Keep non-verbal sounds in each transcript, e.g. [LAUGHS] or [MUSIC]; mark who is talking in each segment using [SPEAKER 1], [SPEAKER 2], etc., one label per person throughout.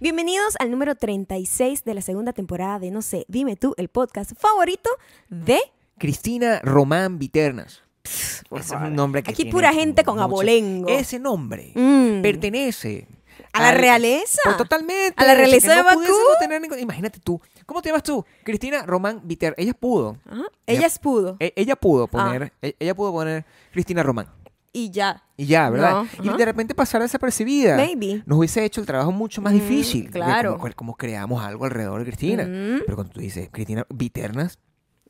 [SPEAKER 1] Bienvenidos al número 36 de la segunda temporada de No sé, dime tú, el podcast favorito de...
[SPEAKER 2] Cristina Román Viternas.
[SPEAKER 1] por
[SPEAKER 2] Ese es
[SPEAKER 1] favor.
[SPEAKER 2] un nombre que
[SPEAKER 1] Aquí
[SPEAKER 2] tiene
[SPEAKER 1] pura
[SPEAKER 2] como
[SPEAKER 1] gente con
[SPEAKER 2] mucho-
[SPEAKER 1] abolengo.
[SPEAKER 2] Ese nombre
[SPEAKER 1] Mm.
[SPEAKER 2] pertenece
[SPEAKER 1] ¿A la
[SPEAKER 2] al-
[SPEAKER 1] realeza?
[SPEAKER 2] Por- totalmente.
[SPEAKER 1] ¿A la realeza
[SPEAKER 2] que
[SPEAKER 1] de
[SPEAKER 2] no
[SPEAKER 1] Bakú?
[SPEAKER 2] pudiésemos tener ningún- imagínate tú. ¿Cómo te llamas tú? Cristina Román Viter. Ella pudo.
[SPEAKER 1] Ajá. Ah. Ellas pudo.
[SPEAKER 2] e- Ella pudo poner. e- Ella pudo poner Cristina Román.
[SPEAKER 1] Y ya.
[SPEAKER 2] Y ya, ¿verdad?
[SPEAKER 1] No,
[SPEAKER 2] y
[SPEAKER 1] ajá.
[SPEAKER 2] de repente pasar desapercibida.
[SPEAKER 1] Maybe.
[SPEAKER 2] Nos hubiese hecho el trabajo mucho más
[SPEAKER 1] Mm,
[SPEAKER 2] difícil. porque
[SPEAKER 1] claro.
[SPEAKER 2] Como, cual- como creamos algo alrededor de Cristina.
[SPEAKER 1] Mm.
[SPEAKER 2] Pero cuando tú dices Cristina Viternas,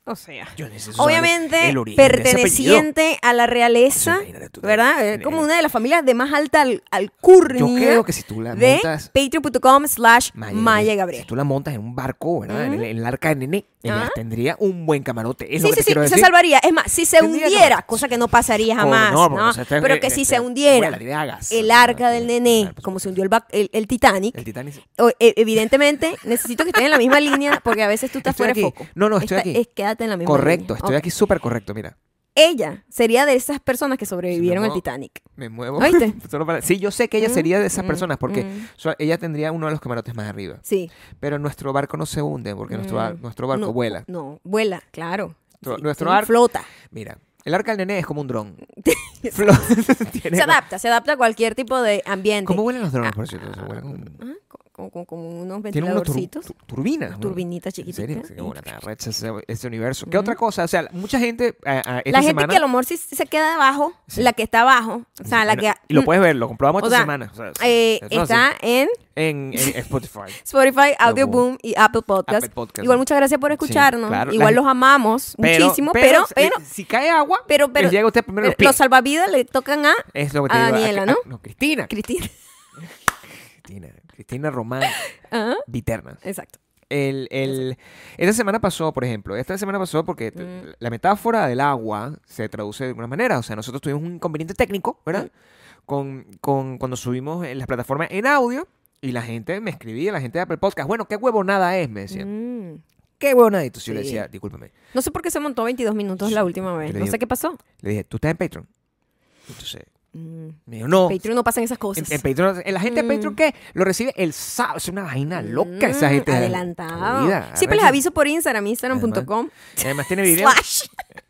[SPEAKER 1] O sea.
[SPEAKER 2] yo necesito saber
[SPEAKER 1] Obviamente
[SPEAKER 2] el origen de ese apellido.
[SPEAKER 1] perteneciente a la realeza,
[SPEAKER 2] Sí, imagínate tú.
[SPEAKER 1] ¿verdad? Es
[SPEAKER 2] Sí.
[SPEAKER 1] como una de las familias de más alta al alcurnia
[SPEAKER 2] Yo creo que si tú la
[SPEAKER 1] de
[SPEAKER 2] montas.
[SPEAKER 1] patreon.com slash
[SPEAKER 2] Maya,
[SPEAKER 1] Maya
[SPEAKER 2] Si
[SPEAKER 1] Gabriel.
[SPEAKER 2] tú la montas en un barco, ¿verdad? En, el, en el arca de Nene, ella
[SPEAKER 1] Ajá.
[SPEAKER 2] tendría un buen camarote. Es lo
[SPEAKER 1] sí, sí,
[SPEAKER 2] que te
[SPEAKER 1] sí,
[SPEAKER 2] quiero
[SPEAKER 1] se
[SPEAKER 2] decir.
[SPEAKER 1] salvaría. Es más, si se
[SPEAKER 2] Tendría
[SPEAKER 1] hundiera,
[SPEAKER 2] como-
[SPEAKER 1] cosa que no pasaría jamás,
[SPEAKER 2] Oh, no, porque,
[SPEAKER 1] ¿no?
[SPEAKER 2] o sea, está-
[SPEAKER 1] pero que si
[SPEAKER 2] este,
[SPEAKER 1] se hundiera
[SPEAKER 2] vuela, tiene agas.
[SPEAKER 1] el arca del
[SPEAKER 2] Claro,
[SPEAKER 1] nené,
[SPEAKER 2] por
[SPEAKER 1] como se
[SPEAKER 2] supuesto.
[SPEAKER 1] hundió el, ba- el- el Titanic,
[SPEAKER 2] El Titanic.
[SPEAKER 1] o- e- evidentemente necesito que estén en la misma línea porque a veces tú estás fuera
[SPEAKER 2] Estoy
[SPEAKER 1] de
[SPEAKER 2] aquí.
[SPEAKER 1] foco.
[SPEAKER 2] No, no, estoy
[SPEAKER 1] Está-
[SPEAKER 2] aquí.
[SPEAKER 1] es- quédate en la misma
[SPEAKER 2] Correcto,
[SPEAKER 1] línea.
[SPEAKER 2] estoy
[SPEAKER 1] Ok.
[SPEAKER 2] aquí súper correcto, mira.
[SPEAKER 1] Ella sería de esas personas que sobrevivieron al
[SPEAKER 2] muevo-
[SPEAKER 1] Titanic.
[SPEAKER 2] Me muevo.
[SPEAKER 1] ¿Oíste?
[SPEAKER 2] [LAUGHS] Solo para- Sí, yo sé que ella
[SPEAKER 1] Mm,
[SPEAKER 2] sería de esas
[SPEAKER 1] mm,
[SPEAKER 2] personas porque
[SPEAKER 1] mm.
[SPEAKER 2] su- ella tendría uno de los camarotes más arriba.
[SPEAKER 1] Sí.
[SPEAKER 2] Pero nuestro barco no se hunde porque nuestro, ba-
[SPEAKER 1] Mm.
[SPEAKER 2] nuestro barco
[SPEAKER 1] No,
[SPEAKER 2] vuela.
[SPEAKER 1] No, vuela, claro.
[SPEAKER 2] Nuestro-
[SPEAKER 1] Sí,
[SPEAKER 2] nuestro
[SPEAKER 1] tiene-
[SPEAKER 2] barco-
[SPEAKER 1] flota.
[SPEAKER 2] Mira, el arca del nené es como un
[SPEAKER 1] [LAUGHS]
[SPEAKER 2] dron. Flo- [LAUGHS] tiene-
[SPEAKER 1] Se adapta, se adapta a cualquier tipo de ambiente.
[SPEAKER 2] ¿Cómo vuelan los drones,
[SPEAKER 1] Ah,
[SPEAKER 2] por cierto? Se vuelan como-
[SPEAKER 1] Ajá, co- como, como- como unos
[SPEAKER 2] Tienen unos tur-
[SPEAKER 1] ventiladorcitos.
[SPEAKER 2] tu- turbinas.
[SPEAKER 1] unas
[SPEAKER 2] ¿no?
[SPEAKER 1] turbinitas
[SPEAKER 2] ¿En serio?
[SPEAKER 1] chiquititas.
[SPEAKER 2] Qué buena
[SPEAKER 1] [LAUGHS]
[SPEAKER 2] la recha ese, ese universo. ¿Qué otra cosa? O sea, mucha gente eh, eh, esta
[SPEAKER 1] la gente
[SPEAKER 2] semana-
[SPEAKER 1] que a lo mejor sí se queda abajo,
[SPEAKER 2] Sí.
[SPEAKER 1] la que está abajo, o sea, la que... mm,
[SPEAKER 2] Bueno, Y lo puedes ver, lo comprobamos
[SPEAKER 1] O
[SPEAKER 2] esta
[SPEAKER 1] sea,
[SPEAKER 2] semana. O sea,
[SPEAKER 1] eh,
[SPEAKER 2] no,
[SPEAKER 1] está
[SPEAKER 2] sí.
[SPEAKER 1] en [LAUGHS]
[SPEAKER 2] en, en Spotify.
[SPEAKER 1] Spotify, Audio
[SPEAKER 2] Boom.
[SPEAKER 1] Boom y Apple Podcast.
[SPEAKER 2] Apple Podcast.
[SPEAKER 1] Igual muchas gracias por
[SPEAKER 2] Sí,
[SPEAKER 1] escucharnos.
[SPEAKER 2] claro.
[SPEAKER 1] Igual
[SPEAKER 2] La-
[SPEAKER 1] los amamos muchísimo, pero,
[SPEAKER 2] eh,
[SPEAKER 1] pero,
[SPEAKER 2] si cae agua,
[SPEAKER 1] pero, pero-
[SPEAKER 2] les llega a usted primero
[SPEAKER 1] pero
[SPEAKER 2] los pies.
[SPEAKER 1] los salvavidas le tocan a
[SPEAKER 2] es lo que te
[SPEAKER 1] a
[SPEAKER 2] digo,
[SPEAKER 1] Daniela,
[SPEAKER 2] a-
[SPEAKER 1] ¿no?
[SPEAKER 2] no, Cristina.
[SPEAKER 1] Cristina. [LAUGHS]
[SPEAKER 2] Cristina. Cristina Román
[SPEAKER 1] Ajá,
[SPEAKER 2] Viternas.
[SPEAKER 1] Ah, Exacto.
[SPEAKER 2] El, el, esta semana pasó, por ejemplo, esta semana pasó porque te-
[SPEAKER 1] Mm.
[SPEAKER 2] la metáfora del agua se traduce de alguna manera. O sea, nosotros tuvimos un inconveniente técnico, ¿verdad?
[SPEAKER 1] Mm.
[SPEAKER 2] Con, con cuando subimos en las plataformas en audio y la gente me escribía, la gente de Apple Podcast, bueno, qué huevonada es, me decían.
[SPEAKER 1] Mm.
[SPEAKER 2] Qué huevonada. Entonces yo le
[SPEAKER 1] Sí.
[SPEAKER 2] decía, discúlpame.
[SPEAKER 1] No sé por qué se montó 22 minutos la última vez.
[SPEAKER 2] Yo le
[SPEAKER 1] No
[SPEAKER 2] digo-
[SPEAKER 1] sé qué pasó.
[SPEAKER 2] Le dije, ¿tú estás en Patreon? Entonces
[SPEAKER 1] Mm.
[SPEAKER 2] me dijo, no.
[SPEAKER 1] Patreon no pasan esas
[SPEAKER 2] En,
[SPEAKER 1] cosas.
[SPEAKER 2] en Patreon, la gente de Patreon que lo recibe el sábado. Es una vaina loca esa
[SPEAKER 1] Mm,
[SPEAKER 2] gente.
[SPEAKER 1] Adelantado.
[SPEAKER 2] Aburrida,
[SPEAKER 1] Siempre les
[SPEAKER 2] arrecha.
[SPEAKER 1] aviso por Instagram, instagram.com.
[SPEAKER 2] Además
[SPEAKER 1] [LAUGHS]
[SPEAKER 2] tiene video.
[SPEAKER 1] Slash.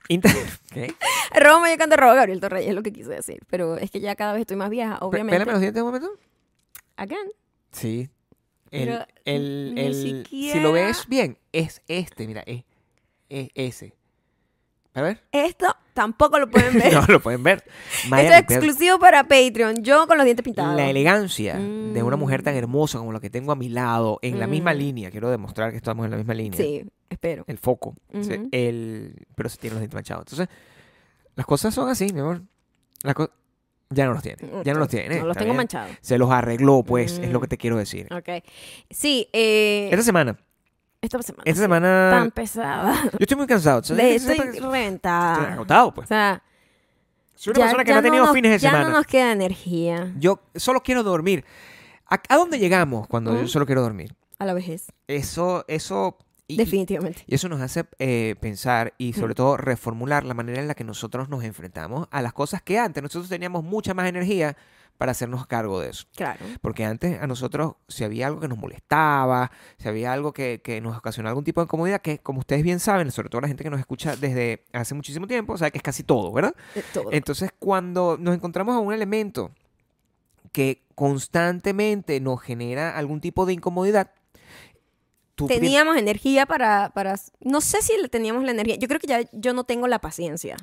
[SPEAKER 2] Inter- ¿Qué?
[SPEAKER 1] Roma, yo canto arroba Gabriel Torreyes, es lo que quise decir. Pero es que ya cada vez estoy más vieja,
[SPEAKER 2] Pe-
[SPEAKER 1] obviamente.
[SPEAKER 2] Pélame los dientes un momento.
[SPEAKER 1] Again.
[SPEAKER 2] Sí.
[SPEAKER 1] Pero
[SPEAKER 2] El, el,
[SPEAKER 1] ni
[SPEAKER 2] el- Si
[SPEAKER 1] siquiera-
[SPEAKER 2] lo ves bien, es este, mira, es, es ese. A ver.
[SPEAKER 1] [LAUGHS] Esto tampoco lo
[SPEAKER 2] [LAUGHS]
[SPEAKER 1] pueden ver.
[SPEAKER 2] no, lo pueden ver. Maya
[SPEAKER 1] Esto es
[SPEAKER 2] Ripper,
[SPEAKER 1] exclusivo para Patreon. Yo con los dientes pintados.
[SPEAKER 2] La elegancia de una mujer
[SPEAKER 1] Mm.
[SPEAKER 2] tan hermosa como la que tengo a mi lado, en la misma
[SPEAKER 1] Mm.
[SPEAKER 2] línea. Quiero demostrar que estamos en la misma línea.
[SPEAKER 1] Sí, espero.
[SPEAKER 2] El foco. Sí,
[SPEAKER 1] Ujú.
[SPEAKER 2] el, pero se tiene los dientes manchados. Entonces, las cosas son así, mi amor. Las co- ya no los tiene. Ya no los tiene.
[SPEAKER 1] No los
[SPEAKER 2] está
[SPEAKER 1] tengo
[SPEAKER 2] bien.
[SPEAKER 1] manchados.
[SPEAKER 2] Se los arregló, pues, es lo que
[SPEAKER 1] Mm.
[SPEAKER 2] te quiero decir.
[SPEAKER 1] Ok. Sí, eh,
[SPEAKER 2] Esta semana,
[SPEAKER 1] esta semana.
[SPEAKER 2] esta
[SPEAKER 1] ha sido
[SPEAKER 2] semana...
[SPEAKER 1] Tan pesada.
[SPEAKER 2] Yo estoy muy cansado. ¿sabes?
[SPEAKER 1] De
[SPEAKER 2] Estoy
[SPEAKER 1] estoy Ah.
[SPEAKER 2] estoy
[SPEAKER 1] reventada.
[SPEAKER 2] agotado,
[SPEAKER 1] O
[SPEAKER 2] pues.
[SPEAKER 1] sea,
[SPEAKER 2] Soy una persona que no ha tenido
[SPEAKER 1] nos-
[SPEAKER 2] fines de
[SPEAKER 1] ya
[SPEAKER 2] semana.
[SPEAKER 1] no nos queda energía
[SPEAKER 2] Yo solo quiero dormir. ¿A, a dónde llegamos cuando yo
[SPEAKER 1] Ujú.
[SPEAKER 2] solo quiero dormir?
[SPEAKER 1] a la vejez,
[SPEAKER 2] Eso, eso. Y, y-
[SPEAKER 1] definitivamente.
[SPEAKER 2] y eso nos hace eh, pensar y sobre todo reformular la manera en la que nosotros nos enfrentamos a las cosas que antes nosotros teníamos mucha más energía para hacernos cargo de eso.
[SPEAKER 1] Claro.
[SPEAKER 2] Porque antes a nosotros, si había algo que nos molestaba, si había algo que, que nos ocasionaba algún tipo de incomodidad, que como ustedes bien saben, sobre todo la gente que nos escucha desde hace muchísimo tiempo, sabe que es casi todo, ¿verdad?
[SPEAKER 1] eh, Todo.
[SPEAKER 2] Entonces, cuando nos encontramos a un elemento que constantemente nos genera algún tipo de incomodidad, tú pi-
[SPEAKER 1] teníamos energía para, para. No sé si le teníamos la energía. Yo creo que ya yo no tengo la paciencia.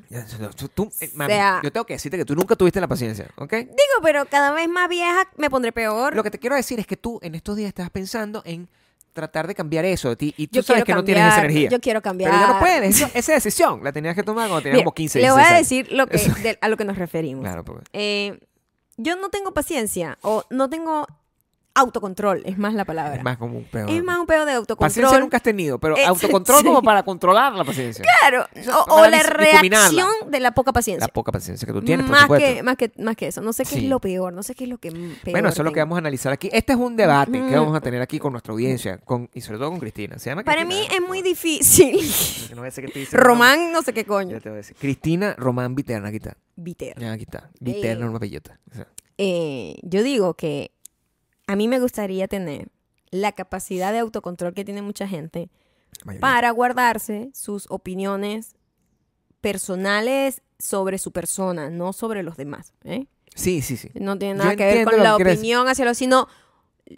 [SPEAKER 2] Tú- tú- eh, mami,
[SPEAKER 1] sea-
[SPEAKER 2] yo tengo que decirte que tú nunca tuviste la paciencia, ¿ok?
[SPEAKER 1] Digo, pero cada vez más vieja me pondré peor.
[SPEAKER 2] Lo que te quiero decir es que tú en estos días estás pensando en tratar de cambiar eso de ti y tú
[SPEAKER 1] yo
[SPEAKER 2] sabes
[SPEAKER 1] quiero
[SPEAKER 2] que
[SPEAKER 1] cambiar.
[SPEAKER 2] no tienes esa energía.
[SPEAKER 1] Yo quiero cambiar.
[SPEAKER 2] Pero ya no puedes. Eso- esa decisión la tenías que tomar cuando tenías
[SPEAKER 1] Mira,
[SPEAKER 2] como 15
[SPEAKER 1] Le voy
[SPEAKER 2] 16
[SPEAKER 1] a
[SPEAKER 2] años.
[SPEAKER 1] decir lo que,
[SPEAKER 2] Eso.
[SPEAKER 1] de- a lo que nos referimos.
[SPEAKER 2] Claro, porque.
[SPEAKER 1] Eh, yo no tengo paciencia o no tengo autocontrol, es más la palabra.
[SPEAKER 2] Es más común, peor.
[SPEAKER 1] Es más un pedo de autocontrol.
[SPEAKER 2] Paciencia nunca has tenido, pero
[SPEAKER 1] Eh, [LAUGHS]
[SPEAKER 2] autocontrol
[SPEAKER 1] sí.
[SPEAKER 2] como para controlar la paciencia.
[SPEAKER 1] Claro,
[SPEAKER 2] Eso
[SPEAKER 1] o,
[SPEAKER 2] es para
[SPEAKER 1] o la
[SPEAKER 2] dis- difuminarla.
[SPEAKER 1] reacción de la poca
[SPEAKER 2] La
[SPEAKER 1] paciencia.
[SPEAKER 2] poca paciencia que tú tienes, por
[SPEAKER 1] más,
[SPEAKER 2] supuesto.
[SPEAKER 1] que, más, que, más que eso. No sé qué
[SPEAKER 2] Sí.
[SPEAKER 1] es lo peor, no sé qué es lo que m- peor.
[SPEAKER 2] bueno, eso es lo que
[SPEAKER 1] tengo.
[SPEAKER 2] vamos a analizar aquí. Este es un debate que
[SPEAKER 1] Mm.
[SPEAKER 2] vamos a tener aquí con nuestra audiencia con, y sobre todo con Cristina. ¿Se llama
[SPEAKER 1] Para mí
[SPEAKER 2] Cristina?
[SPEAKER 1] es muy difícil.
[SPEAKER 2] [LAUGHS] No voy a decir que estoy diciendo
[SPEAKER 1] Román, no sé qué
[SPEAKER 2] nombre.
[SPEAKER 1] coño.
[SPEAKER 2] Ya te voy a decir. Cristina Román Viterna, aquí está.
[SPEAKER 1] Viter.
[SPEAKER 2] Ya, aquí está. Viterna, una bellota. O sea,
[SPEAKER 1] Eh, yo digo que a mí me gustaría tener la capacidad de autocontrol que tiene mucha gente
[SPEAKER 2] Mayoría.
[SPEAKER 1] para guardarse sus opiniones personales sobre su persona, no sobre los demás. ¿eh?
[SPEAKER 2] Sí, sí, sí.
[SPEAKER 1] No tiene
[SPEAKER 2] Yo
[SPEAKER 1] nada que ver
[SPEAKER 2] entiendo
[SPEAKER 1] con
[SPEAKER 2] lo
[SPEAKER 1] la
[SPEAKER 2] que quieres
[SPEAKER 1] opinión hacia los, sino,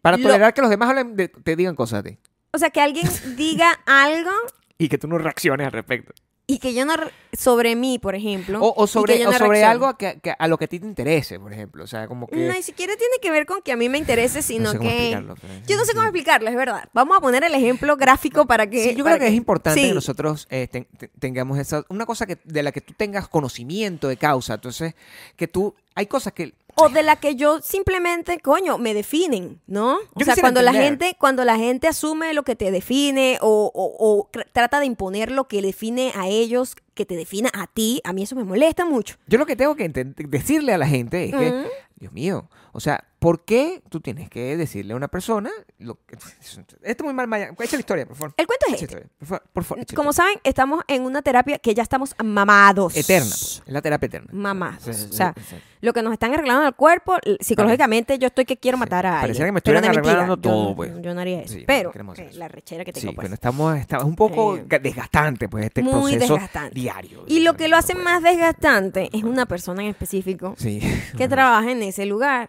[SPEAKER 2] Para
[SPEAKER 1] Lo-
[SPEAKER 2] tolerar que los demás hablen de- te digan cosas a ti.
[SPEAKER 1] o sea, que
[SPEAKER 2] [LAUGHS]
[SPEAKER 1] alguien diga algo
[SPEAKER 2] Y que tú no reacciones al respecto.
[SPEAKER 1] y que yo no, re- sobre mí, por ejemplo,
[SPEAKER 2] O, o
[SPEAKER 1] y que
[SPEAKER 2] sobre,
[SPEAKER 1] yo
[SPEAKER 2] o
[SPEAKER 1] no
[SPEAKER 2] sobre
[SPEAKER 1] reaccione.
[SPEAKER 2] algo a, que, que- a lo que a ti te interese, por ejemplo. O sea, como que...
[SPEAKER 1] No, ni siquiera tiene que ver con que a mí me interese, sino
[SPEAKER 2] sé cómo
[SPEAKER 1] que...
[SPEAKER 2] explicarlo, pero-
[SPEAKER 1] Yo no sé cómo explicarlo, es verdad. Vamos a poner el ejemplo gráfico para que...
[SPEAKER 2] Sí, yo
[SPEAKER 1] para
[SPEAKER 2] creo que es importante
[SPEAKER 1] Sí.
[SPEAKER 2] que nosotros eh, ten- te- tengamos esa... Una cosa que, de la que tú tengas conocimiento de causa. Entonces, que tú... Hay cosas que...
[SPEAKER 1] o de la que yo simplemente, coño, me definen, ¿no? O
[SPEAKER 2] Yo
[SPEAKER 1] sea,
[SPEAKER 2] quisiera
[SPEAKER 1] cuando la
[SPEAKER 2] entender.
[SPEAKER 1] gente, cuando la gente asume lo que te define o, o- o cr- trata de imponer lo que define a ellos, que te defina a ti, a mí eso me molesta mucho.
[SPEAKER 2] Yo lo que tengo que enten- decirle a la gente es que...
[SPEAKER 1] Ujú.
[SPEAKER 2] Dios mío. O sea, ¿por qué tú tienes que decirle a una persona... Lo que- esto es muy mal... maya- Echa la historia, por favor.
[SPEAKER 1] El cuento es
[SPEAKER 2] Echa
[SPEAKER 1] este.
[SPEAKER 2] la historia. Por favor. Por favor, echa la
[SPEAKER 1] Como saben, estamos en una terapia que ya estamos mamados.
[SPEAKER 2] historia. Eterna. pues. Es la terapia eterna.
[SPEAKER 1] Mamados.
[SPEAKER 2] Sí, sí,
[SPEAKER 1] O sea,
[SPEAKER 2] sí, sí.
[SPEAKER 1] lo que nos están arreglando al cuerpo, l- psicológicamente yo estoy que quiero matar a alguien.
[SPEAKER 2] Pareciera que me
[SPEAKER 1] Pero
[SPEAKER 2] estuvieran
[SPEAKER 1] de mentira,
[SPEAKER 2] arreglando
[SPEAKER 1] yo
[SPEAKER 2] todo,
[SPEAKER 1] no-
[SPEAKER 2] pues.
[SPEAKER 1] Yo no haría eso.
[SPEAKER 2] Sí, no
[SPEAKER 1] pero
[SPEAKER 2] queremos hacer
[SPEAKER 1] eh,
[SPEAKER 2] eso.
[SPEAKER 1] la rechera que tengo
[SPEAKER 2] Sí,
[SPEAKER 1] pues.
[SPEAKER 2] bueno, estamos, estamos un poco
[SPEAKER 1] Eh,
[SPEAKER 2] ca- desgastante, pues, este
[SPEAKER 1] muy
[SPEAKER 2] proceso
[SPEAKER 1] desgastante.
[SPEAKER 2] diario. Pues.
[SPEAKER 1] Y lo que lo hace
[SPEAKER 2] Bueno,
[SPEAKER 1] más desgastante es una persona en específico
[SPEAKER 2] Sí.
[SPEAKER 1] que trabaja en ese lugar,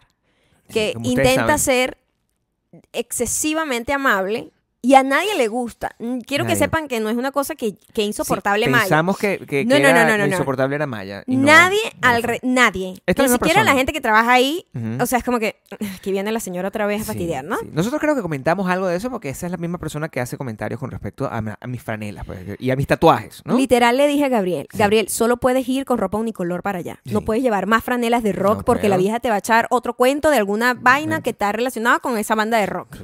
[SPEAKER 1] que
[SPEAKER 2] como ustedes
[SPEAKER 1] intenta
[SPEAKER 2] saben.
[SPEAKER 1] ser excesivamente amable y a nadie le gusta. Mm, Quiero que
[SPEAKER 2] Nadie.
[SPEAKER 1] sepan que no es una cosa que, que insoportable
[SPEAKER 2] Sí,
[SPEAKER 1] Maya.
[SPEAKER 2] Pensamos que, que,
[SPEAKER 1] No,
[SPEAKER 2] que
[SPEAKER 1] no,
[SPEAKER 2] era
[SPEAKER 1] no, no, no, no.
[SPEAKER 2] insoportable era Maya. y no-
[SPEAKER 1] Nadie,
[SPEAKER 2] no
[SPEAKER 1] al
[SPEAKER 2] fue.
[SPEAKER 1] re- nadie.
[SPEAKER 2] Esta
[SPEAKER 1] Ni
[SPEAKER 2] misma
[SPEAKER 1] siquiera la
[SPEAKER 2] persona.
[SPEAKER 1] gente que trabaja ahí.
[SPEAKER 2] Ujú.
[SPEAKER 1] O sea, es como que "Ah, aquí viene la señora otra vez a
[SPEAKER 2] Sí,
[SPEAKER 1] fastidiar, ¿no?
[SPEAKER 2] sí. Nosotros creo que comentamos algo de eso porque esa es la misma persona que hace comentarios con respecto a, ma- a mis franelas pues, y a mis tatuajes, ¿no?
[SPEAKER 1] Literal le dije a Gabriel,
[SPEAKER 2] Sí.
[SPEAKER 1] Gabriel, solo puedes ir con ropa unicolor para allá. No
[SPEAKER 2] Sí.
[SPEAKER 1] puedes llevar más franelas de rock
[SPEAKER 2] No
[SPEAKER 1] porque la
[SPEAKER 2] puedo.
[SPEAKER 1] vieja te va a echar otro cuento de alguna vaina que está relacionada con esa banda de rock.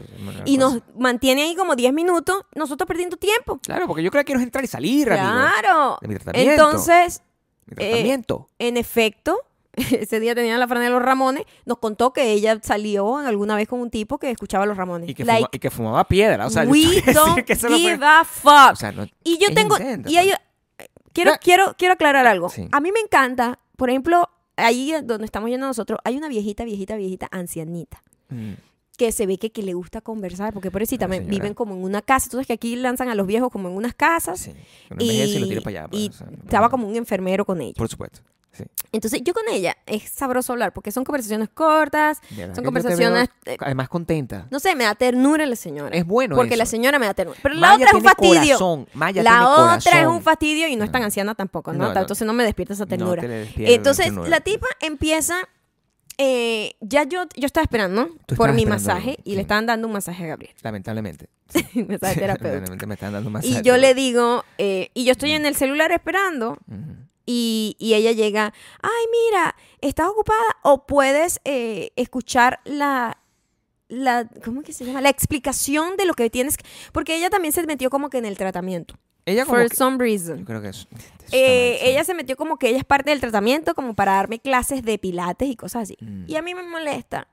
[SPEAKER 1] Y nos mantiene ahí como 10 minutos, nosotros perdiendo tiempo.
[SPEAKER 2] Claro, porque yo creo que quiero entrar y salir, amigo.
[SPEAKER 1] Claro.
[SPEAKER 2] De mi tratamiento.
[SPEAKER 1] Entonces,
[SPEAKER 2] Mi
[SPEAKER 1] eh,
[SPEAKER 2] tratamiento.
[SPEAKER 1] en efecto, [LAUGHS] ese día tenía la franela de los Ramones, nos contó que ella salió alguna vez con un tipo que escuchaba a los Ramones.
[SPEAKER 2] y, que fuma-
[SPEAKER 1] like,
[SPEAKER 2] y que fumaba piedra. O sea, yo
[SPEAKER 1] we
[SPEAKER 2] tengo que decir
[SPEAKER 1] don't
[SPEAKER 2] que eso no fue-
[SPEAKER 1] give a fuck.
[SPEAKER 2] O sea, no-
[SPEAKER 1] Y yo
[SPEAKER 2] Ella
[SPEAKER 1] tengo.
[SPEAKER 2] intenta,
[SPEAKER 1] y
[SPEAKER 2] pues.
[SPEAKER 1] hay- quiero,
[SPEAKER 2] Ya.
[SPEAKER 1] quiero, quiero aclarar algo.
[SPEAKER 2] Sí.
[SPEAKER 1] A mí me encanta, por ejemplo, ahí donde estamos yendo nosotros, hay una viejita, viejita, viejita, ancianita,
[SPEAKER 2] Mm.
[SPEAKER 1] que se ve que, que le gusta conversar, porque pobrecita,
[SPEAKER 2] Una
[SPEAKER 1] me-
[SPEAKER 2] señora.
[SPEAKER 1] viven como en una casa. Entonces, que aquí lanzan a los viejos como en unas casas.
[SPEAKER 2] Sí. Uno
[SPEAKER 1] Y,
[SPEAKER 2] envejece y lo tira para allá. pues,
[SPEAKER 1] y
[SPEAKER 2] o sea, no pasa
[SPEAKER 1] estaba
[SPEAKER 2] nada.
[SPEAKER 1] como un enfermero con ella.
[SPEAKER 2] Por supuesto. Sí.
[SPEAKER 1] Entonces, yo con ella es sabroso hablar porque son conversaciones cortas,
[SPEAKER 2] De
[SPEAKER 1] son
[SPEAKER 2] verdad que yo te
[SPEAKER 1] conversaciones.
[SPEAKER 2] veo,
[SPEAKER 1] eh,
[SPEAKER 2] además, contenta.
[SPEAKER 1] no sé, me da ternura la señora.
[SPEAKER 2] es bueno
[SPEAKER 1] porque
[SPEAKER 2] eso.
[SPEAKER 1] la señora me da ternura. Pero la
[SPEAKER 2] Maya
[SPEAKER 1] otra es un
[SPEAKER 2] tiene
[SPEAKER 1] fastidio.
[SPEAKER 2] corazón, Maya
[SPEAKER 1] la
[SPEAKER 2] tiene
[SPEAKER 1] otra es
[SPEAKER 2] corazón.
[SPEAKER 1] un fastidio y no es tan
[SPEAKER 2] No.
[SPEAKER 1] anciana tampoco, ¿no?
[SPEAKER 2] No, no.
[SPEAKER 1] Entonces no me despierta esa
[SPEAKER 2] No
[SPEAKER 1] ternura.
[SPEAKER 2] te le despierta la
[SPEAKER 1] Entonces
[SPEAKER 2] ternura.
[SPEAKER 1] la tipa empieza, eh, ya yo, yo estaba esperando
[SPEAKER 2] Tú
[SPEAKER 1] por
[SPEAKER 2] estabas
[SPEAKER 1] mi
[SPEAKER 2] esperando
[SPEAKER 1] masaje
[SPEAKER 2] algo,
[SPEAKER 1] y
[SPEAKER 2] sí.
[SPEAKER 1] le estaban dando un masaje a Gabriel, [LAUGHS]
[SPEAKER 2] Lamentablemente.
[SPEAKER 1] un masaje
[SPEAKER 2] [LAUGHS]
[SPEAKER 1] terapéutico.
[SPEAKER 2] Lamentablemente me están dando más
[SPEAKER 1] Y yo le digo, eh, y yo estoy en el celular esperando y, y ella llega, ay mira, estás ocupada o puedes eh, escuchar la... La, ¿Cómo que se llama? La explicación de lo que tienes. que-". Porque ella también se metió como que en el tratamiento.
[SPEAKER 2] Ella como
[SPEAKER 1] For
[SPEAKER 2] que-
[SPEAKER 1] some
[SPEAKER 2] Yo
[SPEAKER 1] reason.
[SPEAKER 2] creo que eso-
[SPEAKER 1] Eh,
[SPEAKER 2] eso
[SPEAKER 1] ella se metió como que ella es parte del tratamiento, como para darme clases de pilates y cosas así.
[SPEAKER 2] Mm.
[SPEAKER 1] Y a mí me molesta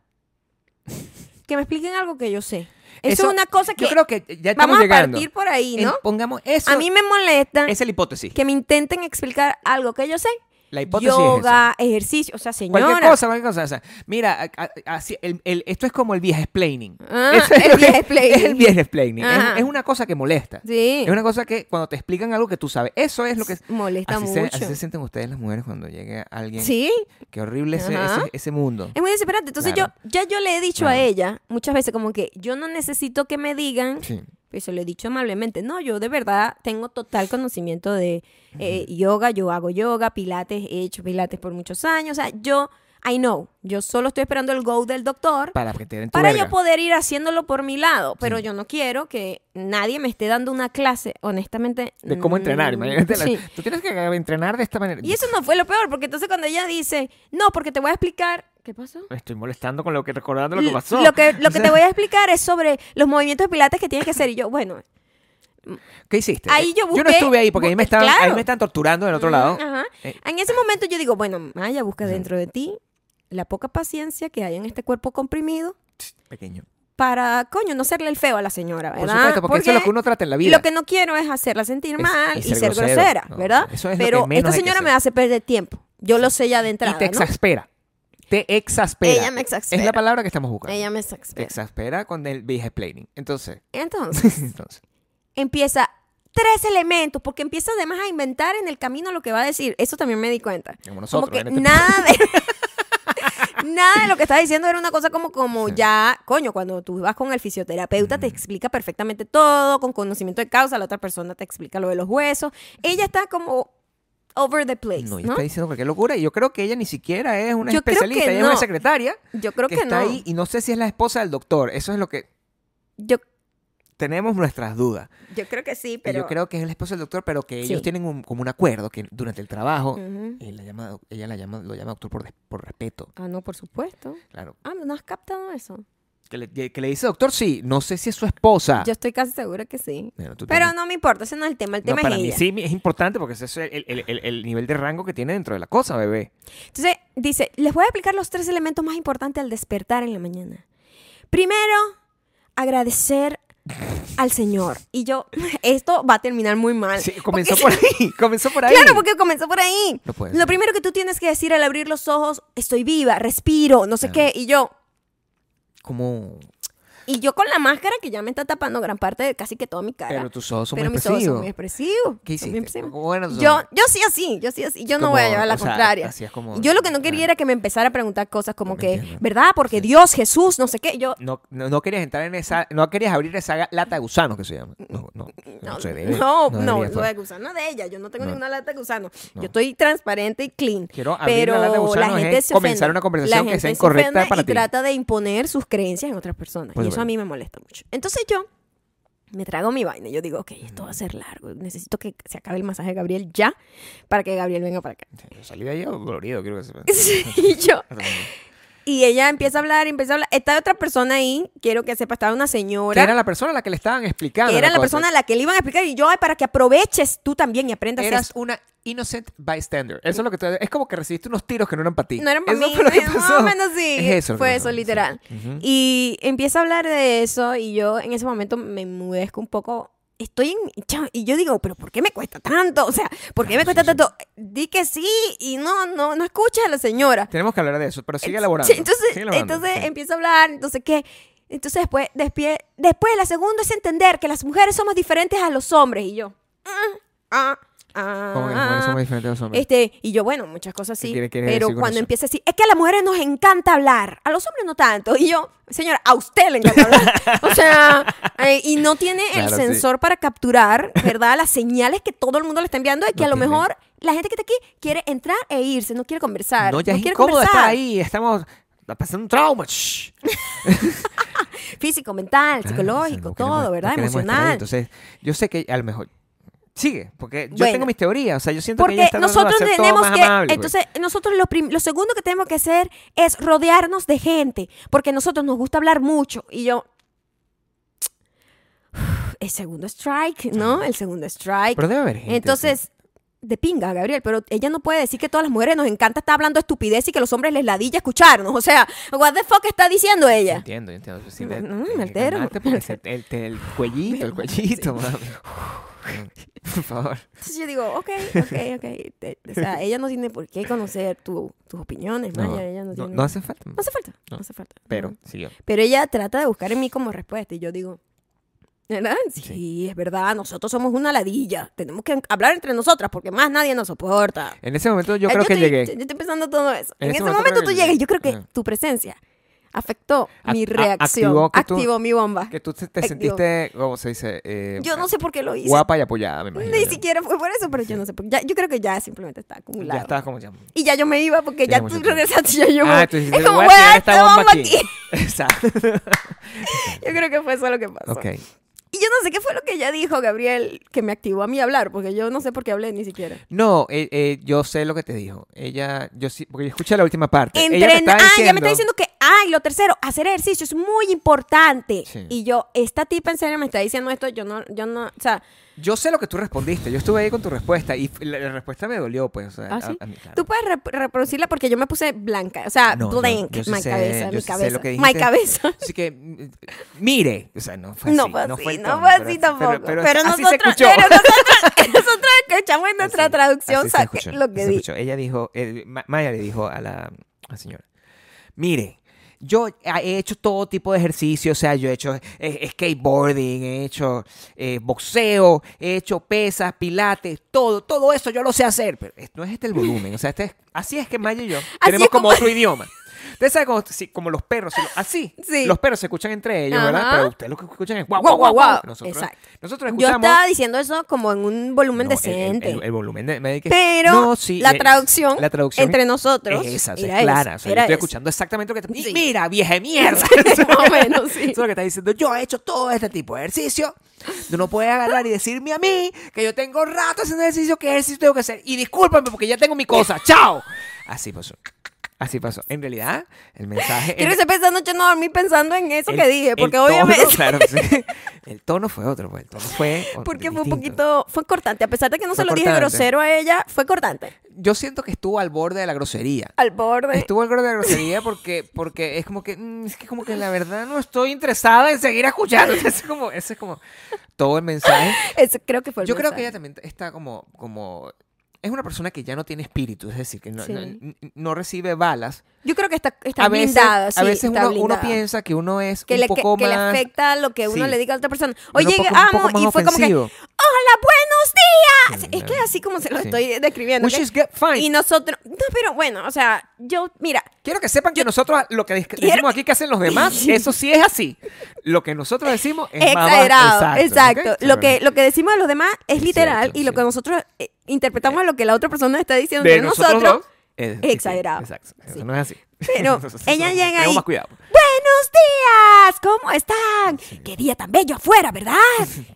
[SPEAKER 1] que me expliquen algo que yo sé. Eso,
[SPEAKER 2] Eso-
[SPEAKER 1] es una cosa que,
[SPEAKER 2] Yo creo que ya estamos
[SPEAKER 1] vamos a
[SPEAKER 2] llegando.
[SPEAKER 1] partir por ahí, ¿no?
[SPEAKER 2] En- pongamos eso.
[SPEAKER 1] a mí me molesta
[SPEAKER 2] esa es la hipótesis.
[SPEAKER 1] que me intenten explicar algo que yo sé.
[SPEAKER 2] La hipótesis es esa.
[SPEAKER 1] Yoga, ejercicio, o sea,
[SPEAKER 2] Cualquier
[SPEAKER 1] señora.
[SPEAKER 2] cosa, cualquier cosa. O sea, mira, a- a- así, el- el- esto es como el viaje explaining.
[SPEAKER 1] Ah,
[SPEAKER 2] Eso
[SPEAKER 1] el
[SPEAKER 2] lo que-
[SPEAKER 1] viejexplaining.
[SPEAKER 2] Es el viaje explaining.
[SPEAKER 1] Ajá.
[SPEAKER 2] Es, es una cosa que molesta.
[SPEAKER 1] Sí.
[SPEAKER 2] Es una cosa que cuando te explican algo que tú sabes, eso es lo que...
[SPEAKER 1] molesta
[SPEAKER 2] así,
[SPEAKER 1] mucho.
[SPEAKER 2] se, así se sienten ustedes las mujeres cuando llegue alguien.
[SPEAKER 1] sí.
[SPEAKER 2] Qué horrible ese,
[SPEAKER 1] Ajá.
[SPEAKER 2] ese, ese mundo.
[SPEAKER 1] Es muy desesperante. Entonces
[SPEAKER 2] Claro.
[SPEAKER 1] yo, ya yo le he dicho a
[SPEAKER 2] Claro.
[SPEAKER 1] ella muchas veces como que yo no necesito que me digan
[SPEAKER 2] Sí.
[SPEAKER 1] Pues se lo he dicho amablemente. No, yo de verdad tengo total conocimiento de eh, yoga. Yo hago yoga, pilates, he hecho pilates por muchos años. O sea, yo, I know. Yo solo estoy esperando el go del doctor para,
[SPEAKER 2] Para que te den tu
[SPEAKER 1] yo
[SPEAKER 2] verga.
[SPEAKER 1] poder ir haciéndolo por mi lado. Pero yo no quiero que nadie me esté dando una clase, honestamente.
[SPEAKER 2] de cómo entrenar,
[SPEAKER 1] mm,
[SPEAKER 2] imagínate. la-
[SPEAKER 1] sí.
[SPEAKER 2] Tú tienes que entrenar de esta manera.
[SPEAKER 1] Y eso no fue lo peor, porque entonces cuando ella dice, no, porque te voy a explicar. ¿Qué pasó?
[SPEAKER 2] Me estoy molestando con lo que recordando lo que pasó.
[SPEAKER 1] Lo que, lo
[SPEAKER 2] O
[SPEAKER 1] que
[SPEAKER 2] sea, [LAUGHS]
[SPEAKER 1] te voy a explicar es sobre los movimientos de pilates que tienes que hacer. Y yo, bueno,
[SPEAKER 2] ¿Qué hiciste?
[SPEAKER 1] Ahí yo
[SPEAKER 2] no
[SPEAKER 1] busqué-
[SPEAKER 2] estuve ahí porque ahí me
[SPEAKER 1] bu-
[SPEAKER 2] estaban,
[SPEAKER 1] claro.
[SPEAKER 2] ahí me están torturando del [LAUGHS] otro lado.
[SPEAKER 1] Mm, ajá.
[SPEAKER 2] Eh.
[SPEAKER 1] En ese momento yo digo, bueno, Maya, busca dentro de ti la poca paciencia que hay en este cuerpo comprimido
[SPEAKER 2] Pequeño.
[SPEAKER 1] para, coño, no serle el feo a la señora, ah. ¿verdad?
[SPEAKER 2] Por supuesto, porque, eso es lo que uno trata en la vida.
[SPEAKER 1] lo que no quiero es hacerla sentir
[SPEAKER 2] Es-
[SPEAKER 1] mal
[SPEAKER 2] y
[SPEAKER 1] y
[SPEAKER 2] ser
[SPEAKER 1] ser
[SPEAKER 2] grosero.
[SPEAKER 1] grosera,
[SPEAKER 2] No,
[SPEAKER 1] ¿verdad?
[SPEAKER 2] eso es lo que
[SPEAKER 1] Pero
[SPEAKER 2] menos
[SPEAKER 1] esta
[SPEAKER 2] hay que
[SPEAKER 1] señora
[SPEAKER 2] hacer.
[SPEAKER 1] me hace perder tiempo. Yo lo sé ya de entrada,
[SPEAKER 2] y te
[SPEAKER 1] ¿no?
[SPEAKER 2] exaspera. Te exaspera.
[SPEAKER 1] Ella me exaspera.
[SPEAKER 2] Es la palabra que estamos buscando.
[SPEAKER 1] Ella me exaspera.
[SPEAKER 2] Exaspera con el explaining. Entonces, [LAUGHS]
[SPEAKER 1] Entonces,
[SPEAKER 2] entonces.
[SPEAKER 1] empieza tres elementos, porque empieza además a inventar en el camino lo que va a decir. Eso también me di cuenta.
[SPEAKER 2] Como nosotros,
[SPEAKER 1] Como que
[SPEAKER 2] en este
[SPEAKER 1] nada
[SPEAKER 2] [LAUGHS]
[SPEAKER 1] de... [LAUGHS] Nada de lo que estás diciendo era una cosa como, como ya, coño, cuando tú vas con el fisioterapeuta te explica perfectamente todo, con conocimiento de causa, la otra persona te explica lo de los huesos. Ella está como over the place,
[SPEAKER 2] No,
[SPEAKER 1] ¿no?
[SPEAKER 2] ella está diciendo porque locura. Y yo creo que ella ni siquiera es una
[SPEAKER 1] Yo creo
[SPEAKER 2] especialista,
[SPEAKER 1] que
[SPEAKER 2] ella es una
[SPEAKER 1] no.
[SPEAKER 2] secretaria
[SPEAKER 1] Yo creo
[SPEAKER 2] que,
[SPEAKER 1] que,
[SPEAKER 2] está
[SPEAKER 1] no.
[SPEAKER 2] ahí y no sé si es la esposa del doctor. Eso es lo que
[SPEAKER 1] Yo,
[SPEAKER 2] tenemos nuestras dudas.
[SPEAKER 1] yo creo que sí,
[SPEAKER 2] Y
[SPEAKER 1] pero...
[SPEAKER 2] yo creo que es el esposo del doctor, pero que ellos
[SPEAKER 1] Sí. Mm.
[SPEAKER 2] tienen un- como un acuerdo que durante el trabajo
[SPEAKER 1] Ujú.
[SPEAKER 2] él la llama- ella la llama, lo llama doctor por, des- por respeto,
[SPEAKER 1] Ah, no, por supuesto.
[SPEAKER 2] claro.
[SPEAKER 1] Ah, ¿no has captado eso?
[SPEAKER 2] Que le, que le dice doctor, sí, no sé si es su esposa.
[SPEAKER 1] Yo estoy casi segura que sí.
[SPEAKER 2] Bueno, tú
[SPEAKER 1] Pero
[SPEAKER 2] Ah. también.
[SPEAKER 1] no me importa, ese no es el tema, el
[SPEAKER 2] No,
[SPEAKER 1] tema
[SPEAKER 2] para
[SPEAKER 1] es
[SPEAKER 2] mí
[SPEAKER 1] ella.
[SPEAKER 2] sí es importante porque ese es el, el- el- el nivel de rango que tiene dentro de la cosa, bebé.
[SPEAKER 1] Entonces, dice, les voy a explicar los tres elementos más importantes al despertar en la mañana. Primero, agradecer al Señor. Y yo, [LAUGHS] esto va a terminar muy mal.
[SPEAKER 2] Sí, comenzó
[SPEAKER 1] Porque-
[SPEAKER 2] por ahí, [LAUGHS] comenzó por ahí. Pues
[SPEAKER 1] Claro, porque comenzó por ahí.
[SPEAKER 2] No puede
[SPEAKER 1] Lo
[SPEAKER 2] ser.
[SPEAKER 1] primero que tú tienes que decir al abrir los ojos, estoy viva, respiro, no sé
[SPEAKER 2] Ah.
[SPEAKER 1] qué. Y yo,
[SPEAKER 2] Como...
[SPEAKER 1] y yo con la máscara que ya me está tapando gran parte de casi que toda mi cara.
[SPEAKER 2] Pero tus ojos son
[SPEAKER 1] Pero
[SPEAKER 2] muy
[SPEAKER 1] mis ojos son
[SPEAKER 2] expresivos.
[SPEAKER 1] muy expresivos.
[SPEAKER 2] ¿Qué
[SPEAKER 1] son muy
[SPEAKER 2] hiciste?
[SPEAKER 1] expresivos.
[SPEAKER 2] Bueno, son-
[SPEAKER 1] Yo, yo sí así, yo sí así, yo no
[SPEAKER 2] como-
[SPEAKER 1] voy a llevar la
[SPEAKER 2] o sea,
[SPEAKER 1] contraria.
[SPEAKER 2] así es como-
[SPEAKER 1] yo lo que no quería
[SPEAKER 2] ah.
[SPEAKER 1] era que me empezara a preguntar cosas como
[SPEAKER 2] No
[SPEAKER 1] que,
[SPEAKER 2] entiendo.
[SPEAKER 1] ¿verdad? Porque Dios, Jesús, no sé qué. Yo,
[SPEAKER 2] No, no, no querías entrar en esa, no querías abrir esa ga- lata de gusanos que se llama. No, no, no,
[SPEAKER 1] [LAUGHS] no,
[SPEAKER 2] se debe.
[SPEAKER 1] no,
[SPEAKER 2] no
[SPEAKER 1] no,
[SPEAKER 2] debería
[SPEAKER 1] lo
[SPEAKER 2] ser.
[SPEAKER 1] de gusano de ella. Yo no tengo
[SPEAKER 2] No.
[SPEAKER 1] ninguna lata de gusano.
[SPEAKER 2] No.
[SPEAKER 1] Yo estoy transparente y clean.
[SPEAKER 2] Quiero abrir
[SPEAKER 1] Pero
[SPEAKER 2] la lata de
[SPEAKER 1] la
[SPEAKER 2] gusanos
[SPEAKER 1] gente
[SPEAKER 2] es
[SPEAKER 1] se
[SPEAKER 2] comenzar
[SPEAKER 1] ofende.
[SPEAKER 2] una conversación
[SPEAKER 1] La
[SPEAKER 2] que
[SPEAKER 1] gente
[SPEAKER 2] sea
[SPEAKER 1] se
[SPEAKER 2] incorrecta
[SPEAKER 1] ofende
[SPEAKER 2] para
[SPEAKER 1] y
[SPEAKER 2] ti. Pues
[SPEAKER 1] trata de imponer sus creencias en otras personas.
[SPEAKER 2] Por
[SPEAKER 1] y eso
[SPEAKER 2] supuesto.
[SPEAKER 1] a mí me molesta mucho. Entonces yo me trago mi vaina. y Yo digo, ok, esto va a ser largo. Necesito que se acabe el masaje de Gabriel ya para que Gabriel venga para acá. [LAUGHS]
[SPEAKER 2] Yo salí de ahí dolorido, creo que se [LAUGHS]
[SPEAKER 1] y yo. Y ella empieza a hablar, empieza a hablar. Está otra persona ahí, quiero que sepa, estaba una
[SPEAKER 2] Que
[SPEAKER 1] señora.
[SPEAKER 2] era la persona a la que le estaban explicando.
[SPEAKER 1] que era la
[SPEAKER 2] cosa.
[SPEAKER 1] persona a la que le iban a explicar. Y yo, ay, para que aproveches tú también y aprendas
[SPEAKER 2] Eras
[SPEAKER 1] esto.
[SPEAKER 2] una innocent bystander. Eso es lo que te- Es como que recibiste unos tiros que no eran para ti.
[SPEAKER 1] No eran para
[SPEAKER 2] Eso
[SPEAKER 1] mí.
[SPEAKER 2] fue lo que
[SPEAKER 1] más
[SPEAKER 2] pasó.
[SPEAKER 1] o menos sí.
[SPEAKER 2] Es eso lo que
[SPEAKER 1] Fue
[SPEAKER 2] pasó,
[SPEAKER 1] eso,
[SPEAKER 2] sí.
[SPEAKER 1] literal.
[SPEAKER 2] Ujú.
[SPEAKER 1] Y empieza a hablar de eso. Y yo en ese momento me mudezco un poco. Estoy en. chao, Y yo digo, ¿pero por qué me cuesta tanto? O sea, ¿por qué me cuesta tanto? Di que sí y no, no, no escuchas a la señora.
[SPEAKER 2] Tenemos que hablar de eso, pero sigue
[SPEAKER 1] Ent-
[SPEAKER 2] elaborando.
[SPEAKER 1] sí, entonces,
[SPEAKER 2] sigue elaborando,
[SPEAKER 1] entonces em-
[SPEAKER 2] sí.
[SPEAKER 1] empieza a hablar, entonces qué. Entonces después, despie- después la segunda es entender que las mujeres somos diferentes a los hombres y yo. "Ah, ah, ah,
[SPEAKER 2] Como que las mujeres somos diferentes a los hombres.
[SPEAKER 1] Este, y yo, bueno, muchas cosas sí,
[SPEAKER 2] quiere- quiere
[SPEAKER 1] pero
[SPEAKER 2] decir con
[SPEAKER 1] cuando
[SPEAKER 2] eso?
[SPEAKER 1] empieza así, es que a las mujeres nos encanta hablar, a los hombres no tanto. Y yo, señora, a usted le encanta hablar. O
[SPEAKER 2] [LAUGHS]
[SPEAKER 1] sea, eh, y no tiene el
[SPEAKER 2] Claro, sí.
[SPEAKER 1] sensor para capturar, ¿verdad? Las señales que todo el mundo le está enviando de que
[SPEAKER 2] No
[SPEAKER 1] a lo
[SPEAKER 2] tiene.
[SPEAKER 1] mejor la gente que está aquí quiere entrar e irse, no quiere conversar.
[SPEAKER 2] No, ya es
[SPEAKER 1] quiere
[SPEAKER 2] incómodo
[SPEAKER 1] conversar.
[SPEAKER 2] estar ahí. Estamos está pasando un trauma. Shh.
[SPEAKER 1] físico, mental,
[SPEAKER 2] Claro,
[SPEAKER 1] psicológico,
[SPEAKER 2] o sea, no
[SPEAKER 1] todo,
[SPEAKER 2] queremos- no
[SPEAKER 1] ¿verdad?
[SPEAKER 2] queremos estar ahí.
[SPEAKER 1] Emocional.
[SPEAKER 2] Entonces, yo sé que a lo mejor sigue, porque yo
[SPEAKER 1] Bueno.
[SPEAKER 2] tengo mis teorías, o sea, yo siento que ella
[SPEAKER 1] porque
[SPEAKER 2] está tratando de
[SPEAKER 1] nosotros
[SPEAKER 2] hacer todo
[SPEAKER 1] tenemos
[SPEAKER 2] más
[SPEAKER 1] que,
[SPEAKER 2] amable, pues.
[SPEAKER 1] entonces nosotros lo, prim- lo segundo que tenemos que hacer es rodearnos de gente, porque a nosotros nos gusta hablar mucho y yo el segundo strike, ¿no? El segundo strike.
[SPEAKER 2] pero debe haber gente.
[SPEAKER 1] Entonces de pinga, Gabriel, pero ella no puede decir que todas las mujeres nos encanta estar hablando estupidez y que los hombres les ladilla escucharnos. O sea, what the fuck está diciendo
[SPEAKER 2] sí.
[SPEAKER 1] ella?
[SPEAKER 2] Entiendo, yo entiendo. Sí,
[SPEAKER 1] No,
[SPEAKER 2] de-
[SPEAKER 1] no,
[SPEAKER 2] tienes
[SPEAKER 1] me
[SPEAKER 2] que
[SPEAKER 1] altero,
[SPEAKER 2] calmarte
[SPEAKER 1] me
[SPEAKER 2] porque se- el, te- el
[SPEAKER 1] [LAUGHS]
[SPEAKER 2] cuellito, el cuellito, mami. [LAUGHS] Por favor.
[SPEAKER 1] Entonces yo digo, ok, ok, ok. Te- o sea, ella no tiene por qué conocer tu- tus opiniones,
[SPEAKER 2] No,
[SPEAKER 1] Maya. Ella no,
[SPEAKER 2] no,
[SPEAKER 1] tiene...
[SPEAKER 2] no hace falta.
[SPEAKER 1] No hace falta, no,
[SPEAKER 2] No,
[SPEAKER 1] hace falta.
[SPEAKER 2] Pero,
[SPEAKER 1] no.
[SPEAKER 2] siguió.
[SPEAKER 1] Pero ella trata de buscar en mí como respuesta y yo digo, ¿verdad? Sí,
[SPEAKER 2] Sí.
[SPEAKER 1] es verdad, nosotros somos una ladilla. Tenemos que hablar entre nosotras porque más nadie nos soporta.
[SPEAKER 2] En ese momento yo
[SPEAKER 1] Eh,
[SPEAKER 2] creo que
[SPEAKER 1] estoy-
[SPEAKER 2] llegué.
[SPEAKER 1] Yo estoy pensando todo eso. En, ese
[SPEAKER 2] En ese
[SPEAKER 1] momento,
[SPEAKER 2] momento creo
[SPEAKER 1] tú
[SPEAKER 2] que-
[SPEAKER 1] llegas. Yo creo que
[SPEAKER 2] Ah.
[SPEAKER 1] tu presencia afectó
[SPEAKER 2] A-
[SPEAKER 1] mi
[SPEAKER 2] a-
[SPEAKER 1] reacción. Activó,
[SPEAKER 2] activó que tú-
[SPEAKER 1] mi bomba.
[SPEAKER 2] Que tú te, te
[SPEAKER 1] Ay,
[SPEAKER 2] sentiste, ¿cómo se dice? Eh,
[SPEAKER 1] Yo no sé por qué lo hice.
[SPEAKER 2] Guapa y apoyada, me imagino.
[SPEAKER 1] Ni
[SPEAKER 2] yo.
[SPEAKER 1] siquiera fue por eso, pero yo no sé. por qué. Ya- yo creo que ya simplemente está acumulado.
[SPEAKER 2] Ya estabas como ya.
[SPEAKER 1] Y ya yo me iba porque
[SPEAKER 2] Tienes
[SPEAKER 1] ya
[SPEAKER 2] mucho
[SPEAKER 1] tú
[SPEAKER 2] tiempo.
[SPEAKER 1] regresaste y ya yo me
[SPEAKER 2] ah,
[SPEAKER 1] voy.
[SPEAKER 2] tú
[SPEAKER 1] Es
[SPEAKER 2] dijiste,
[SPEAKER 1] como,
[SPEAKER 2] voy a
[SPEAKER 1] voy a
[SPEAKER 2] tirar
[SPEAKER 1] dar esta bomba aquí. [LAUGHS]
[SPEAKER 2] [LAUGHS] Exacto.
[SPEAKER 1] Yo creo que fue eso lo que pasó.
[SPEAKER 2] Ok.
[SPEAKER 1] Y yo no sé qué fue lo que ella dijo, Gabriel, que me activó a mí a hablar, porque yo no sé por qué hablé ni siquiera.
[SPEAKER 2] No, eh, eh, yo sé lo que te dijo. Ella, yo sí, porque yo escuché la última parte. ella te
[SPEAKER 1] Entrenar.
[SPEAKER 2] estaba
[SPEAKER 1] Ah,
[SPEAKER 2] diciendo,
[SPEAKER 1] ella me está diciendo que, ay, lo tercero, hacer ejercicio es muy importante.
[SPEAKER 2] Sí.
[SPEAKER 1] Y yo, esta tipa en serio me está diciendo esto, yo no, yo no, o sea,
[SPEAKER 2] Yo sé lo que tú respondiste. Yo estuve ahí con tu respuesta y la, la respuesta me dolió, pues. O sea,
[SPEAKER 1] ¿Ah,
[SPEAKER 2] a-
[SPEAKER 1] sí?
[SPEAKER 2] a mí, claro.
[SPEAKER 1] tú puedes rep- reproducirla porque yo me puse blanca, o sea,
[SPEAKER 2] No, yo-
[SPEAKER 1] blank,
[SPEAKER 2] yo sí
[SPEAKER 1] my
[SPEAKER 2] sé-
[SPEAKER 1] cabeza,
[SPEAKER 2] yo
[SPEAKER 1] mi
[SPEAKER 2] sí sé lo
[SPEAKER 1] cabeza,
[SPEAKER 2] que
[SPEAKER 1] mi
[SPEAKER 2] dijiste.
[SPEAKER 1] cabeza.
[SPEAKER 2] Así que, mm, mire, o sea, no fue así.
[SPEAKER 1] [LAUGHS] No fue así, no fue, así
[SPEAKER 2] el tono, pero
[SPEAKER 1] tampoco. Pero,
[SPEAKER 2] así
[SPEAKER 1] nosotros,
[SPEAKER 2] se escuchó.
[SPEAKER 1] pero
[SPEAKER 2] [LAUGHS]
[SPEAKER 1] nosotros, [LAUGHS] nosotros escuchamos en nuestra
[SPEAKER 2] Así-
[SPEAKER 1] traducción
[SPEAKER 2] así se
[SPEAKER 1] saque
[SPEAKER 2] escuchó,
[SPEAKER 1] lo
[SPEAKER 2] así
[SPEAKER 1] que
[SPEAKER 2] se
[SPEAKER 1] di.
[SPEAKER 2] escuchó. Ella dijo, eh, Ma- Maya le dijo a la, a la señora, mire, yo he hecho todo tipo de ejercicio, o sea, yo he hecho eh, skateboarding, he hecho eh, boxeo, he hecho pesas, pilates, todo, todo eso yo lo sé hacer. Pero no es este el volumen, o sea, este es- así es que Maya y yo tenemos
[SPEAKER 1] es
[SPEAKER 2] como
[SPEAKER 1] como-
[SPEAKER 2] otro idioma. Ustedes saben como, si- como los perros, si lo- así,
[SPEAKER 1] Sí.
[SPEAKER 2] los perros se escuchan entre ellos, ¿verdad?
[SPEAKER 1] Ajá.
[SPEAKER 2] Pero ustedes lo que escuchan es guau,
[SPEAKER 1] Guau,
[SPEAKER 2] guau, guau,
[SPEAKER 1] guau,
[SPEAKER 2] guau.
[SPEAKER 1] guau.
[SPEAKER 2] Nosotros,
[SPEAKER 1] Exacto.
[SPEAKER 2] nosotros
[SPEAKER 1] Yo
[SPEAKER 2] escuchamos...
[SPEAKER 1] estaba diciendo eso como en un volumen
[SPEAKER 2] No, el-
[SPEAKER 1] decente.
[SPEAKER 2] El, el- el volumen de, me dije que-
[SPEAKER 1] pero
[SPEAKER 2] No, sí,
[SPEAKER 1] la,
[SPEAKER 2] eh,
[SPEAKER 1] traducción
[SPEAKER 2] la traducción
[SPEAKER 1] entre nosotros
[SPEAKER 2] es esa, o sea,
[SPEAKER 1] era
[SPEAKER 2] es
[SPEAKER 1] esa,
[SPEAKER 2] clara. o sea, yo
[SPEAKER 1] era
[SPEAKER 2] estoy
[SPEAKER 1] esa.
[SPEAKER 2] escuchando exactamente lo que te
[SPEAKER 1] Sí.
[SPEAKER 2] Mira, vieja
[SPEAKER 1] [LAUGHS]
[SPEAKER 2] de mierda.
[SPEAKER 1] Más o menos, sí.
[SPEAKER 2] Eso es lo que está diciendo. Yo he hecho todo este tipo de ejercicio. Tú no puedes agarrar y decirme a mí que yo tengo rato haciendo ejercicio, que ejercicio tengo que hacer. Y discúlpame porque ya tengo
[SPEAKER 1] [LAUGHS]
[SPEAKER 2] mi cosa. ¡Chao! Así pasó. Así pasó. En realidad, el mensaje.
[SPEAKER 1] Quiero
[SPEAKER 2] el-
[SPEAKER 1] esa pensando, yo no dormí pensando en eso
[SPEAKER 2] el-
[SPEAKER 1] que dije,
[SPEAKER 2] el
[SPEAKER 1] porque
[SPEAKER 2] tono,
[SPEAKER 1] obviamente [LAUGHS]
[SPEAKER 2] claro, sí. El tono fue otro, pues. El tono fue. o-
[SPEAKER 1] porque fue un
[SPEAKER 2] distinto.
[SPEAKER 1] poquito fue cortante, a pesar de que no
[SPEAKER 2] Fue
[SPEAKER 1] se lo dije
[SPEAKER 2] cortante.
[SPEAKER 1] grosero a ella, fue cortante,
[SPEAKER 2] Yo siento que estuvo al borde de la grosería.
[SPEAKER 1] al borde.
[SPEAKER 2] Estuvo al borde de la
[SPEAKER 1] [LAUGHS]
[SPEAKER 2] grosería porque, porque es como que, mm, es que como que la verdad no estoy interesada en seguir escuchando. [LAUGHS] Ese es como, ese es como todo el mensaje.
[SPEAKER 1] Eso creo que fue el
[SPEAKER 2] Yo creo que ella
[SPEAKER 1] mensaje.
[SPEAKER 2] también está como, como, es una persona que ya no tiene espíritu, es decir, que no,
[SPEAKER 1] Sí.
[SPEAKER 2] no- n- no recibe balas.
[SPEAKER 1] Yo creo que está está
[SPEAKER 2] a veces,
[SPEAKER 1] blindada, sí,
[SPEAKER 2] a veces
[SPEAKER 1] está
[SPEAKER 2] uno, uno
[SPEAKER 1] blindada.
[SPEAKER 2] piensa que uno es
[SPEAKER 1] que
[SPEAKER 2] un
[SPEAKER 1] le, que,
[SPEAKER 2] poco
[SPEAKER 1] que le
[SPEAKER 2] más...
[SPEAKER 1] afecta lo que uno
[SPEAKER 2] sí.
[SPEAKER 1] le diga a otra persona.
[SPEAKER 2] uno
[SPEAKER 1] Oye,
[SPEAKER 2] un poco- un
[SPEAKER 1] amo,
[SPEAKER 2] poco más
[SPEAKER 1] y fue como que,
[SPEAKER 2] ofensivo.
[SPEAKER 1] hola, buenos días.
[SPEAKER 2] Sí,
[SPEAKER 1] es que
[SPEAKER 2] claro.
[SPEAKER 1] así como se lo
[SPEAKER 2] Sí.
[SPEAKER 1] estoy describiendo.
[SPEAKER 2] Which
[SPEAKER 1] que-
[SPEAKER 2] is get- fine.
[SPEAKER 1] Y nosotros, no, pero bueno, o sea, yo, mira,
[SPEAKER 2] Quiero que sepan que nosotros lo que dec-
[SPEAKER 1] Quiero
[SPEAKER 2] decimos aquí que
[SPEAKER 1] [LAUGHS]
[SPEAKER 2] hacen los demás, eso sí es así. Lo que nosotros decimos es
[SPEAKER 1] es
[SPEAKER 2] más bajo.
[SPEAKER 1] exagerado.
[SPEAKER 2] ¿ok?
[SPEAKER 1] Exacto. Lo, que, lo que decimos de los demás es
[SPEAKER 2] Es
[SPEAKER 1] literal
[SPEAKER 2] cierto,
[SPEAKER 1] y lo
[SPEAKER 2] sí.
[SPEAKER 1] que nosotros eh, interpretamos es lo que la otra persona está diciendo
[SPEAKER 2] de
[SPEAKER 1] de
[SPEAKER 2] nosotros,
[SPEAKER 1] nosotros.
[SPEAKER 2] dos, es-
[SPEAKER 1] exagerado.
[SPEAKER 2] Exacto. Eso
[SPEAKER 1] Sí.
[SPEAKER 2] no es así.
[SPEAKER 1] Pero
[SPEAKER 2] [LAUGHS] Nosotros
[SPEAKER 1] ella
[SPEAKER 2] somos-
[SPEAKER 1] llega
[SPEAKER 2] tenemos
[SPEAKER 1] ahí.
[SPEAKER 2] más cuidado.
[SPEAKER 1] ¡Buenos días! ¿Cómo están? ¡Qué día tan bello afuera, verdad?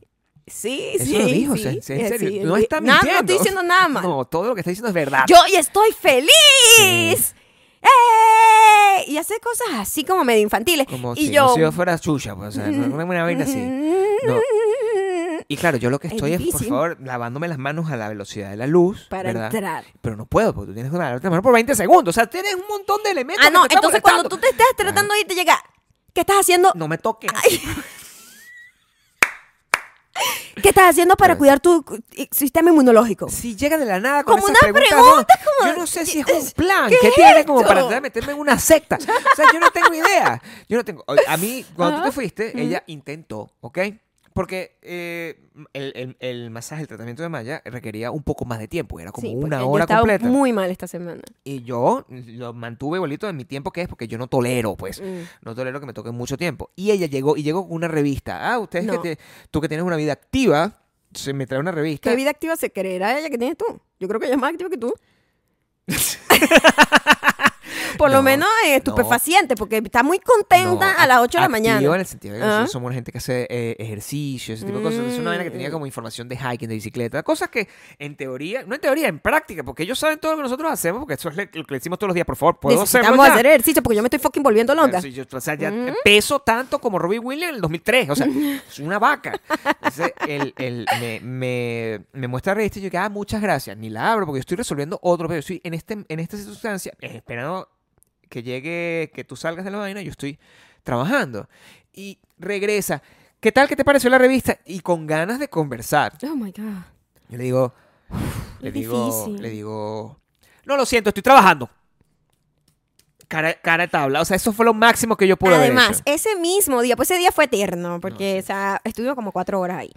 [SPEAKER 2] [LAUGHS]
[SPEAKER 1] Sí,
[SPEAKER 2] Eso
[SPEAKER 1] sí.
[SPEAKER 2] lo dijo,
[SPEAKER 1] sí,
[SPEAKER 2] o sea, en
[SPEAKER 1] eh,
[SPEAKER 2] serio.
[SPEAKER 1] sí,
[SPEAKER 2] no
[SPEAKER 1] sí.
[SPEAKER 2] está
[SPEAKER 1] Nada,
[SPEAKER 2] mintiendo.
[SPEAKER 1] No estoy diciendo nada más.
[SPEAKER 2] No, todo lo que está diciendo es verdad.
[SPEAKER 1] Yo hoy estoy feliz. ¡Eh! Y hace cosas así como medio infantiles.
[SPEAKER 2] como
[SPEAKER 1] y
[SPEAKER 2] si,
[SPEAKER 1] yo. "Mm,
[SPEAKER 2] como si yo fuera chucha, pues, o sea, no- no una vaina así. No. Y claro, yo lo que
[SPEAKER 1] Es
[SPEAKER 2] estoy es, por
[SPEAKER 1] difícil.
[SPEAKER 2] favor, lavándome las manos a la velocidad de la luz.
[SPEAKER 1] Para
[SPEAKER 2] ¿verdad?
[SPEAKER 1] entrar.
[SPEAKER 2] Pero no puedo, porque tú tienes que lavarte las manos por 20 segundos. O sea, tienes un montón de elementos.
[SPEAKER 1] Ah,
[SPEAKER 2] que
[SPEAKER 1] no,
[SPEAKER 2] te están
[SPEAKER 1] entonces cuando tú te
[SPEAKER 2] molestando.
[SPEAKER 1] estás tratando de ir, te llega. ¿Qué estás haciendo?
[SPEAKER 2] No me toques.
[SPEAKER 1] ¿Qué estás haciendo para
[SPEAKER 2] Pero-
[SPEAKER 1] cuidar tu cu- i- sistema inmunológico?
[SPEAKER 2] Si llega de la nada con
[SPEAKER 1] Como
[SPEAKER 2] esas
[SPEAKER 1] una
[SPEAKER 2] preguntas,
[SPEAKER 1] pregunta,
[SPEAKER 2] ¿no?
[SPEAKER 1] como-
[SPEAKER 2] yo no sé si es un plan
[SPEAKER 1] ¿Qué
[SPEAKER 2] que
[SPEAKER 1] es
[SPEAKER 2] tiene como
[SPEAKER 1] esto?
[SPEAKER 2] para tratar de meterme en una secta. O sea, yo no tengo idea. Yo no tengo. A mí, cuando tú te fuiste, ella intentó, ¿ok? Porque eh, el, el- el masaje, el tratamiento de Maya requería un poco más de tiempo, era como
[SPEAKER 1] Sí, porque
[SPEAKER 2] una
[SPEAKER 1] yo
[SPEAKER 2] hora
[SPEAKER 1] he estado
[SPEAKER 2] completa.
[SPEAKER 1] muy mal esta semana.
[SPEAKER 2] Y yo lo mantuve igualito en mi tiempo que es porque yo no tolero, pues.
[SPEAKER 1] Mm.
[SPEAKER 2] No tolero que me toquen mucho tiempo. Y ella llegó y llegó con una revista. Ah, ustedes
[SPEAKER 1] No.
[SPEAKER 2] que te- tú que tienes una vida activa, se me trae una revista.
[SPEAKER 1] ¿Qué vida activa se creerá ella que tienes tú? Yo creo que ella es más activa que
[SPEAKER 2] [LAUGHS]
[SPEAKER 1] tú. Por lo
[SPEAKER 2] No,
[SPEAKER 1] menos eh, estupefaciente, porque está muy contenta
[SPEAKER 2] No,
[SPEAKER 1] a las 8 de la
[SPEAKER 2] activo
[SPEAKER 1] mañana.
[SPEAKER 2] en el sentido de que nosotros
[SPEAKER 1] Ah.
[SPEAKER 2] somos gente que hace eh, ejercicio, ese tipo de cosas. Es una vaina que
[SPEAKER 1] Mm.
[SPEAKER 2] tenía como información de hiking, de bicicleta, cosas que en teoría, no en teoría, en práctica, porque ellos saben todo lo que nosotros hacemos, porque eso es le- lo que le decimos todos los días, por favor, puedo hacerlo.
[SPEAKER 1] Necesitamos
[SPEAKER 2] ya?
[SPEAKER 1] hacer ejercicio porque yo me estoy fucking volviendo loca.
[SPEAKER 2] Claro, sí, yo, o sea, ya peso tanto como Robbie Williams en el 2003. O sea, soy una vaca. Entonces, el- el- me, me- me muestra la revista y yo que, ah, muchas gracias. Ni la abro porque yo estoy resolviendo otro. Pero yo estoy en, este, en esta circunstancia eh, esperando que llegue, que tú salgas de la vaina. Yo estoy trabajando. Y regresa. ¿Qué tal? ¿Qué te pareció la revista? Y con ganas de conversar.
[SPEAKER 1] Oh my God.
[SPEAKER 2] Yo le digo, le
[SPEAKER 1] es
[SPEAKER 2] digo,
[SPEAKER 1] difícil.
[SPEAKER 2] le digo, no lo siento, estoy trabajando. Cara, cara de tabla. O sea, eso fue lo máximo que yo pude haber
[SPEAKER 1] Además,
[SPEAKER 2] hecho.
[SPEAKER 1] ese mismo día, pues ese día fue eterno, porque o sea, estuve como cuatro horas ahí.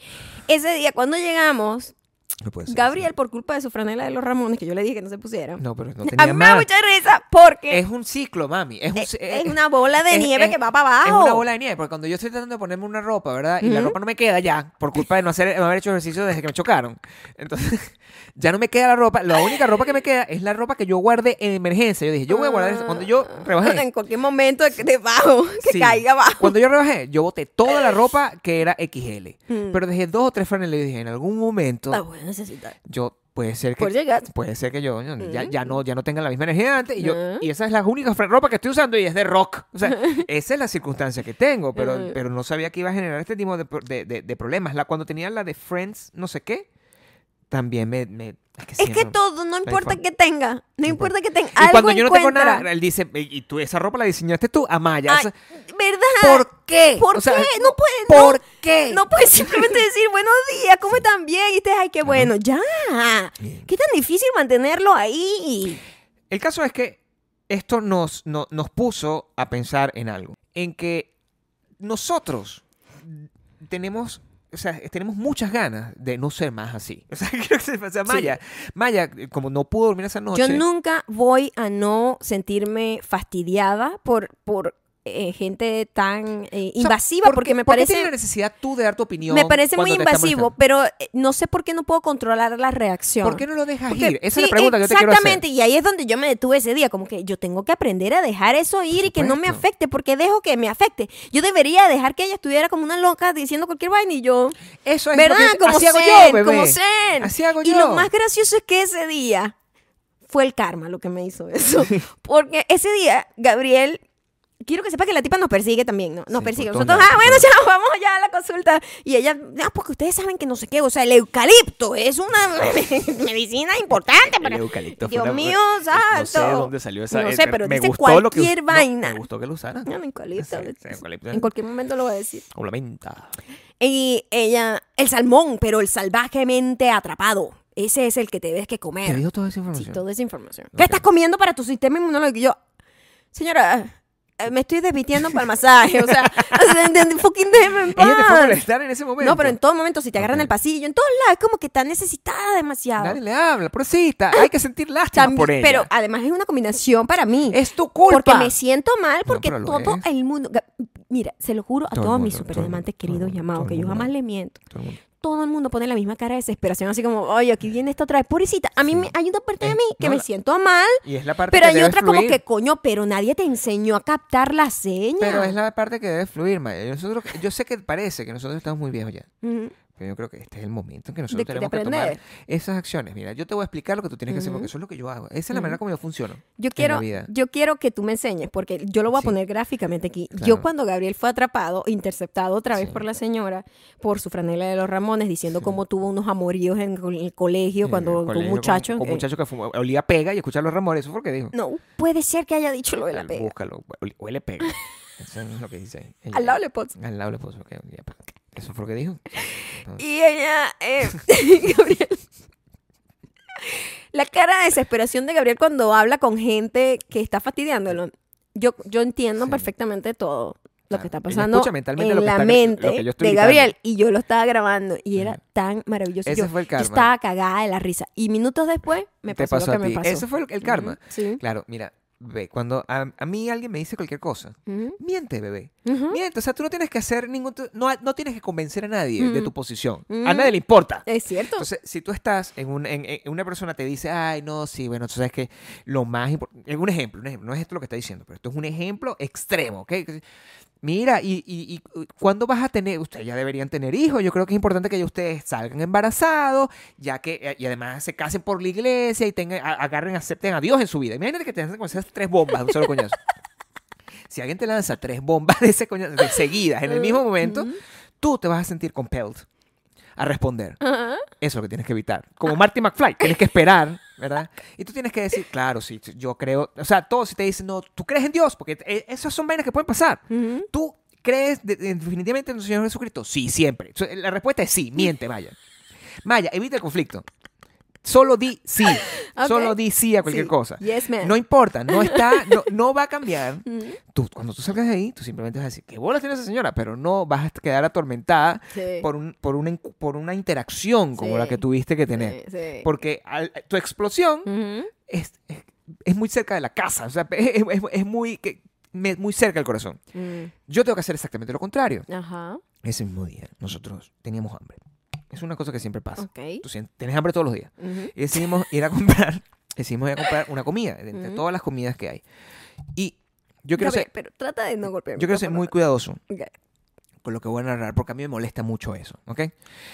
[SPEAKER 1] Ese día, cuando llegamos,
[SPEAKER 2] No puede ser,
[SPEAKER 1] Gabriel, por culpa de su franela de los Ramones, que yo le dije que no se pusiera,
[SPEAKER 2] sí. No, pero no
[SPEAKER 1] a
[SPEAKER 2] tenía
[SPEAKER 1] mí me da
[SPEAKER 2] más.
[SPEAKER 1] mucha risa porque
[SPEAKER 2] Es un ciclo, mami. Es, un,
[SPEAKER 1] es,
[SPEAKER 2] ci-
[SPEAKER 1] es una bola de
[SPEAKER 2] es-
[SPEAKER 1] nieve
[SPEAKER 2] es-
[SPEAKER 1] que va para
[SPEAKER 2] es
[SPEAKER 1] abajo.
[SPEAKER 2] una bola de nieve, porque cuando yo estoy tratando de ponerme una ropa, ¿verdad? Y la
[SPEAKER 1] Ujú.
[SPEAKER 2] ropa no me queda ya, por culpa de no, hacer, no haber hecho ejercicio desde que me chocaron. Entonces, [LAUGHS] ya no me queda la ropa. La única ropa que me queda es la ropa que yo guardé en emergencia. Yo dije, yo voy a guardar eso. Cuando yo
[SPEAKER 1] Ah,
[SPEAKER 2] rebajé,
[SPEAKER 1] En cualquier momento de- debajo, que
[SPEAKER 2] Sí.
[SPEAKER 1] caiga abajo.
[SPEAKER 2] Cuando yo rebajé, yo boté toda la ropa que era XL.
[SPEAKER 1] Mm.
[SPEAKER 2] Pero dejé dos o tres franelas y dije, en algún
[SPEAKER 1] La
[SPEAKER 2] momento,
[SPEAKER 1] voy a necesitar.
[SPEAKER 2] yo puede ser
[SPEAKER 1] Por
[SPEAKER 2] que
[SPEAKER 1] llegar.
[SPEAKER 2] puede ser que yo yo- ya,
[SPEAKER 1] Mm.
[SPEAKER 2] ya no ya no tenga la misma energía de antes y yo
[SPEAKER 1] Ah.
[SPEAKER 2] y esa es la única fra- ropa que estoy usando y es de rock
[SPEAKER 1] [LAUGHS]
[SPEAKER 2] o sea esa es la circunstancia que tengo pero
[SPEAKER 1] Ujú.
[SPEAKER 2] pero no sabía que iba a generar este tipo de, pro- de- de- de problemas la cuando tenía la de Friends no sé qué también me, me- es que,
[SPEAKER 1] Es que
[SPEAKER 2] siempre-
[SPEAKER 1] todo, no importa
[SPEAKER 2] forma.
[SPEAKER 1] que tenga. No
[SPEAKER 2] No
[SPEAKER 1] importa
[SPEAKER 2] importa.
[SPEAKER 1] que tenga.
[SPEAKER 2] y
[SPEAKER 1] Algo
[SPEAKER 2] cuando yo no tengo
[SPEAKER 1] encuentra.
[SPEAKER 2] nada eh, él dice y tú esa ropa la diseñaste tú Amaya
[SPEAKER 1] Ay,
[SPEAKER 2] o sea,
[SPEAKER 1] ¿Verdad?
[SPEAKER 2] ¿por qué
[SPEAKER 1] ¿Por
[SPEAKER 2] O sea,
[SPEAKER 1] qué? No puede. no.
[SPEAKER 2] ¿por qué
[SPEAKER 1] No puedes
[SPEAKER 2] [LAUGHS]
[SPEAKER 1] simplemente decir buenos días, ¿cómo están bien? Y te ay, qué bueno. Ya. ¿Qué tan difícil mantenerlo ahí?
[SPEAKER 2] El caso es que esto nos, no- nos puso a pensar en algo. En que nosotros tenemos. O sea, tenemos muchas ganas de no ser más así. [LAUGHS] O sea, creo que se- o sea,
[SPEAKER 1] Sí.
[SPEAKER 2] Maya, Maya, como no pudo dormir esa noche.
[SPEAKER 1] Yo nunca voy a no sentirme fastidiada por, por eh, gente tan eh,
[SPEAKER 2] O sea,
[SPEAKER 1] invasiva,
[SPEAKER 2] ¿por
[SPEAKER 1] porque
[SPEAKER 2] qué-
[SPEAKER 1] me
[SPEAKER 2] por qué
[SPEAKER 1] parece...
[SPEAKER 2] tienes la necesidad tú de dar tu opinión?
[SPEAKER 1] Me parece muy
[SPEAKER 2] cuando te están
[SPEAKER 1] invasivo,
[SPEAKER 2] molestando?
[SPEAKER 1] pero eh, no sé por qué no puedo controlar la reacción.
[SPEAKER 2] ¿Por qué no lo dejas
[SPEAKER 1] Porque-
[SPEAKER 2] ir? Esa es
[SPEAKER 1] sí,
[SPEAKER 2] la pregunta que yo te quiero hacer.
[SPEAKER 1] Exactamente, y ahí es donde yo me detuve ese día, como que yo tengo que aprender a dejar eso ir y que no me
[SPEAKER 2] supuesto.
[SPEAKER 1] afecte, porque dejo que me afecte. Yo debería dejar que ella estuviera como una loca diciendo cualquier vaina y yo,
[SPEAKER 2] Eso es
[SPEAKER 1] ¿verdad?
[SPEAKER 2] lo que-
[SPEAKER 1] como
[SPEAKER 2] así hago
[SPEAKER 1] zen,
[SPEAKER 2] yo, bebé.
[SPEAKER 1] como zen.
[SPEAKER 2] Así hago
[SPEAKER 1] y
[SPEAKER 2] yo.
[SPEAKER 1] lo más gracioso es que ese día fue el karma lo que me hizo eso, [LAUGHS] porque ese día Gabriel Quiero que sepa que la tipa nos persigue también, ¿no? Nos
[SPEAKER 2] Sí,
[SPEAKER 1] persigue.
[SPEAKER 2] por todos
[SPEAKER 1] Nosotros,
[SPEAKER 2] lados,
[SPEAKER 1] ah,
[SPEAKER 2] por
[SPEAKER 1] bueno,
[SPEAKER 2] todos
[SPEAKER 1] ya, vamos ya a la consulta. Y ella, ah, porque ustedes saben que no sé qué, o sea, el eucalipto es una [LAUGHS] medicina importante [LAUGHS] para...
[SPEAKER 3] El eucalipto. fue
[SPEAKER 1] Dios
[SPEAKER 3] una-
[SPEAKER 1] mío,
[SPEAKER 2] eh,
[SPEAKER 3] No sé de
[SPEAKER 1] santo.
[SPEAKER 3] dónde salió esa.
[SPEAKER 1] No
[SPEAKER 2] e
[SPEAKER 3] eh,
[SPEAKER 1] sé, pero
[SPEAKER 3] me
[SPEAKER 1] dice
[SPEAKER 3] gustó lo que us-
[SPEAKER 1] cualquier
[SPEAKER 3] no,
[SPEAKER 1] vaina.
[SPEAKER 3] me gustó que lo usaran.
[SPEAKER 1] No, el eucalipto.
[SPEAKER 2] Sí, sí, eucalipto.
[SPEAKER 1] En cualquier momento lo voy a decir.
[SPEAKER 2] Como la menta.
[SPEAKER 1] Y ella, el salmón, pero el salvajemente atrapado. Ese es el que te ves que
[SPEAKER 2] Te
[SPEAKER 1] comer.
[SPEAKER 2] dijo toda esa
[SPEAKER 1] Eh, Sí,
[SPEAKER 2] información.
[SPEAKER 1] toda esa información.
[SPEAKER 2] Ok.
[SPEAKER 1] ¿Qué estás comiendo para tu sistema inmunológico? Y Yo, señora, eh, me estoy desvistiendo para el masaje. O sea, [LAUGHS] o sea, de- de- fucking déjeme en
[SPEAKER 2] Ella te fue a
[SPEAKER 1] paz.
[SPEAKER 2] molestar en ese momento.
[SPEAKER 1] No, pero en todo momento, si te agarran
[SPEAKER 2] Ok.
[SPEAKER 1] el pasillo, en todos lados, es como que está necesitada demasiado.
[SPEAKER 2] Nadie le habla, pobrecita. Hay que sentir lástima
[SPEAKER 1] Ah, También-
[SPEAKER 2] por ella.
[SPEAKER 1] Pero además es una combinación para mí.
[SPEAKER 2] es tu culpa.
[SPEAKER 1] Porque me siento mal porque
[SPEAKER 2] pero lo
[SPEAKER 1] todo
[SPEAKER 2] es.
[SPEAKER 1] el mundo. Ga- Mira, se lo juro a
[SPEAKER 2] Todo el
[SPEAKER 1] todos mis
[SPEAKER 2] mundo, todo el mundo,
[SPEAKER 1] superdiamantes
[SPEAKER 2] todo el
[SPEAKER 1] queridos
[SPEAKER 2] mundo,
[SPEAKER 1] y
[SPEAKER 2] todo
[SPEAKER 1] amados,
[SPEAKER 2] el
[SPEAKER 1] que yo
[SPEAKER 2] mundo.
[SPEAKER 1] jamás le miento.
[SPEAKER 2] Todo el mundo.
[SPEAKER 1] Todo el mundo pone la misma cara de desesperación, así como, oye, aquí viene esta otra vez, pobrecita. A mí
[SPEAKER 2] Sí.
[SPEAKER 1] me, hay una parte
[SPEAKER 2] Eh,
[SPEAKER 1] de mí que
[SPEAKER 2] no,
[SPEAKER 1] me
[SPEAKER 2] la-
[SPEAKER 1] siento mal,
[SPEAKER 2] Y es la parte
[SPEAKER 1] pero
[SPEAKER 2] que
[SPEAKER 1] hay
[SPEAKER 2] debe
[SPEAKER 1] otra como
[SPEAKER 2] fluir.
[SPEAKER 1] que, coño, pero nadie te enseñó a captar la seña.
[SPEAKER 2] Pero es la parte que debe fluir, Maya. Nosotros, yo sé que parece que nosotros estamos muy viejos ya.
[SPEAKER 1] Ujú.
[SPEAKER 2] Pero yo creo que este es el momento en que nosotros
[SPEAKER 1] que- de
[SPEAKER 2] tenemos que tomar
[SPEAKER 1] aprender.
[SPEAKER 2] esas acciones. Mira, yo te voy a explicar lo que tú tienes que hacer
[SPEAKER 1] Ujú.
[SPEAKER 2] porque eso es lo que yo hago. Esa es la manera como yo funciono.
[SPEAKER 1] Yo
[SPEAKER 2] la
[SPEAKER 1] quiero,
[SPEAKER 2] vida.
[SPEAKER 1] yo quiero que tú me enseñes, porque yo lo voy a
[SPEAKER 2] Sí.
[SPEAKER 1] poner gráficamente aquí.
[SPEAKER 2] Claro.
[SPEAKER 1] Yo cuando Gabriel fue atrapado, interceptado otra vez
[SPEAKER 2] Sí.
[SPEAKER 1] por la señora, por su franela de los Ramones, diciendo cómo tuvo unos amoríos en co- el colegio
[SPEAKER 2] Eh,
[SPEAKER 1] cuando
[SPEAKER 2] colegio
[SPEAKER 1] un
[SPEAKER 2] con-
[SPEAKER 1] muchacho...
[SPEAKER 2] Con,
[SPEAKER 1] eh,
[SPEAKER 2] un muchacho que fumaba, olía a pega y escuchaba los rumores. Eso fue lo que dijo.
[SPEAKER 1] no, puede ser que haya dicho lo de la
[SPEAKER 2] Al-
[SPEAKER 1] pega.
[SPEAKER 2] Búscalo. huele-
[SPEAKER 1] [LAUGHS]
[SPEAKER 2] Huele pega. Eso es lo que dice ahí. Ella-
[SPEAKER 1] Al lado le puso.
[SPEAKER 2] Al lado le puso. que olía a pega. Eso fue lo que dijo.
[SPEAKER 1] Y ella... eh, [LAUGHS] Gabriel... La cara de desesperación de Gabriel cuando habla con gente que está fastidiándolo. Yo, yo entiendo
[SPEAKER 2] Sí.
[SPEAKER 1] perfectamente todo lo
[SPEAKER 2] Claro,
[SPEAKER 1] que está
[SPEAKER 2] ella
[SPEAKER 1] pasando
[SPEAKER 2] escucha mentalmente
[SPEAKER 1] en
[SPEAKER 2] lo que
[SPEAKER 1] la
[SPEAKER 2] está-
[SPEAKER 1] mente
[SPEAKER 2] lo que yo estoy
[SPEAKER 1] de
[SPEAKER 2] gritando.
[SPEAKER 1] Gabriel. Y yo lo estaba grabando y era
[SPEAKER 2] Ujú.
[SPEAKER 1] tan maravilloso.
[SPEAKER 2] Ese
[SPEAKER 1] yo,
[SPEAKER 2] fue el
[SPEAKER 1] yo
[SPEAKER 2] karma.
[SPEAKER 1] estaba cagada de la risa. Y minutos después me
[SPEAKER 2] Te
[SPEAKER 1] pasó,
[SPEAKER 2] pasó
[SPEAKER 1] lo
[SPEAKER 2] a
[SPEAKER 1] que
[SPEAKER 2] ti.
[SPEAKER 1] me pasó.
[SPEAKER 2] Eso fue el- el karma.
[SPEAKER 1] Ujú, Sí.
[SPEAKER 2] Claro, mira. Ve, cuando a, a mí alguien me dice cualquier cosa,
[SPEAKER 1] Ujú,
[SPEAKER 2] miente, bebé.
[SPEAKER 1] ujú.
[SPEAKER 2] Miente, o sea, tú no tienes que hacer ningún... tu- No, no tienes que convencer a nadie de
[SPEAKER 1] Mm.
[SPEAKER 2] tu posición. A
[SPEAKER 1] Mm.
[SPEAKER 2] nadie le importa.
[SPEAKER 1] Es cierto.
[SPEAKER 2] Entonces, si tú estás en, un, en, en- una persona te dice, ay, no, sí, bueno, tú sabes que lo más importante, un ejemplo, un ejemplo, no es esto lo que está diciendo, pero esto es un ejemplo extremo, ¿ok? Mira, y, y, y cuándo vas a tener, ustedes ya deberían tener hijos, yo creo que es importante que ya ustedes salgan embarazados, ya que, eh, y además se casen por la iglesia y tengan, a- agarren, acepten a Dios en su vida. Imagínate que te hacen con esas tres bombas, de un solo coñazo. Si alguien te lanza tres bombas de ese coñazo, de seguidas, en el mismo momento, tú te vas a sentir compelled a responder.
[SPEAKER 1] Ajá.
[SPEAKER 2] Eso es lo que tienes que evitar. Como Marty McFly, tienes que esperar,
[SPEAKER 1] [LAUGHS]
[SPEAKER 2] ¿verdad? Y tú tienes que decir, claro, sí, sí, yo creo. O sea, todos si te dicen, no, tú crees en Dios, porque eh, esas son vainas que pueden pasar.
[SPEAKER 1] Ujú.
[SPEAKER 2] ¿Tú crees de- de- definitivamente en el Señor Jesucristo? Sí, siempre. So, La respuesta es sí, miente, Maya. Maya, evita el conflicto. Solo di sí.
[SPEAKER 1] [LAUGHS] Ok.
[SPEAKER 2] Solo di sí a cualquier
[SPEAKER 1] Sí.
[SPEAKER 2] cosa.
[SPEAKER 1] Yes, man.
[SPEAKER 2] No importa,
[SPEAKER 1] [LAUGHS]
[SPEAKER 2] no está, no, no va a cambiar.
[SPEAKER 1] Mm.
[SPEAKER 2] Tú, cuando tú salgas de ahí, tú simplemente vas a decir, qué bolas tiene esa señora, pero no vas a quedar atormentada
[SPEAKER 1] Sí.
[SPEAKER 2] por, un, por, una, incu- por una interacción como la
[SPEAKER 1] Sí.
[SPEAKER 2] que tuviste que tener.
[SPEAKER 1] Sí, sí. Mm.
[SPEAKER 2] Porque al- tu explosión
[SPEAKER 1] Ujú.
[SPEAKER 2] es, es- es muy cerca de la casa, o sea, es, es- es muy, que- me- muy cerca del corazón.
[SPEAKER 1] Mm.
[SPEAKER 2] Yo tengo que hacer exactamente lo contrario.
[SPEAKER 1] Ajá.
[SPEAKER 2] Ese mismo día, nosotros teníamos hambre. Es una cosa que siempre pasa.
[SPEAKER 1] Ok.
[SPEAKER 2] Tú sien- tienes hambre todos los días.
[SPEAKER 1] Ujú.
[SPEAKER 2] Y decidimos ir a comprar, [LAUGHS] decidimos ir a comprar una comida, de entre
[SPEAKER 1] Ujú.
[SPEAKER 2] todas las comidas que hay. Y yo quiero,
[SPEAKER 1] Gabriel,
[SPEAKER 2] ser,
[SPEAKER 1] pero trata de no golpear.
[SPEAKER 2] yo quiero ser muy cuidadoso
[SPEAKER 1] Ok.
[SPEAKER 2] con lo que voy a narrar, porque a mí me molesta mucho eso, ¿ok?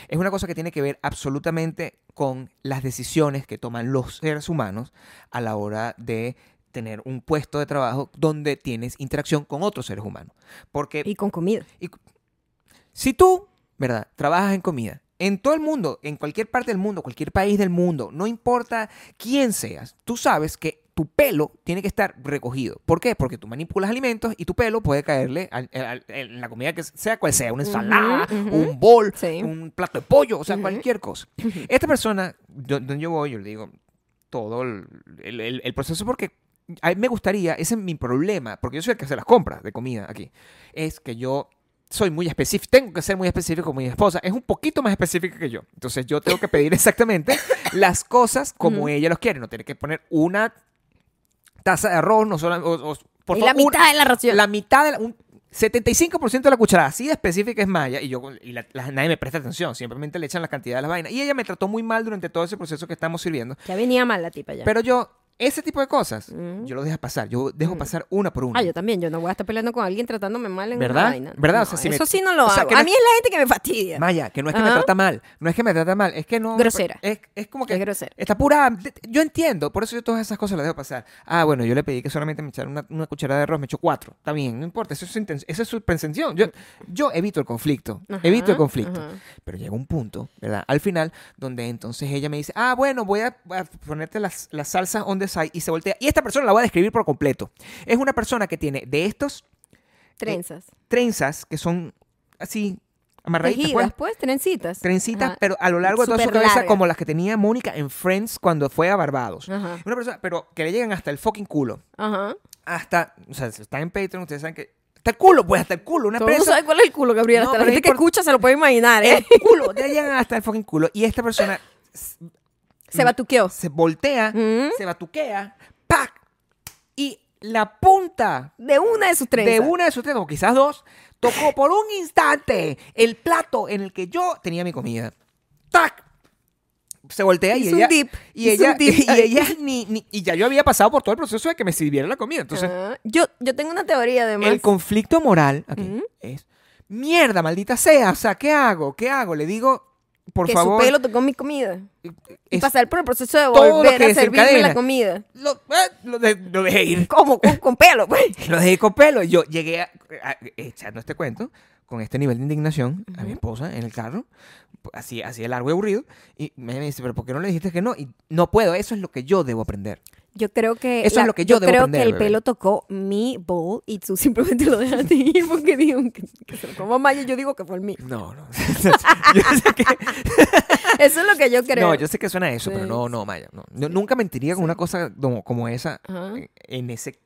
[SPEAKER 2] Es una cosa que tiene que ver absolutamente con las decisiones que toman los seres humanos a la hora de tener un puesto de trabajo donde tienes interacción con otros seres humanos. Porque
[SPEAKER 1] Y con comida.
[SPEAKER 2] si tú, ¿verdad? Trabajas en comida, en todo el mundo, en cualquier parte del mundo, cualquier país del mundo, no importa quién seas, tú sabes que tu pelo tiene que estar recogido. ¿Por qué? Porque tú manipulas alimentos y tu pelo puede caerle al- al- al- en la comida que sea cual sea, una
[SPEAKER 1] Ujú,
[SPEAKER 2] ensalada,
[SPEAKER 1] ujú.
[SPEAKER 2] un bol,
[SPEAKER 1] Sí.
[SPEAKER 2] un plato de pollo, o sea,
[SPEAKER 1] Ujú.
[SPEAKER 2] cualquier cosa. Esta persona, yo- donde yo voy, yo le digo todo el, el- el- el proceso porque a mí me gustaría, ese es mi problema, porque yo soy el que hace las compras de comida aquí, es que yo soy muy específico, tengo que ser muy específico con mi esposa, es un poquito más específica que yo. Entonces yo tengo que pedir [LAUGHS] exactamente las cosas como ella los quiere, no tiene que poner una taza de arroz, no solo o- o- por
[SPEAKER 1] Y la
[SPEAKER 2] favor,
[SPEAKER 1] mitad
[SPEAKER 2] una-
[SPEAKER 1] de la ración.
[SPEAKER 2] la mitad de la- un 75% de la cucharada, así de específica es Maya, y yo y la- la- nadie me presta atención, simplemente le echan la cantidad de las vainas. Y ella me trató muy mal durante todo ese proceso que estamos sirviendo.
[SPEAKER 1] Ya venía mal la tipa ya.
[SPEAKER 2] Pero yo, ese tipo de cosas,
[SPEAKER 1] Mm.
[SPEAKER 2] yo lo dejo pasar, yo dejo pasar una por una.
[SPEAKER 1] Ah, yo también, yo no voy a estar peleando con alguien tratándome mal en
[SPEAKER 2] ¿Verdad?
[SPEAKER 1] una vaina.
[SPEAKER 2] ¿Verdad? O
[SPEAKER 1] No,
[SPEAKER 2] sea, si me-
[SPEAKER 1] eso sí no lo
[SPEAKER 2] o sea,
[SPEAKER 1] hago.
[SPEAKER 2] que no
[SPEAKER 1] A
[SPEAKER 2] es-
[SPEAKER 1] mí es la gente que me fastidia.
[SPEAKER 2] Maya, que no es que me
[SPEAKER 1] Ajá.
[SPEAKER 2] trata mal, no es que me trata mal, es que no...
[SPEAKER 1] Ah. Grosera.
[SPEAKER 2] Es, es como que...
[SPEAKER 1] Es grosera.
[SPEAKER 2] Está pura... Yo entiendo, por eso yo todas esas cosas las dejo pasar. Ah, bueno, yo le pedí que solamente me echara una, una cucharada de arroz, me echó cuatro. Está bien, no importa, eso es su inten- esa es su pretensión. Yo, yo evito el conflicto,
[SPEAKER 1] Ajá,
[SPEAKER 2] evito el conflicto.
[SPEAKER 1] ajá.
[SPEAKER 2] Pero llega un punto, ¿verdad? Al final, donde entonces ella me dice, ah, bueno, voy a, a ponerte las, las salsas on the side y se voltea. Y esta persona la voy a describir por completo. Es una persona que tiene de estos
[SPEAKER 1] Trenzas.
[SPEAKER 2] trenzas que son así amarraditas, pues,
[SPEAKER 1] Tejidas, pues, trencitas.
[SPEAKER 2] trencitas,
[SPEAKER 1] Ajá.
[SPEAKER 2] pero a lo largo de toda su
[SPEAKER 1] Súper
[SPEAKER 2] cabeza,
[SPEAKER 1] largas.
[SPEAKER 2] como las que tenía Mónica en Friends cuando fue a Barbados.
[SPEAKER 1] Ajá.
[SPEAKER 2] Una persona, pero que le llegan hasta el fucking culo.
[SPEAKER 1] Ajá.
[SPEAKER 2] Hasta, o sea, si está en Patreon, ustedes saben que. Hasta el culo, pues, hasta el culo. Una
[SPEAKER 1] Todo el mundo
[SPEAKER 2] presa.
[SPEAKER 1] sabe cuál es el culo, Gabriela.
[SPEAKER 2] No,
[SPEAKER 1] Hasta la
[SPEAKER 2] pero
[SPEAKER 1] gente que
[SPEAKER 2] es por-
[SPEAKER 1] escucha se lo puede imaginar, ¿eh?
[SPEAKER 2] El culo, le llegan hasta el fucking culo. Y esta
[SPEAKER 1] [LAUGHS]
[SPEAKER 2] persona
[SPEAKER 1] Se batuqueó.
[SPEAKER 2] se voltea,
[SPEAKER 1] Mm.
[SPEAKER 2] se batuquea, ¡pac! Y la punta
[SPEAKER 1] De una de sus trenzas.
[SPEAKER 2] de una de sus tres, o quizás dos, tocó por un instante el plato en el que yo tenía mi comida. ¡Tac! Se voltea y
[SPEAKER 1] Hizo un
[SPEAKER 2] ella.
[SPEAKER 1] dip,
[SPEAKER 2] Y
[SPEAKER 1] hizo
[SPEAKER 2] ella,
[SPEAKER 1] un dip.
[SPEAKER 2] [LAUGHS] y ella ni, ni- Y ya yo había pasado por todo el proceso de que me sirviera la comida. Entonces,
[SPEAKER 1] Ajá. yo, yo tengo una teoría, además.
[SPEAKER 2] el conflicto moral aquí es. Mierda, maldita sea. O sea, ¿qué hago? ¿Qué hago? Le digo, por
[SPEAKER 1] que
[SPEAKER 2] favor.
[SPEAKER 1] su pelo tocó mi comida. Y
[SPEAKER 2] es-
[SPEAKER 1] pasar por el proceso de
[SPEAKER 2] todo lo
[SPEAKER 1] volver
[SPEAKER 2] que
[SPEAKER 1] a servirme
[SPEAKER 2] desencadena.
[SPEAKER 1] la comida.
[SPEAKER 2] lo, eh, lo de- lo dejé ir.
[SPEAKER 1] ¿Cómo? Con, con pelo, pues.
[SPEAKER 2] Lo dejé con pelo. Yo llegué a- a- echando este cuento con este nivel de indignación a mi esposa en el carro, así, así de largo y aburrido. Y me, me dice, ¿pero por qué no le dijiste que no? Y no puedo, eso es lo que yo debo aprender.
[SPEAKER 1] Yo creo que.
[SPEAKER 2] Eso es lo que yo debo
[SPEAKER 1] creo
[SPEAKER 2] aprender,
[SPEAKER 1] que el
[SPEAKER 2] bebé.
[SPEAKER 1] pelo tocó mi bowl y tú simplemente lo dejaste ir porque digo que, que se lo como a Maya y yo digo que fue el mío.
[SPEAKER 2] No, no. [LAUGHS] yo, sé que,
[SPEAKER 1] [LAUGHS] Eso es lo que yo creo.
[SPEAKER 2] no yo sé que suena a eso, pero
[SPEAKER 1] Sí.
[SPEAKER 2] no, no, Maya. no. Yo nunca mentiría con una cosa como, como esa,
[SPEAKER 1] Ajá.
[SPEAKER 2] en- en ese,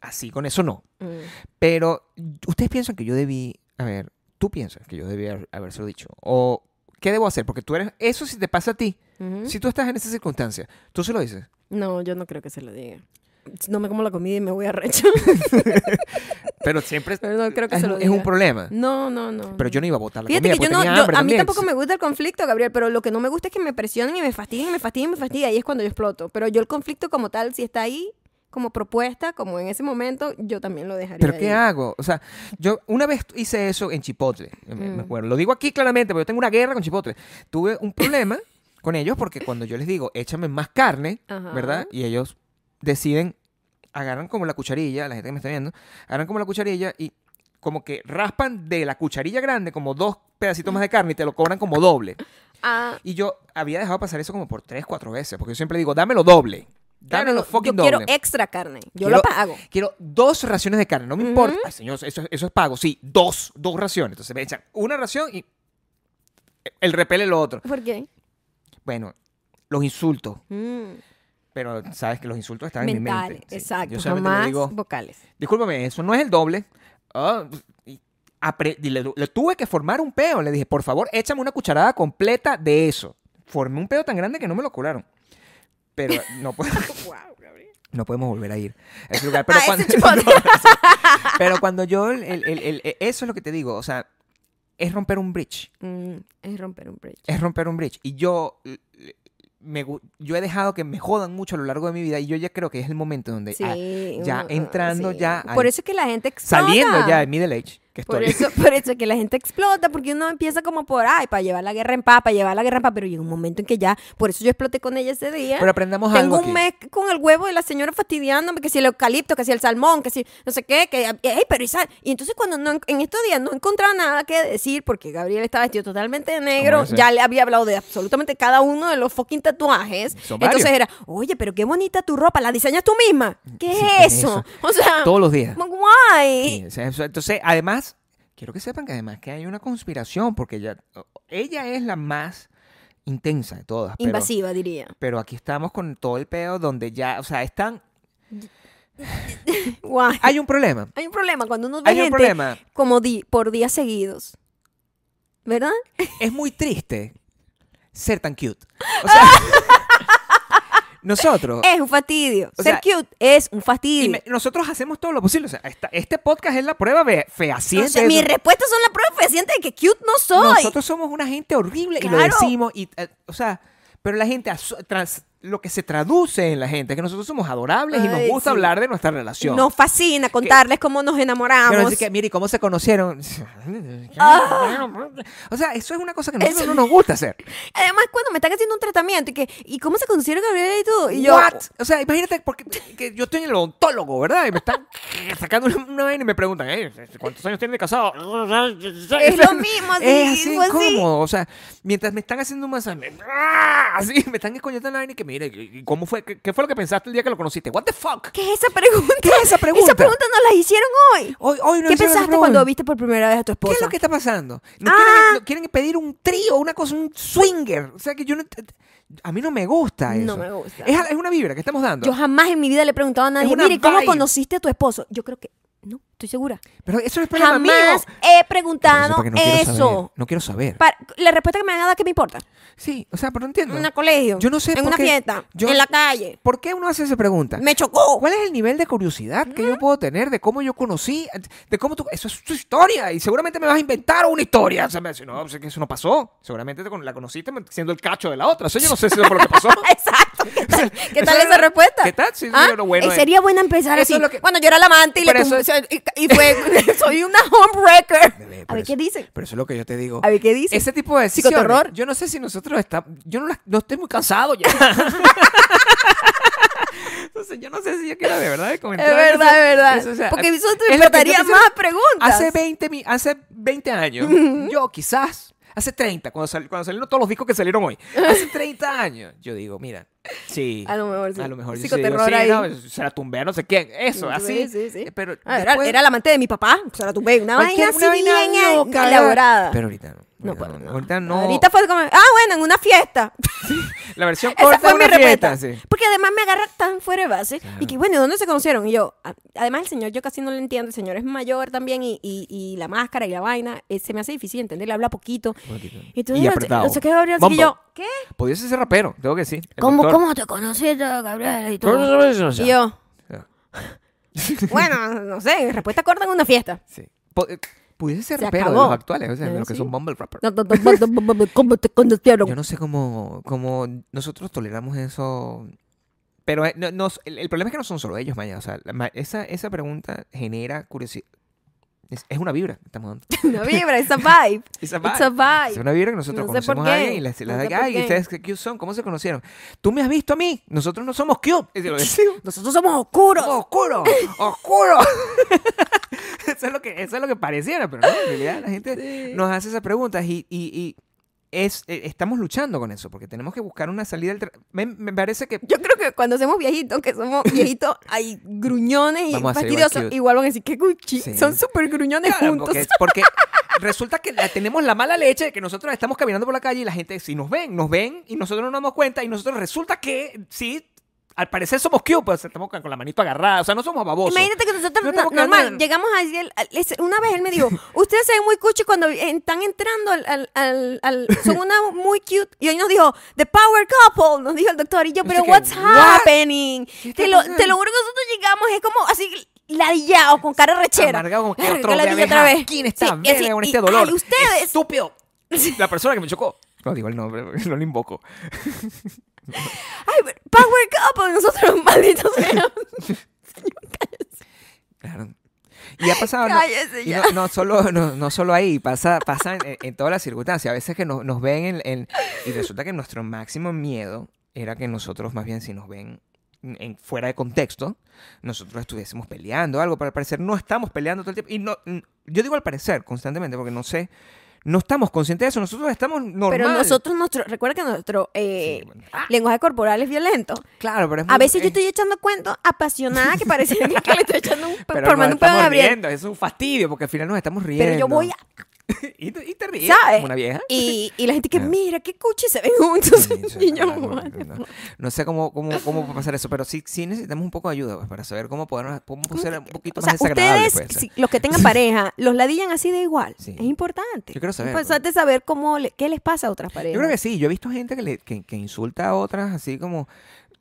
[SPEAKER 2] así, con eso no.
[SPEAKER 1] Mm.
[SPEAKER 2] Pero, ¿ustedes piensan que yo debí, a ver, tú piensas que yo debí haber- habérselo dicho? ¿O qué debo hacer? Porque tú eres, eso si te pasa a ti.
[SPEAKER 1] Ujú.
[SPEAKER 2] Si tú estás en esa circunstancia, tú se lo dices.
[SPEAKER 1] mm. No, yo no creo que se lo diga. No me como la comida y me voy a recho.
[SPEAKER 2] Pero siempre es,
[SPEAKER 1] Pero [LAUGHS] no creo que
[SPEAKER 2] es
[SPEAKER 1] se
[SPEAKER 2] un-
[SPEAKER 1] lo
[SPEAKER 2] es
[SPEAKER 1] diga.
[SPEAKER 2] un problema.
[SPEAKER 1] No, no, no.
[SPEAKER 2] Pero
[SPEAKER 1] no.
[SPEAKER 2] yo no iba a votar la
[SPEAKER 1] Fíjate
[SPEAKER 2] comida
[SPEAKER 1] que yo
[SPEAKER 2] porque
[SPEAKER 1] no,
[SPEAKER 2] tenía
[SPEAKER 1] yo-
[SPEAKER 2] hambre
[SPEAKER 1] a mí
[SPEAKER 2] también,
[SPEAKER 1] tampoco
[SPEAKER 2] sí.
[SPEAKER 1] me gusta el conflicto, Gabriel, pero lo que no me gusta es que me presionen y me fastidien, y me fastidien, y me fastidien, y ahí es cuando yo exploto. Pero yo el conflicto como tal, si está ahí, como propuesta, como en ese momento, yo también lo dejaría
[SPEAKER 2] ¿Pero qué
[SPEAKER 1] ahí.
[SPEAKER 2] hago? O sea, yo una vez hice eso en Chipotle, me-
[SPEAKER 1] Mm.
[SPEAKER 2] me acuerdo. Lo digo aquí claramente, pero yo tengo una guerra con Chipotle. Tuve un
[SPEAKER 1] [LAUGHS]
[SPEAKER 2] problema con ellos porque cuando yo les digo, échame más carne,
[SPEAKER 1] Ajá.
[SPEAKER 2] ¿verdad? Y ellos deciden, agarran como la cucharilla, la gente que me está viendo, agarran como la cucharilla y como que raspan de la cucharilla grande como dos pedacitos más de carne y te lo cobran como doble.
[SPEAKER 1] Ah,
[SPEAKER 2] Y yo había dejado pasar eso como por tres, cuatro veces, porque yo siempre digo, dámelo doble.
[SPEAKER 1] claro,
[SPEAKER 2] Dámelo
[SPEAKER 1] no,
[SPEAKER 2] fucking
[SPEAKER 1] yo
[SPEAKER 2] doble.
[SPEAKER 1] quiero extra carne, yo
[SPEAKER 2] Quiero-
[SPEAKER 1] lo pago.
[SPEAKER 2] Quiero dos raciones de carne, no me importa. Ay, señor, eso, eso es pago. Sí, dos, dos raciones. Entonces me echan una ración y el repele lo otro.
[SPEAKER 1] ¿Por qué?
[SPEAKER 2] Bueno, los insultos,
[SPEAKER 1] Mm,
[SPEAKER 2] pero sabes que los insultos están en mi
[SPEAKER 1] mentales,
[SPEAKER 2] mente. sí.
[SPEAKER 1] exacto,
[SPEAKER 2] Yo solamente le
[SPEAKER 1] jamás
[SPEAKER 2] digo,
[SPEAKER 1] [LAUGHS] vocales.
[SPEAKER 2] discúlpame, eso no es el doble. Ah, y apre- y le, le tuve que formar un peo. Le dije, por favor, échame una cucharada completa de eso. Formé un peo tan grande que no me lo curaron. Pero no, [LAUGHS] puedo-
[SPEAKER 1] Wow, Gabriel.
[SPEAKER 2] no podemos volver a ir a
[SPEAKER 1] [LAUGHS]
[SPEAKER 2] ese lugar. Pero,
[SPEAKER 1] Ah,
[SPEAKER 2] cuando,
[SPEAKER 1] ese
[SPEAKER 2] [LAUGHS]
[SPEAKER 1] chipotle.
[SPEAKER 2] pero cuando yo... el- el- el- el- e, eso es lo que te digo. O sea, es romper un bridge.
[SPEAKER 1] Mm, es romper un bridge.
[SPEAKER 2] Es romper un bridge. Y yo... eh, Me, gu- yo he dejado que me jodan mucho a lo largo de mi vida y yo ya creo que es el momento donde
[SPEAKER 1] Sí,
[SPEAKER 2] ah, ya
[SPEAKER 1] uno-
[SPEAKER 2] entrando
[SPEAKER 1] sí.
[SPEAKER 2] ya al-
[SPEAKER 1] Por eso es que la gente explota.
[SPEAKER 2] saliendo ya de middle age que
[SPEAKER 1] Por
[SPEAKER 2] estoy
[SPEAKER 1] eso,
[SPEAKER 2] [LAUGHS]
[SPEAKER 1] por eso es que la gente explota, porque uno empieza como por, ay, para llevar la guerra en paz, para llevar la guerra en paz, pero llega un momento en que ya, por eso yo exploté con ella ese día.
[SPEAKER 2] Pero aprendamos algo
[SPEAKER 1] Tengo un
[SPEAKER 2] aquí.
[SPEAKER 1] mes con el huevo de la señora fastidiándome, que si el eucalipto, que si el salmón, que si no sé qué, que, "Ey, pero y sal-". Y entonces cuando no, en- en estos días no encontraba nada que decir, porque Gabriel estaba vestido totalmente de negro,
[SPEAKER 2] Hombre, sí.
[SPEAKER 1] ya le había hablado de absolutamente cada uno de los fucking tatuajes.
[SPEAKER 2] Son varios.
[SPEAKER 1] Entonces era, oye, pero qué bonita tu ropa, la diseñas tú misma. ¿Qué
[SPEAKER 2] Sí,
[SPEAKER 1] es eso? O sea,
[SPEAKER 2] todos los días.
[SPEAKER 1] guay.
[SPEAKER 2] Sí, o sea, eso- entonces, además, quiero que sepan que además que hay una conspiración, porque ella, ella es la más intensa de todas. pero-
[SPEAKER 1] Invasiva, diría.
[SPEAKER 2] Pero, aquí estamos con todo el pedo donde ya, o sea, están...
[SPEAKER 1] Guau.
[SPEAKER 2] Hay un problema.
[SPEAKER 1] Hay un problema cuando uno ve
[SPEAKER 2] Hay un
[SPEAKER 1] gente
[SPEAKER 2] problema.
[SPEAKER 1] como di- por días seguidos. ¿Verdad?
[SPEAKER 2] Es muy triste ser tan cute. O sea, [LAUGHS] nosotros.
[SPEAKER 1] Es un fastidio.
[SPEAKER 2] O
[SPEAKER 1] Ser
[SPEAKER 2] sea,
[SPEAKER 1] cute es un
[SPEAKER 2] y
[SPEAKER 1] fastidio.
[SPEAKER 2] me- nosotros hacemos todo lo posible. O sea, esta- este podcast es la prueba ve-
[SPEAKER 1] O
[SPEAKER 2] fehaciente.
[SPEAKER 1] sea,
[SPEAKER 2] de
[SPEAKER 1] mis
[SPEAKER 2] eso.
[SPEAKER 1] respuestas son la prueba fehaciente de que cute no soy.
[SPEAKER 2] Nosotros somos una gente horrible y lo
[SPEAKER 1] Claro.
[SPEAKER 2] decimos. Y, eh, o sea, pero la gente, aso- tras- lo que se traduce en la gente es que nosotros somos adorables y nos
[SPEAKER 1] Ay,
[SPEAKER 2] gusta
[SPEAKER 1] sí.
[SPEAKER 2] hablar de nuestra relación.
[SPEAKER 1] Nos fascina contarles cómo nos
[SPEAKER 2] Pero
[SPEAKER 1] enamoramos.
[SPEAKER 2] así que, mire, ¿y ¿cómo se conocieron? [LAUGHS] O sea, eso es una cosa que a nosotros
[SPEAKER 1] Ah. Eso-
[SPEAKER 2] no nos gusta hacer.
[SPEAKER 1] Además, cuando me están haciendo un tratamiento y que, ¿y cómo se conocieron Gabriela y tú? Y yo,
[SPEAKER 2] What? O sea, imagínate, porque que yo estoy en el odontólogo, ¿verdad? Y me están sacando una, una vaina y me preguntan, "Ey, ¿cuántos años tienen de casado?
[SPEAKER 1] Es lo mismo, así,
[SPEAKER 2] Es así [LAUGHS]
[SPEAKER 1] fue así.
[SPEAKER 2] incómodo. O sea, mientras me están haciendo un masaje, ¡ah! así, me están escoñando la vaina y que, mire, ¿y ¿cómo fue? ¿Qué, qué fue lo que pensaste el día que lo conociste? ¿What the fuck?
[SPEAKER 1] ¿qué es esa pregunta?
[SPEAKER 2] ¿Qué es esa pregunta?
[SPEAKER 1] Esa pregunta nos la hicieron hoy.
[SPEAKER 2] Hoy, hoy no
[SPEAKER 1] ¿Qué
[SPEAKER 2] hicieron esa
[SPEAKER 1] pensaste
[SPEAKER 2] pregunta.
[SPEAKER 1] cuando viste por primera vez a tu
[SPEAKER 2] ¿Qué
[SPEAKER 1] esposa?
[SPEAKER 2] es lo que está pasando? ¿No
[SPEAKER 1] Ah.
[SPEAKER 2] quieren, no quieren pedir un trío, una cosa, un swinger. O sea, que yo no... A mí no me gusta eso.
[SPEAKER 1] No me gusta.
[SPEAKER 2] Es, es una vibra que estamos dando.
[SPEAKER 1] Yo jamás en mi vida le he preguntado a nadie,
[SPEAKER 2] una
[SPEAKER 1] mire, ¿cómo
[SPEAKER 2] vibe.
[SPEAKER 1] conociste a tu esposo? Yo creo que, no, estoy segura.
[SPEAKER 2] Pero eso es problema mío.
[SPEAKER 1] Jamás he
[SPEAKER 2] Por eso,
[SPEAKER 1] preguntado
[SPEAKER 2] porque no Quiero saber.
[SPEAKER 1] eso.
[SPEAKER 2] No quiero saber.
[SPEAKER 1] Pa- la respuesta que me van a dar, ¿qué me importa? [LAUGHS]
[SPEAKER 2] Sí, o sea, pero no entiendo.
[SPEAKER 1] En un colegio,
[SPEAKER 2] Yo no sé
[SPEAKER 1] en
[SPEAKER 2] por
[SPEAKER 1] una
[SPEAKER 2] qué-
[SPEAKER 1] fiesta,
[SPEAKER 2] yo-
[SPEAKER 1] en la calle.
[SPEAKER 2] ¿Por qué uno hace esa pregunta?
[SPEAKER 1] Me chocó.
[SPEAKER 2] ¿Cuál es el nivel de curiosidad que yo puedo tener de cómo yo conocí, de cómo tú... Eso es tu historia y seguramente me vas a inventar una historia. O sea, me dice, no, pues es que eso no pasó. Seguramente te con- la conociste siendo el cacho de la otra. Eso yo no sé si eso fue lo que
[SPEAKER 1] [LAUGHS]
[SPEAKER 2] pasó. [LAUGHS]
[SPEAKER 1] Exacto. ¿Qué tal, qué tal
[SPEAKER 2] Eso
[SPEAKER 1] esa
[SPEAKER 2] era-
[SPEAKER 1] respuesta?
[SPEAKER 2] ¿Qué tal? Sí, sí,
[SPEAKER 1] ¿Ah?
[SPEAKER 2] era bueno,
[SPEAKER 1] Eh,
[SPEAKER 2] eh.
[SPEAKER 1] sería buena empezar
[SPEAKER 2] Eso
[SPEAKER 1] así.
[SPEAKER 2] es lo que-
[SPEAKER 1] Bueno, yo era la amante y, le
[SPEAKER 2] Pero
[SPEAKER 1] tumbé-
[SPEAKER 2] eso-
[SPEAKER 1] y, y
[SPEAKER 2] [LAUGHS]
[SPEAKER 1] fue... [LAUGHS] soy una homebreaker. A
[SPEAKER 2] Pero
[SPEAKER 1] ver qué
[SPEAKER 2] eso-
[SPEAKER 1] dicen.
[SPEAKER 2] Pero eso es lo que yo te digo.
[SPEAKER 1] A ver qué dicen.
[SPEAKER 2] Ese tipo de decisiones,
[SPEAKER 1] Psicoterror.
[SPEAKER 2] Yo no sé si nosotros estamos. Yo no, las- no estoy muy
[SPEAKER 1] [LAUGHS]
[SPEAKER 2] cansado ya. Entonces, yo no sé si yo quiero de verdad comentar.
[SPEAKER 1] Es verdad,
[SPEAKER 2] eso.
[SPEAKER 1] es verdad.
[SPEAKER 2] Eso, o sea,
[SPEAKER 1] Porque eso te
[SPEAKER 2] es lo que yo
[SPEAKER 1] importaría
[SPEAKER 2] quisiera-
[SPEAKER 1] más preguntas.
[SPEAKER 2] Hace 20, mi- hace 20 años, yo quizás. Hace 30, cuando, sal- cuando salieron todos los discos que salieron hoy. Hace 30 años. Yo digo, mira, sí.
[SPEAKER 1] A lo mejor sí.
[SPEAKER 2] A lo mejor yo sí
[SPEAKER 1] Psicoterror
[SPEAKER 2] digo, sí,
[SPEAKER 1] ahí.
[SPEAKER 2] no, se la tumbé a no sé quién. Eso, así.
[SPEAKER 1] Sí, sí, sí.
[SPEAKER 2] Pero
[SPEAKER 1] Ah, era,
[SPEAKER 2] después-
[SPEAKER 1] era la amante de mi papá. O sea, la tumbé. Una vaina
[SPEAKER 2] Cualquier-
[SPEAKER 1] así
[SPEAKER 2] una vaina
[SPEAKER 1] bien
[SPEAKER 2] loca,
[SPEAKER 1] elaborada.
[SPEAKER 2] Pero ahorita no.
[SPEAKER 1] No,
[SPEAKER 2] Ahorita
[SPEAKER 1] pero
[SPEAKER 2] no.
[SPEAKER 1] no.
[SPEAKER 2] Ahorita no.
[SPEAKER 1] Ahorita fue como, ah, bueno, en una fiesta.
[SPEAKER 2] La versión
[SPEAKER 1] Esa
[SPEAKER 2] corta
[SPEAKER 1] fue
[SPEAKER 2] de
[SPEAKER 1] mi
[SPEAKER 2] una
[SPEAKER 1] respuesta.
[SPEAKER 2] fiesta, sí.
[SPEAKER 1] Porque además me agarra tan fuera de base. Y que, bueno, ¿dónde se conocieron? Y yo, a- además el señor, yo casi no lo entiendo. El señor es mayor también y, y- y la máscara y la vaina. eh, se me hace difícil entenderle, habla poquito.
[SPEAKER 2] Poquito.
[SPEAKER 1] Y tú
[SPEAKER 2] Y
[SPEAKER 1] dices,
[SPEAKER 2] apretado.
[SPEAKER 1] o sea, que Gabriel,
[SPEAKER 2] Bombo.
[SPEAKER 1] y yo, ¿qué?
[SPEAKER 2] Pudiese ser rapero, tengo que decir. El
[SPEAKER 1] ¿Cómo,
[SPEAKER 2] doctor-
[SPEAKER 1] ¿Cómo te conociste, Gabriel? Y, tú, y yo, [LAUGHS] bueno, no sé, respuesta corta en una fiesta.
[SPEAKER 2] Sí. Po- eh, Pudiese ser
[SPEAKER 1] Se
[SPEAKER 2] rapero de
[SPEAKER 1] acabó.
[SPEAKER 2] los actuales, o sea, de los que
[SPEAKER 1] Sí.
[SPEAKER 2] son mumble rappers.
[SPEAKER 1] No, no, no, no, no, no, ¿Cómo te
[SPEAKER 2] Yo
[SPEAKER 1] conocieron?
[SPEAKER 2] no sé cómo, cómo nosotros toleramos eso. Pero eh, no- nos- el, el problema es que no son solo ellos, Maya. O sea, la- ma- esa, esa pregunta genera curiosidad. Es, es una vibra que estamos
[SPEAKER 1] [LAUGHS]
[SPEAKER 2] dando.
[SPEAKER 1] Una vibra, esa vibe.
[SPEAKER 2] [LAUGHS] Esa
[SPEAKER 1] It's a
[SPEAKER 2] Es
[SPEAKER 1] vibe.
[SPEAKER 2] una vibra que nosotros
[SPEAKER 1] No sé por
[SPEAKER 2] conocemos a
[SPEAKER 1] qué.
[SPEAKER 2] alguien y les, les
[SPEAKER 1] No
[SPEAKER 2] da
[SPEAKER 1] sé
[SPEAKER 2] que,
[SPEAKER 1] por
[SPEAKER 2] ay,
[SPEAKER 1] qué".
[SPEAKER 2] ¿ustedes qué cute son? ¿Cómo se conocieron? Tú me has visto a mí, nosotros no somos cute.
[SPEAKER 1] [LAUGHS]
[SPEAKER 2] Y te lo decimos.
[SPEAKER 1] Nosotros somos oscuros.
[SPEAKER 2] Somos oscuros, [LAUGHS] oscuros. eso, es lo que, eso es lo que pareciera, pero no, en realidad la gente nos hace esas preguntas y, y- y es, eh, estamos luchando con eso porque tenemos que buscar una salida. alter- Me, me parece que
[SPEAKER 1] Yo creo que cuando hacemos viejitos, que
[SPEAKER 2] [LAUGHS]
[SPEAKER 1] somos viejitos, hay gruñones y
[SPEAKER 2] Vamos a ser igual
[SPEAKER 1] fastidiosos,
[SPEAKER 2] cute.
[SPEAKER 1] igual van a decir que Gucci.
[SPEAKER 2] Sí.
[SPEAKER 1] Son súper gruñones
[SPEAKER 2] Claro,
[SPEAKER 1] juntos.
[SPEAKER 2] Porque, porque resulta que la- tenemos la mala leche de que nosotros estamos caminando por la calle y la gente, si nos ven, nos ven y nosotros no nos damos cuenta y nosotros resulta que sí, al parecer somos cute, pues estamos con con la manito agarrada, o sea, no somos babosos.
[SPEAKER 1] Imagínate que nosotros,
[SPEAKER 2] No,
[SPEAKER 1] no-
[SPEAKER 2] porque
[SPEAKER 1] normal,
[SPEAKER 2] no-
[SPEAKER 1] llegamos a decir, al- ese- una vez él me dijo, ustedes se ven muy cuchi cuando eh, están entrando al, al, al- al- son una muy cute, y hoy nos dijo, the power couple, nos dijo el doctor, y yo, pero
[SPEAKER 2] Así que,
[SPEAKER 1] what's
[SPEAKER 2] what?
[SPEAKER 1] happening,
[SPEAKER 2] ¿Qué
[SPEAKER 1] te
[SPEAKER 2] está
[SPEAKER 1] lo,
[SPEAKER 2] pasando?
[SPEAKER 1] te lo juro que nosotros llegamos, es como así, ladillados, con cara rechera,
[SPEAKER 2] Amargado como que
[SPEAKER 1] Verga,
[SPEAKER 2] otro
[SPEAKER 1] la
[SPEAKER 2] de
[SPEAKER 1] dije
[SPEAKER 2] abeja. ¿Quién está
[SPEAKER 1] Sí, y
[SPEAKER 2] verga
[SPEAKER 1] así,
[SPEAKER 2] con
[SPEAKER 1] y,
[SPEAKER 2] este dolor?
[SPEAKER 1] ay, ustedes,
[SPEAKER 2] Estúpido. La persona que me chocó. No digo el nombre, [LAUGHS] porque no lo invoco.
[SPEAKER 1] ay, pero power couple, nosotros [LAUGHS] malditos seamos.
[SPEAKER 2] Claro. Y ha pasado. no-
[SPEAKER 1] Cállese
[SPEAKER 2] y
[SPEAKER 1] ya.
[SPEAKER 2] no, no solo, no, no solo ahí, pasa, pasa en, en todas las circunstancias. A veces que nos, nos ven en, en- Y resulta que nuestro máximo miedo era que nosotros, más bien, si nos ven en- fuera de contexto, nosotros estuviésemos peleando o algo. Pero al parecer no estamos peleando todo el tiempo. Y no, yo digo al parecer constantemente, porque no sé. No estamos conscientes de eso. Nosotros estamos normal.
[SPEAKER 1] Pero nosotros, nuestro, recuerda que nuestro eh,
[SPEAKER 2] Sí, bueno. eh. Ah,
[SPEAKER 1] lenguaje corporal es violento.
[SPEAKER 2] claro, pero es
[SPEAKER 1] A
[SPEAKER 2] muy-
[SPEAKER 1] veces yo
[SPEAKER 2] es-
[SPEAKER 1] estoy echando cuentos apasionada que parece
[SPEAKER 2] [LAUGHS]
[SPEAKER 1] que le estoy echando un,
[SPEAKER 2] pero
[SPEAKER 1] formando
[SPEAKER 2] nos
[SPEAKER 1] un pedo a
[SPEAKER 2] estamos
[SPEAKER 1] Gabriel.
[SPEAKER 2] riendo, es un fastidio porque al final nos estamos riendo.
[SPEAKER 1] Pero yo voy a
[SPEAKER 2] y, te, y te ríes
[SPEAKER 1] ¿Sabes?
[SPEAKER 2] como una vieja.
[SPEAKER 1] Y, y la gente que,
[SPEAKER 2] ¿Eh? Ah.
[SPEAKER 1] mira, qué cuchi se ven juntos. [LAUGHS]
[SPEAKER 2] Sí, sí,
[SPEAKER 1] y yo,
[SPEAKER 2] claro,
[SPEAKER 1] "Madre".
[SPEAKER 2] no, no. No sé cómo, cómo, cómo puede pasar eso, pero sí, sí necesitamos un poco de ayuda pues, para saber cómo podemos cómo ser un poquito
[SPEAKER 1] O sea,
[SPEAKER 2] más desagradables.
[SPEAKER 1] ustedes,
[SPEAKER 2] pues.
[SPEAKER 1] si- los que tengan pareja, los ladillan así de igual.
[SPEAKER 2] Sí.
[SPEAKER 1] Es importante.
[SPEAKER 2] Yo quiero saber,
[SPEAKER 1] Es importante saber cómo le- qué les pasa a otras parejas.
[SPEAKER 2] Yo creo que sí, yo he visto gente que, le, que, que insulta a otras así como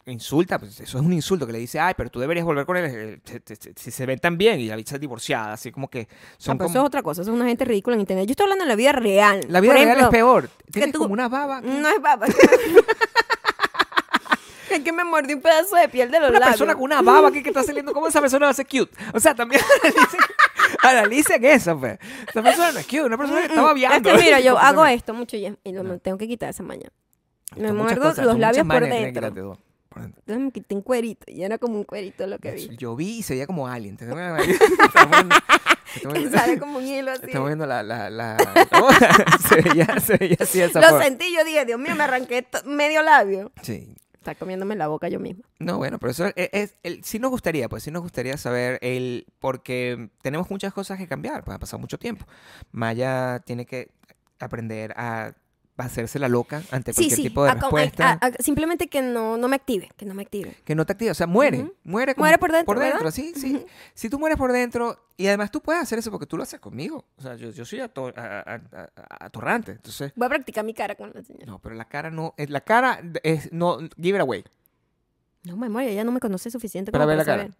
[SPEAKER 2] insulta, pues eso es un insulto que le dice, ay, pero tú deberías volver con él eh, te- te- te- si se ven tan bien y la bicha es divorciada, así como que
[SPEAKER 1] Ah,
[SPEAKER 2] son
[SPEAKER 1] pero Eso es
[SPEAKER 2] como...
[SPEAKER 1] otra cosa, eso es una gente ridícula en internet. Yo estoy hablando de la vida real.
[SPEAKER 2] La vida
[SPEAKER 1] Por
[SPEAKER 2] real es
[SPEAKER 1] ejemplo,
[SPEAKER 2] peor, tienes
[SPEAKER 1] tú-
[SPEAKER 2] como una baba.
[SPEAKER 1] No es baba.
[SPEAKER 2] [LAUGHS]
[SPEAKER 1] [LAUGHS] es que me mordí un pedazo de piel de los
[SPEAKER 2] Una
[SPEAKER 1] labios. Mm,
[SPEAKER 2] persona con una baba aquí que está saliendo, ¿cómo esa persona va a ser cute? O sea, también [LAUGHS] analicen, analicen eso, pues. Esa persona no es cute, una persona que está babeando.
[SPEAKER 1] Mm, Es que
[SPEAKER 2] [LAUGHS]
[SPEAKER 1] mira, yo hago
[SPEAKER 2] Completamente.
[SPEAKER 1] esto mucho ya, y lo me tengo que quitar esa mañana. Me
[SPEAKER 2] Son muchas
[SPEAKER 1] muerdo
[SPEAKER 2] cosas,
[SPEAKER 1] los
[SPEAKER 2] son
[SPEAKER 1] labios
[SPEAKER 2] muchas
[SPEAKER 1] por
[SPEAKER 2] mañas que tienen que
[SPEAKER 1] dentro.
[SPEAKER 2] quitarte tú, por dentro.
[SPEAKER 1] Entonces me quité un cuerito y era como un cuerito lo que [LAUGHS] vi.
[SPEAKER 2] Yo vi y se veía como
[SPEAKER 1] [LAUGHS]
[SPEAKER 2] alien. te- Estaba viendo- estaba
[SPEAKER 1] Que
[SPEAKER 2] viendo-
[SPEAKER 1] sale como un hilo así.
[SPEAKER 2] Estamos viendo la, la, la, la boda. [LAUGHS] se, veía, se veía así esa
[SPEAKER 1] Lo
[SPEAKER 2] forma.
[SPEAKER 1] sentí, yo dije, Dios mío, me arranqué to- medio labio.
[SPEAKER 2] Sí.
[SPEAKER 1] Está comiéndome la boca yo misma.
[SPEAKER 2] No, bueno, pero eso es, es- el- sí nos gustaría, pues sí nos gustaría saber el, porque tenemos muchas cosas que cambiar, pues ha pasado mucho tiempo. Maya tiene que aprender a hacerse la loca ante
[SPEAKER 1] Sí,
[SPEAKER 2] cualquier
[SPEAKER 1] sí.
[SPEAKER 2] tipo de
[SPEAKER 1] a- con- a-
[SPEAKER 2] respuesta.
[SPEAKER 1] a- a- simplemente que no, no me active, que no me active.
[SPEAKER 2] Que no te activa, o sea, muere,
[SPEAKER 1] Ujú.
[SPEAKER 2] muere, como-
[SPEAKER 1] Muere por dentro,
[SPEAKER 2] Por
[SPEAKER 1] ¿verdad?
[SPEAKER 2] dentro, sí, sí. Si tú mueres por dentro, y además tú puedes hacer eso porque tú lo haces conmigo. O sea, yo, yo soy ato- a- a- a- atorrante, entonces
[SPEAKER 1] Voy a practicar mi cara con la señora.
[SPEAKER 2] No, pero la cara no. es- La cara es. No, give it away.
[SPEAKER 1] No, memoria, ella no me conoce suficiente
[SPEAKER 2] Para
[SPEAKER 1] como
[SPEAKER 2] ver la
[SPEAKER 1] saber.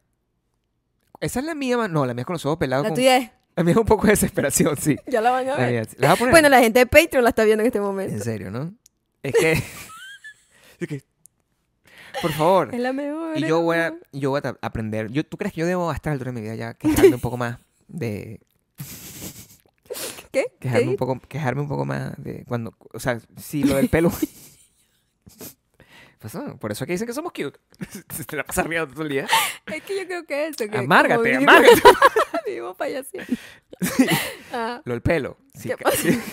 [SPEAKER 2] Esa es la mía. ma- No, la mía es con los ojos pelados.
[SPEAKER 1] La
[SPEAKER 2] con-
[SPEAKER 1] tuya es,
[SPEAKER 2] la mía es un poco de desesperación, sí.
[SPEAKER 1] ya la van a
[SPEAKER 2] La
[SPEAKER 1] ver.
[SPEAKER 2] mía sí. La voy a poner.
[SPEAKER 1] Bueno, la gente de Patreon la está viendo en este
[SPEAKER 2] En
[SPEAKER 1] momento.
[SPEAKER 2] serio, ¿no? Es
[SPEAKER 1] [LAUGHS]
[SPEAKER 2] que. es que- Por favor.
[SPEAKER 1] Es la mejor.
[SPEAKER 2] Y
[SPEAKER 1] es
[SPEAKER 2] yo
[SPEAKER 1] la
[SPEAKER 2] voy a,
[SPEAKER 1] mejor.
[SPEAKER 2] yo voy a ta- aprender. Yo, ¿Tú crees que yo debo a esta altura de mi vida ya quejarme un poco más de.
[SPEAKER 1] ¿Qué? ¿Qué
[SPEAKER 2] Quejarme un
[SPEAKER 1] dices?
[SPEAKER 2] poco, quejarme un poco más de cuando. O sea, sí, lo
[SPEAKER 1] [LAUGHS]
[SPEAKER 2] del pelo. Pasó. Por eso es que dicen que somos cute. [LAUGHS] Se te la pasas riendo todo el día.
[SPEAKER 1] Es que yo creo que eso. Que
[SPEAKER 2] Amárgate,
[SPEAKER 1] como vivimos-
[SPEAKER 2] amárgate.
[SPEAKER 1] [LAUGHS] vivimos payasos.
[SPEAKER 2] [LAUGHS]
[SPEAKER 1] [LAUGHS] Ah,
[SPEAKER 2] Lo del pelo. Sí,
[SPEAKER 1] ¿Qué
[SPEAKER 2] ca-
[SPEAKER 1] pasa?
[SPEAKER 2] sí.
[SPEAKER 1] [LAUGHS]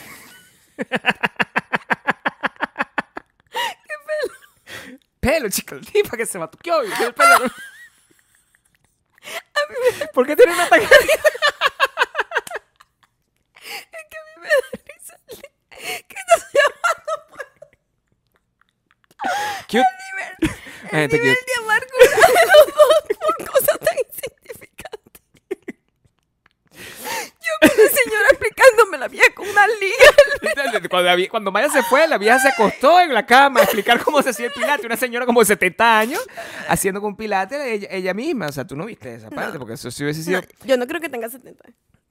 [SPEAKER 2] [LAUGHS] pelo, chico, el tipo que se matuqueó y tiene el pelo. ¿Por qué tiene un ataque?
[SPEAKER 1] me da risa. ¿Qué estás llamando por
[SPEAKER 2] Cute. [LAUGHS]
[SPEAKER 1] nivel?
[SPEAKER 2] La
[SPEAKER 1] El
[SPEAKER 2] gente
[SPEAKER 1] nivel
[SPEAKER 2] cute.
[SPEAKER 1] de amargura [LAUGHS] de los dos por cosas tan insignificantes. Yo con la señora explicándome la vieja con una liga.
[SPEAKER 2] Cuando, la vie- cuando Maya se fue, la vieja se acostó en la cama a explicar cómo se hacía el pilate. Una señora como de 70 años haciendo con pilate ella, ella misma. O sea, tú no viste esa parte, porque eso sí hubiese sido.
[SPEAKER 1] No, yo no creo que tenga 70.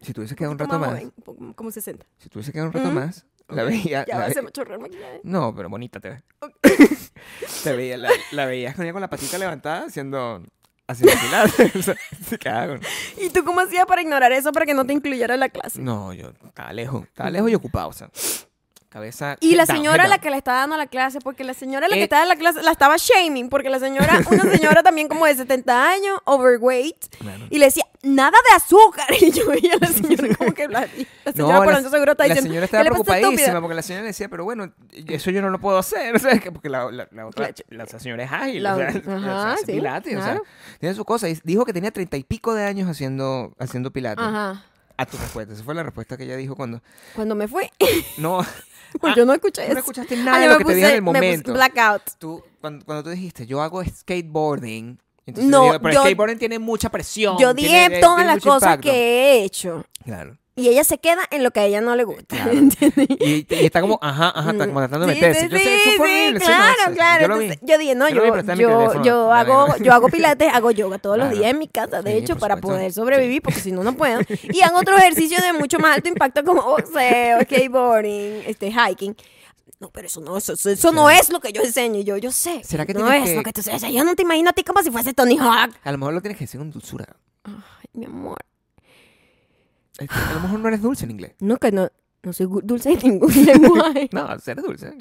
[SPEAKER 2] Si tú hubiese quedado un
[SPEAKER 1] Toma
[SPEAKER 2] rato más, Ah,
[SPEAKER 1] joven, un poco- como 60.
[SPEAKER 2] si tú hubiese quedado un rato
[SPEAKER 1] Ujú.
[SPEAKER 2] más, la
[SPEAKER 1] Ya
[SPEAKER 2] veía. la
[SPEAKER 1] va a
[SPEAKER 2] ve-
[SPEAKER 1] ser mucho raro maquillaje.
[SPEAKER 2] No, pero bonita te ves.
[SPEAKER 1] Ok.
[SPEAKER 2] [LAUGHS] Te veía, la, la veías con ella con la patita levantada haciendo haciendo pilates. [LAUGHS] O sea, sí, ¿qué hago?
[SPEAKER 1] ¿Y tú cómo hacías para ignorar eso para que no te incluyera en la clase?
[SPEAKER 2] No, yo estaba lejos, estaba lejos y ocupado, o sea, cabeza
[SPEAKER 1] Y la
[SPEAKER 2] down,
[SPEAKER 1] señora
[SPEAKER 2] head
[SPEAKER 1] la
[SPEAKER 2] down.
[SPEAKER 1] que le estaba dando la clase, porque la señora la
[SPEAKER 2] Eh.
[SPEAKER 1] que estaba en la clase la estaba shaming, porque la señora, una señora también como de 70 años, overweight,
[SPEAKER 2] Claro.
[SPEAKER 1] y le decía, nada de azúcar. [LAUGHS] Y yo veía a la señora como que la, la
[SPEAKER 2] No,
[SPEAKER 1] [LAUGHS] señora por
[SPEAKER 2] la-
[SPEAKER 1] dentro seguro está
[SPEAKER 2] la
[SPEAKER 1] diciendo,
[SPEAKER 2] señora
[SPEAKER 1] "¿Qué
[SPEAKER 2] estaba
[SPEAKER 1] le pasa a esta estúpida?".
[SPEAKER 2] preocupadísima porque la señora le decía, pero bueno, eso yo no lo puedo hacer, [LAUGHS] o sea, que porque la, la, la otra, la otra señora es ágil,
[SPEAKER 1] La-
[SPEAKER 2] o sea, [LAUGHS]
[SPEAKER 1] ajá,
[SPEAKER 2] hace
[SPEAKER 1] sí,
[SPEAKER 2] pilates,
[SPEAKER 1] claro.
[SPEAKER 2] o sea, tiene su cosa. Y Dijo que tenía treinta y pico de años haciendo, haciendo pilates.
[SPEAKER 1] Ajá.
[SPEAKER 2] A tu respuesta, esa fue la respuesta que ella dijo cuando,
[SPEAKER 1] Cuando me fui, [LAUGHS]
[SPEAKER 2] no,
[SPEAKER 1] pues
[SPEAKER 2] Ah,
[SPEAKER 1] yo no escuché
[SPEAKER 2] tú
[SPEAKER 1] eso.
[SPEAKER 2] no escuchaste nada
[SPEAKER 1] Ah,
[SPEAKER 2] de
[SPEAKER 1] yo
[SPEAKER 2] lo
[SPEAKER 1] me
[SPEAKER 2] que te dije en el
[SPEAKER 1] puse- me
[SPEAKER 2] momento.
[SPEAKER 1] puse blackout.
[SPEAKER 2] tú, cuando, cuando tú dijiste, yo hago skateboarding, entonces
[SPEAKER 1] No,
[SPEAKER 2] digo, pero
[SPEAKER 1] yo-
[SPEAKER 2] skateboarding tiene mucha presión.
[SPEAKER 1] Yo
[SPEAKER 2] tiene-
[SPEAKER 1] dije
[SPEAKER 2] eh,
[SPEAKER 1] todas
[SPEAKER 2] tiene
[SPEAKER 1] las
[SPEAKER 2] mucho
[SPEAKER 1] cosas
[SPEAKER 2] impacto".
[SPEAKER 1] que he hecho.
[SPEAKER 2] Claro,
[SPEAKER 1] Y ella se queda en lo que a ella no le gusta. [LAUGHS]
[SPEAKER 2] claro.
[SPEAKER 1] ¿entiendes?
[SPEAKER 2] Y, y está como, ajá, ajá, está como tratando de
[SPEAKER 1] Mm, Sí,
[SPEAKER 2] meterse.
[SPEAKER 1] sí,
[SPEAKER 2] yo
[SPEAKER 1] sí,
[SPEAKER 2] sé, eso fue horrible.
[SPEAKER 1] sí,
[SPEAKER 2] sí, no,
[SPEAKER 1] claro,
[SPEAKER 2] eso-
[SPEAKER 1] claro.
[SPEAKER 2] Yo lo vi.
[SPEAKER 1] Entonces, yo dije, no,
[SPEAKER 2] Yo lo vi,
[SPEAKER 1] yo,
[SPEAKER 2] pero está en mi
[SPEAKER 1] yo,
[SPEAKER 2] teléfono,
[SPEAKER 1] yo
[SPEAKER 2] la
[SPEAKER 1] hago,
[SPEAKER 2] vaina. [LAUGHS]
[SPEAKER 1] yo hago pilates, hago yoga todos los
[SPEAKER 2] Claro.
[SPEAKER 1] días en mi casa, de
[SPEAKER 2] Sí,
[SPEAKER 1] hecho,
[SPEAKER 2] por
[SPEAKER 1] para
[SPEAKER 2] supuesto.
[SPEAKER 1] poder sobrevivir, porque si no, no puedo. Y hago otros ejercicios de mucho más alto impacto como boxeo, skateboarding, este, hiking. No, pero eso no, eso, eso- eso no es lo que yo enseño. Y yo, yo sé.
[SPEAKER 2] ¿Será que
[SPEAKER 1] no
[SPEAKER 2] tienes
[SPEAKER 1] es
[SPEAKER 2] que-
[SPEAKER 1] lo que tú enseñas. Yo no te imagino a ti como si fuese Tony Hawk.
[SPEAKER 2] A lo mejor lo tienes que decir con dulzura.
[SPEAKER 1] Ay, mi amor.
[SPEAKER 2] Es que A lo mejor no eres dulce en inglés.
[SPEAKER 1] No, que no, no soy gu- dulce en ningún [LAUGHS] lenguaje.
[SPEAKER 2] No, sí eres dulce.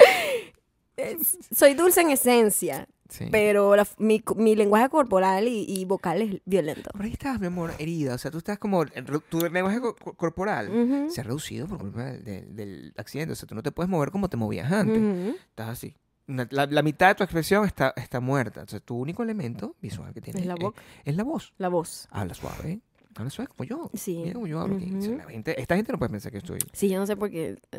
[SPEAKER 1] Es- soy dulce en esencia.
[SPEAKER 2] Sí.
[SPEAKER 1] pero la- mi, mi lenguaje corporal y, y vocal es violento.
[SPEAKER 2] Por ahí estás, mi amor, herida. O sea, tú estás como. Tu lenguaje co- co- corporal
[SPEAKER 1] Ujú.
[SPEAKER 2] Eh, se ha reducido por culpa del, del- del accidente. O sea, tú no te puedes mover como te movías antes.
[SPEAKER 1] Ujú.
[SPEAKER 2] Estás así. Una- La, la mitad de tu expresión está, está muerta. O sea, tu único elemento visual que tienes
[SPEAKER 1] Es la boca.
[SPEAKER 2] es la voz.
[SPEAKER 1] La voz.
[SPEAKER 2] Habla suave. Habla sueco como yo.
[SPEAKER 1] Sí.
[SPEAKER 2] Mira como yo hablo. aquí.
[SPEAKER 1] Ujú.
[SPEAKER 2] La gente- esta gente no puede pensar que estoy.
[SPEAKER 1] Sí, yo no sé por qué. eh,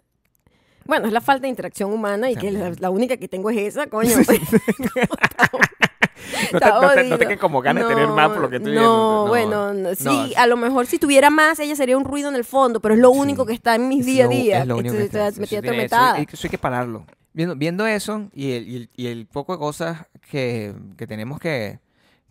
[SPEAKER 1] Bueno, es la falta de interacción humana y que la,
[SPEAKER 2] También.
[SPEAKER 1] la única que tengo es esa,
[SPEAKER 2] [LAUGHS]
[SPEAKER 1] coño. [LAUGHS]
[SPEAKER 2] No te,
[SPEAKER 1] Está
[SPEAKER 2] no, te, no
[SPEAKER 1] jodido.
[SPEAKER 2] te queden como ganas de tener más por lo que estoy
[SPEAKER 1] no,
[SPEAKER 2] viendo.
[SPEAKER 1] bueno, no, sí,
[SPEAKER 2] No,
[SPEAKER 1] a lo mejor si tuviera más, ella sería un ruido en el fondo, pero es lo
[SPEAKER 2] Sí.
[SPEAKER 1] único que está en mis
[SPEAKER 2] Es
[SPEAKER 1] día a
[SPEAKER 2] lo-
[SPEAKER 1] día.
[SPEAKER 2] es lo único que
[SPEAKER 1] Estoy-
[SPEAKER 2] está-
[SPEAKER 1] estoy metida
[SPEAKER 2] eso tiene- eso-
[SPEAKER 1] atormentada.
[SPEAKER 2] hay que- eso hay que pararlo. Viendo, viendo eso y el, y el- y el poco de cosas que, que tenemos que,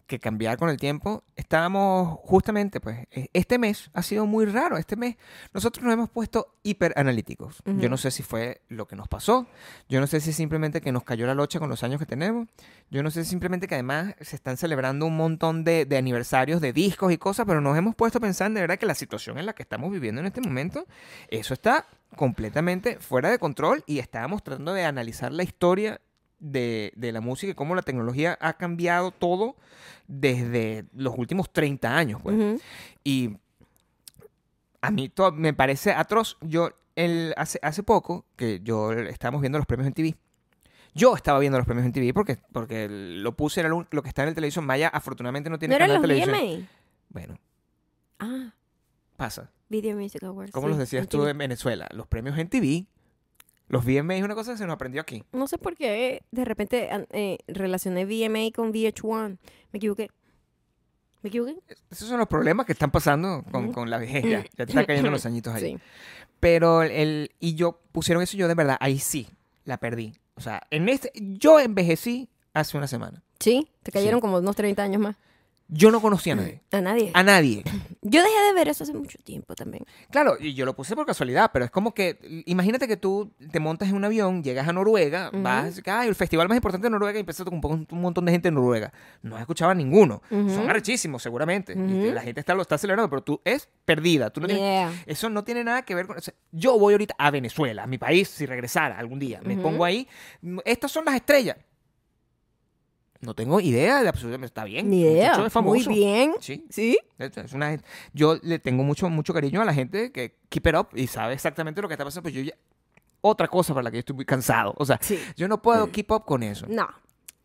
[SPEAKER 2] que cambiar con el tiempo, estábamos justamente, pues, e- este mes ha sido muy raro. Este mes nosotros nos hemos puesto hiperanalíticos. Yo
[SPEAKER 1] Ujú.
[SPEAKER 2] no sé si fue lo que nos pasó. Yo no sé si simplemente que nos cayó la locha con los años que tenemos. Yo no sé simplemente que además se están celebrando un montón de, de aniversarios de discos y cosas, pero nos hemos puesto a pensar de verdad que la situación en la que estamos viviendo en este momento, eso está completamente fuera de control y estábamos tratando de analizar la historia de, de la música y cómo la tecnología ha cambiado todo desde los últimos 30 años. pues.
[SPEAKER 1] Ujú.
[SPEAKER 2] Y a mí to- me parece atroz. Yo, el, hace, hace poco, que yo estábamos viendo los premios en TV. Yo estaba viendo los premios en TV porque, porque lo puse, era lo, lo que está en el televisión. Maya afortunadamente no tiene
[SPEAKER 1] ¿No eran
[SPEAKER 2] canal
[SPEAKER 1] los
[SPEAKER 2] de televisión.
[SPEAKER 1] VMA?
[SPEAKER 2] Bueno,
[SPEAKER 1] Ah,
[SPEAKER 2] pasa.
[SPEAKER 1] Video Music Awards.
[SPEAKER 2] Como
[SPEAKER 1] sí,
[SPEAKER 2] los decías
[SPEAKER 1] en
[SPEAKER 2] tú
[SPEAKER 1] TV.
[SPEAKER 2] en Venezuela, los premios en TV, los VMA es una cosa que se nos aprendió aquí.
[SPEAKER 1] No sé por qué de repente an- eh, relacioné VMA con VH1. Me equivoqué. ¿Me equivoqué?
[SPEAKER 2] Esos son los problemas que están pasando con,
[SPEAKER 1] Ujú.
[SPEAKER 2] con la vejez ya. Ya te están cayendo los añitos ahí.
[SPEAKER 1] Sí.
[SPEAKER 2] Pero el y yo pusieron eso y yo de verdad ahí sí la perdí. O sea, en este yo envejecí hace una semana.
[SPEAKER 1] Sí, te cayeron
[SPEAKER 2] Sí.
[SPEAKER 1] como unos 30 años más.
[SPEAKER 2] Yo no conocía a nadie.
[SPEAKER 1] A nadie.
[SPEAKER 2] A nadie.
[SPEAKER 1] Yo dejé de ver eso hace mucho tiempo también.
[SPEAKER 2] Claro, y yo lo puse por casualidad, pero es como que, imagínate que tú te montas en un avión, llegas a Noruega,
[SPEAKER 1] Ujú.
[SPEAKER 2] vas, ay, el festival más importante de Noruega y empiezas con un, un montón de gente en Noruega. No escuchaba a ninguno. Son
[SPEAKER 1] Ujú.
[SPEAKER 2] arrechísimos, seguramente.
[SPEAKER 1] Ujú.
[SPEAKER 2] Y la gente está, lo está celebrando, pero tú es perdida. Tú no tienes-
[SPEAKER 1] Yeah.
[SPEAKER 2] Eso no tiene nada que ver con. o sea, yo voy ahorita a Venezuela, a mi país, si regresara algún día. Me
[SPEAKER 1] Ujú.
[SPEAKER 2] pongo ahí. mm, Estas son las estrellas. No tengo idea de absolutamente. Está bien.
[SPEAKER 1] Ni
[SPEAKER 2] el
[SPEAKER 1] idea.
[SPEAKER 2] muchacho es famoso.
[SPEAKER 1] Muy bien.
[SPEAKER 2] Sí.
[SPEAKER 1] ¿Sí?
[SPEAKER 2] es- es una gente- yo le tengo mucho, mucho cariño a la gente que keep it up y sabe exactamente lo que está pasando. Pues yo ya- Otra cosa para la que yo estoy muy cansado. O sea,
[SPEAKER 1] Sí.
[SPEAKER 2] yo no puedo keep up con eso.
[SPEAKER 1] No.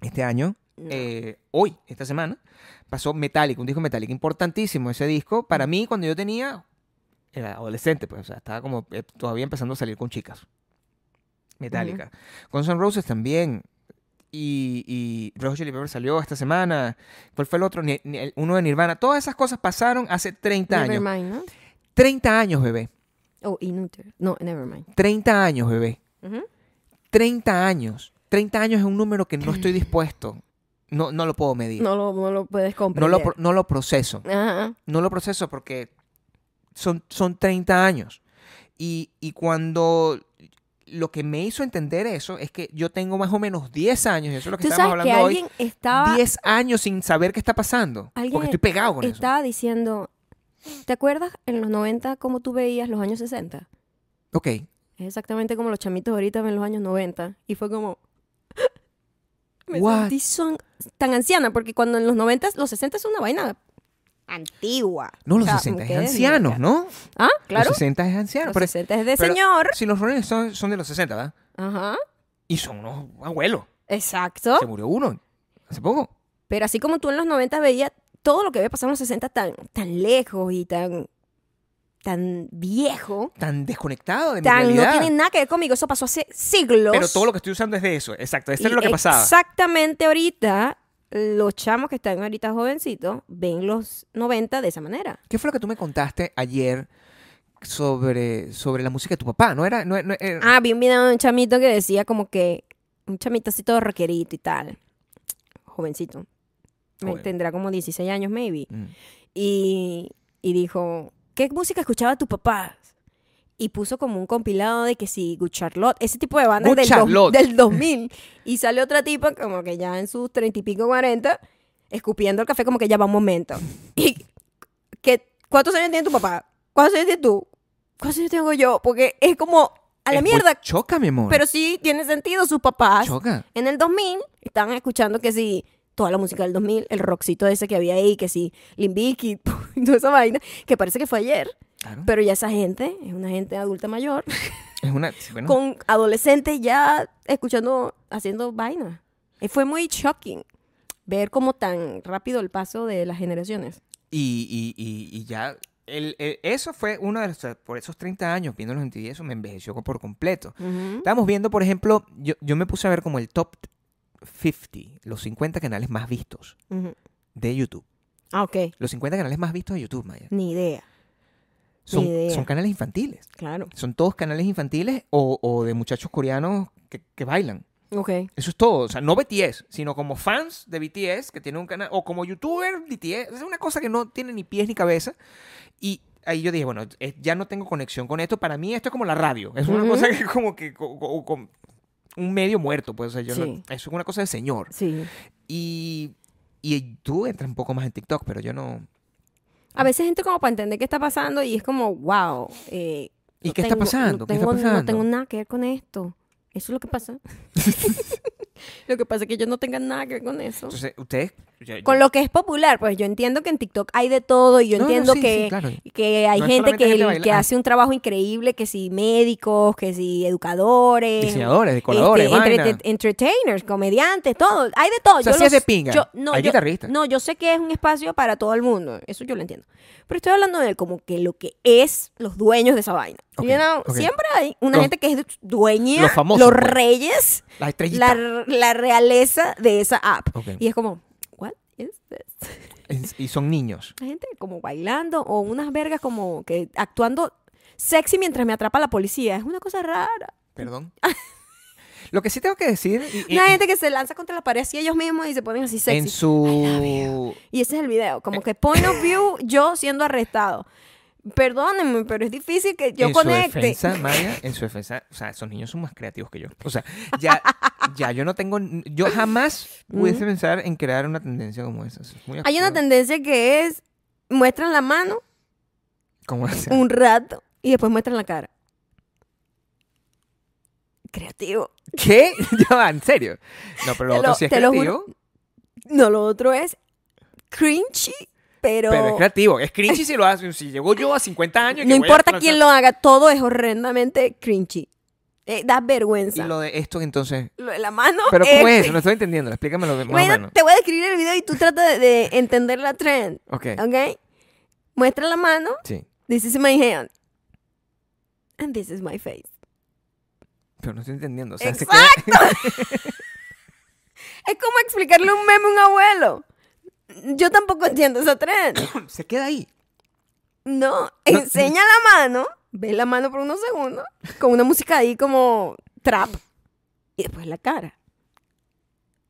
[SPEAKER 2] Este año
[SPEAKER 1] no.
[SPEAKER 2] eh, hoy, esta semana, pasó Metallica, un disco Metallica importantísimo. Ese disco, para
[SPEAKER 1] Mm.
[SPEAKER 2] mí, cuando yo tenía, era adolescente, pues, o sea, estaba como eh, todavía empezando a salir con chicas. Metallica. Con Guns N' Roses también. Y, y Red Hot Chili Peppers salió esta semana. ¿Cuál fue el otro? Ni- ni- el- uno de Nirvana. Todas esas cosas pasaron hace 30 años.
[SPEAKER 1] Nevermind, ¿no?
[SPEAKER 2] 30 años, bebé.
[SPEAKER 1] Oh, Inútil. No, Nevermind.
[SPEAKER 2] 30 años, bebé.
[SPEAKER 1] Ujú.
[SPEAKER 2] 30 años. 30 años es un número que no
[SPEAKER 1] [CLEARS THROAT]
[SPEAKER 2] estoy dispuesto. No, no lo puedo medir.
[SPEAKER 1] no, lo, no lo puedes
[SPEAKER 2] no
[SPEAKER 1] comprender.
[SPEAKER 2] lo, pro- no lo proceso.
[SPEAKER 1] Ajá.
[SPEAKER 2] No lo proceso porque son, son 30 años. Y, y cuando lo que me hizo entender eso es que yo tengo más o menos 10 años, y eso es lo que
[SPEAKER 1] Tú
[SPEAKER 2] estábamos
[SPEAKER 1] sabes que
[SPEAKER 2] hablando hoy,
[SPEAKER 1] alguien estaba,
[SPEAKER 2] 10 años sin saber qué está pasando.
[SPEAKER 1] Alguien
[SPEAKER 2] Porque estoy pegado con eso.
[SPEAKER 1] estaba diciendo, ¿te acuerdas en los 90 cómo tú veías los años 60?
[SPEAKER 2] Ok,
[SPEAKER 1] Es exactamente como los chamitos ahorita ven los años 90. Y fue como... [LAUGHS] Me
[SPEAKER 2] What?
[SPEAKER 1] sentí son- tan anciana, porque cuando en los 90, los 60 es una vaina antigua.
[SPEAKER 2] no los
[SPEAKER 1] O sea,
[SPEAKER 2] 60 es
[SPEAKER 1] quedé
[SPEAKER 2] ancianos,
[SPEAKER 1] loca.
[SPEAKER 2] ¿no?
[SPEAKER 1] Ah, claro.
[SPEAKER 2] Los 60 es anciano.
[SPEAKER 1] Los
[SPEAKER 2] Pero
[SPEAKER 1] 60 es de
[SPEAKER 2] pero-
[SPEAKER 1] señor.
[SPEAKER 2] si los Rolling Stones son de los 60, ¿verdad?
[SPEAKER 1] Ajá.
[SPEAKER 2] Y son unos abuelos.
[SPEAKER 1] Exacto.
[SPEAKER 2] Se murió uno hace poco.
[SPEAKER 1] Pero así como tú en los 90 veías todo lo que había pasado en los 60 tan, tan lejos y tan, tan viejo,
[SPEAKER 2] Tan desconectado de mi
[SPEAKER 1] tan, no
[SPEAKER 2] realidad.
[SPEAKER 1] tiene nada que ver conmigo. Eso pasó hace siglos.
[SPEAKER 2] Pero todo lo que estoy usando es de eso. Exacto, eso
[SPEAKER 1] Y
[SPEAKER 2] es lo que pasaba.
[SPEAKER 1] Exactamente ahorita, los chamos que están ahorita jovencitos ven los 90 de esa manera.
[SPEAKER 2] ¿Qué fue lo que tú me contaste ayer sobre, sobre la música de tu papá? ¿No era? No, eh, no- era-
[SPEAKER 1] Ah, vi un video de un chamito que decía como que un chamito así todo rockerito y tal. Jovencito. Me-
[SPEAKER 2] Joven.
[SPEAKER 1] Tendrá como 16 años, maybe.
[SPEAKER 2] Mm.
[SPEAKER 1] y, y dijo, ¿qué música escuchaba tu papá? Y puso como un compilado de que sí, Good Charlotte, ese tipo de bandas
[SPEAKER 2] Good
[SPEAKER 1] del, dos-
[SPEAKER 2] Charlotte.
[SPEAKER 1] del 2000. Y sale otra tipa como que ya en sus treinta y pico, cuarenta, escupiendo el café como que ya va un momento. Y, ¿qué, ¿Cuántos años tiene tu papá? ¿Cuántos años tienes tú? ¿Cuántos años tengo yo? Porque es como, a la
[SPEAKER 2] Es muy-
[SPEAKER 1] mierda.
[SPEAKER 2] Choca, mi amor.
[SPEAKER 1] Pero sí tiene sentido sus papás.
[SPEAKER 2] Choca.
[SPEAKER 1] En el 2000 estaban escuchando que sí, toda la música del 2000, el rockcito ese que había ahí, que sí, Limbiki, [LAUGHS] toda esa vaina, que parece que fue ayer,
[SPEAKER 2] Claro.
[SPEAKER 1] pero ya esa gente es una gente adulta mayor,
[SPEAKER 2] Es una. sí, bueno,
[SPEAKER 1] con adolescentes ya escuchando, haciendo vaina. Eh, Fue muy shocking ver cómo tan rápido el paso de las generaciones.
[SPEAKER 2] Y, y- y- y ya. el- el- eso fue uno de los. Por esos 30 años viendo los MTV, eso me envejeció por completo.
[SPEAKER 1] Ujú.
[SPEAKER 2] Estábamos viendo, por ejemplo, yo, yo me puse a ver como el top 50, los 50 canales más vistos
[SPEAKER 1] Ujú.
[SPEAKER 2] de YouTube.
[SPEAKER 1] Ah, ok.
[SPEAKER 2] Los 50 canales más vistos de YouTube, Maya.
[SPEAKER 1] Ni idea.
[SPEAKER 2] Son,
[SPEAKER 1] idea.
[SPEAKER 2] son canales infantiles.
[SPEAKER 1] Claro.
[SPEAKER 2] Son todos canales infantiles o, o de muchachos coreanos que, que bailan.
[SPEAKER 1] Ok.
[SPEAKER 2] Eso es todo. O sea, no BTS, sino como fans de BTS que tiene un canal, o como youtuber BTS. Es una cosa que no tiene ni pies ni cabeza. Y ahí yo dije, bueno, eh, ya no tengo conexión con esto. Para mí esto es como la radio. Es una
[SPEAKER 1] Ujú.
[SPEAKER 2] cosa que [LAUGHS] como que... co- co- con un medio muerto, pues. O sea, yo no-
[SPEAKER 1] Sí.
[SPEAKER 2] eso es una cosa del señor.
[SPEAKER 1] Sí.
[SPEAKER 2] Y, y tú entras un poco más en TikTok, pero yo no...
[SPEAKER 1] A veces gente como para entender qué está pasando y es como, wow. eh,
[SPEAKER 2] ¿Y
[SPEAKER 1] no
[SPEAKER 2] qué está
[SPEAKER 1] tengo-
[SPEAKER 2] pasando?
[SPEAKER 1] No
[SPEAKER 2] ¿Qué
[SPEAKER 1] tengo,
[SPEAKER 2] está
[SPEAKER 1] no
[SPEAKER 2] pasando?
[SPEAKER 1] tengo nada que ver con esto. Eso es lo que
[SPEAKER 2] [LAUGHS]
[SPEAKER 1] pasa. lo que pasa es que yo no tenga nada que ver con eso.
[SPEAKER 2] Entonces, ustedes... yo-
[SPEAKER 1] Con
[SPEAKER 2] yo-
[SPEAKER 1] lo que es popular, pues yo entiendo que en TikTok hay de todo y yo
[SPEAKER 2] No, no,
[SPEAKER 1] entiendo
[SPEAKER 2] sí,
[SPEAKER 1] que,
[SPEAKER 2] sí, claro.
[SPEAKER 1] que hay
[SPEAKER 2] No es
[SPEAKER 1] gente
[SPEAKER 2] solamente
[SPEAKER 1] que,
[SPEAKER 2] gente
[SPEAKER 1] el-
[SPEAKER 2] baila-
[SPEAKER 1] que
[SPEAKER 2] ah.
[SPEAKER 1] hace un trabajo increíble, que si médicos, que si educadores,
[SPEAKER 2] Diseñadores, decoradores,
[SPEAKER 1] este,
[SPEAKER 2] vaina.
[SPEAKER 1] entrete- entertainers, comediantes, todo, hay de todo.
[SPEAKER 2] O sea,
[SPEAKER 1] yo
[SPEAKER 2] sí es
[SPEAKER 1] los-
[SPEAKER 2] de pinga.
[SPEAKER 1] yo- no,
[SPEAKER 2] Hay
[SPEAKER 1] yo-
[SPEAKER 2] guitarristas.
[SPEAKER 1] No, yo sé que es un espacio para todo el mundo, eso yo lo entiendo. Pero estoy hablando de como que lo que es los dueños de esa vaina.
[SPEAKER 2] Ok,
[SPEAKER 1] You know,
[SPEAKER 2] ok.
[SPEAKER 1] Siempre hay una
[SPEAKER 2] Los-
[SPEAKER 1] gente que es dueña,
[SPEAKER 2] los famosos,
[SPEAKER 1] los
[SPEAKER 2] pues.
[SPEAKER 1] reyes
[SPEAKER 2] Las
[SPEAKER 1] la,
[SPEAKER 2] estrellitas.
[SPEAKER 1] la realeza de esa app.
[SPEAKER 2] Ok.
[SPEAKER 1] Y es como, what is this?
[SPEAKER 2] Es- Y son niños.
[SPEAKER 1] La gente como bailando o unas vergas como que actuando sexy mientras me atrapa la policía. Es una cosa rara.
[SPEAKER 2] Perdón. [LAUGHS] Lo que sí tengo que decir... y- y-
[SPEAKER 1] Una gente que se lanza contra la pared así ellos mismos y se ponen así
[SPEAKER 2] Eh, en
[SPEAKER 1] sexy.
[SPEAKER 2] su...
[SPEAKER 1] Y ese es el video.
[SPEAKER 2] Eh.
[SPEAKER 1] Como que point of view, yo siendo arrestado. Perdónenme, pero es difícil que yo
[SPEAKER 2] en su
[SPEAKER 1] conecte.
[SPEAKER 2] defensa, Maya, en su defensa, o sea, esos niños son más creativos que yo. O sea, ya, ya yo no tengo, yo [LAUGHS] jamás pudiese pensar en crear una tendencia como esa. Eso es muy
[SPEAKER 1] Hay una
[SPEAKER 2] absurdo.
[SPEAKER 1] tendencia que es muestran la mano
[SPEAKER 2] Como esa.
[SPEAKER 1] un rato y después muestran la cara. Creativo.
[SPEAKER 2] [LAUGHS] ¿Qué? [LAUGHS] Ya va, en serio. No, pero lo
[SPEAKER 1] Te
[SPEAKER 2] otro
[SPEAKER 1] lo-
[SPEAKER 2] sí es
[SPEAKER 1] te lo
[SPEAKER 2] creativo.
[SPEAKER 1] No, lo otro es cringy, pero,
[SPEAKER 2] Pero es creativo. Es cringy si lo hace. Si llegó yo a 50 [LAUGHS] años. y
[SPEAKER 1] no
[SPEAKER 2] que voy a
[SPEAKER 1] importa
[SPEAKER 2] lanzar-
[SPEAKER 1] quién lo haga, todo es horrendamente cringy. Eh, da vergüenza.
[SPEAKER 2] Y
[SPEAKER 1] Lo,
[SPEAKER 2] lo de esto entonces.
[SPEAKER 1] de la mano
[SPEAKER 2] Pero
[SPEAKER 1] es-
[SPEAKER 2] ¿cómo es eso? No estoy entendiendo. Explícamelo de- más o
[SPEAKER 1] Imagina-
[SPEAKER 2] menos.
[SPEAKER 1] Te voy a describir el video y tú trata de, de entender la trend,
[SPEAKER 2] Ok.
[SPEAKER 1] ¿ok? Muestra la mano.
[SPEAKER 2] Sí.
[SPEAKER 1] This is my hand. And this is my face.
[SPEAKER 2] Pero no estoy entendiendo. O sea, se
[SPEAKER 1] Exacto. Es como explicarle un meme a un abuelo. Yo tampoco entiendo esa trend.
[SPEAKER 2] queda- se queda ahí.
[SPEAKER 1] No, enseña la mano, ve la mano por unos segundos, con una música ahí como trap, y después la cara.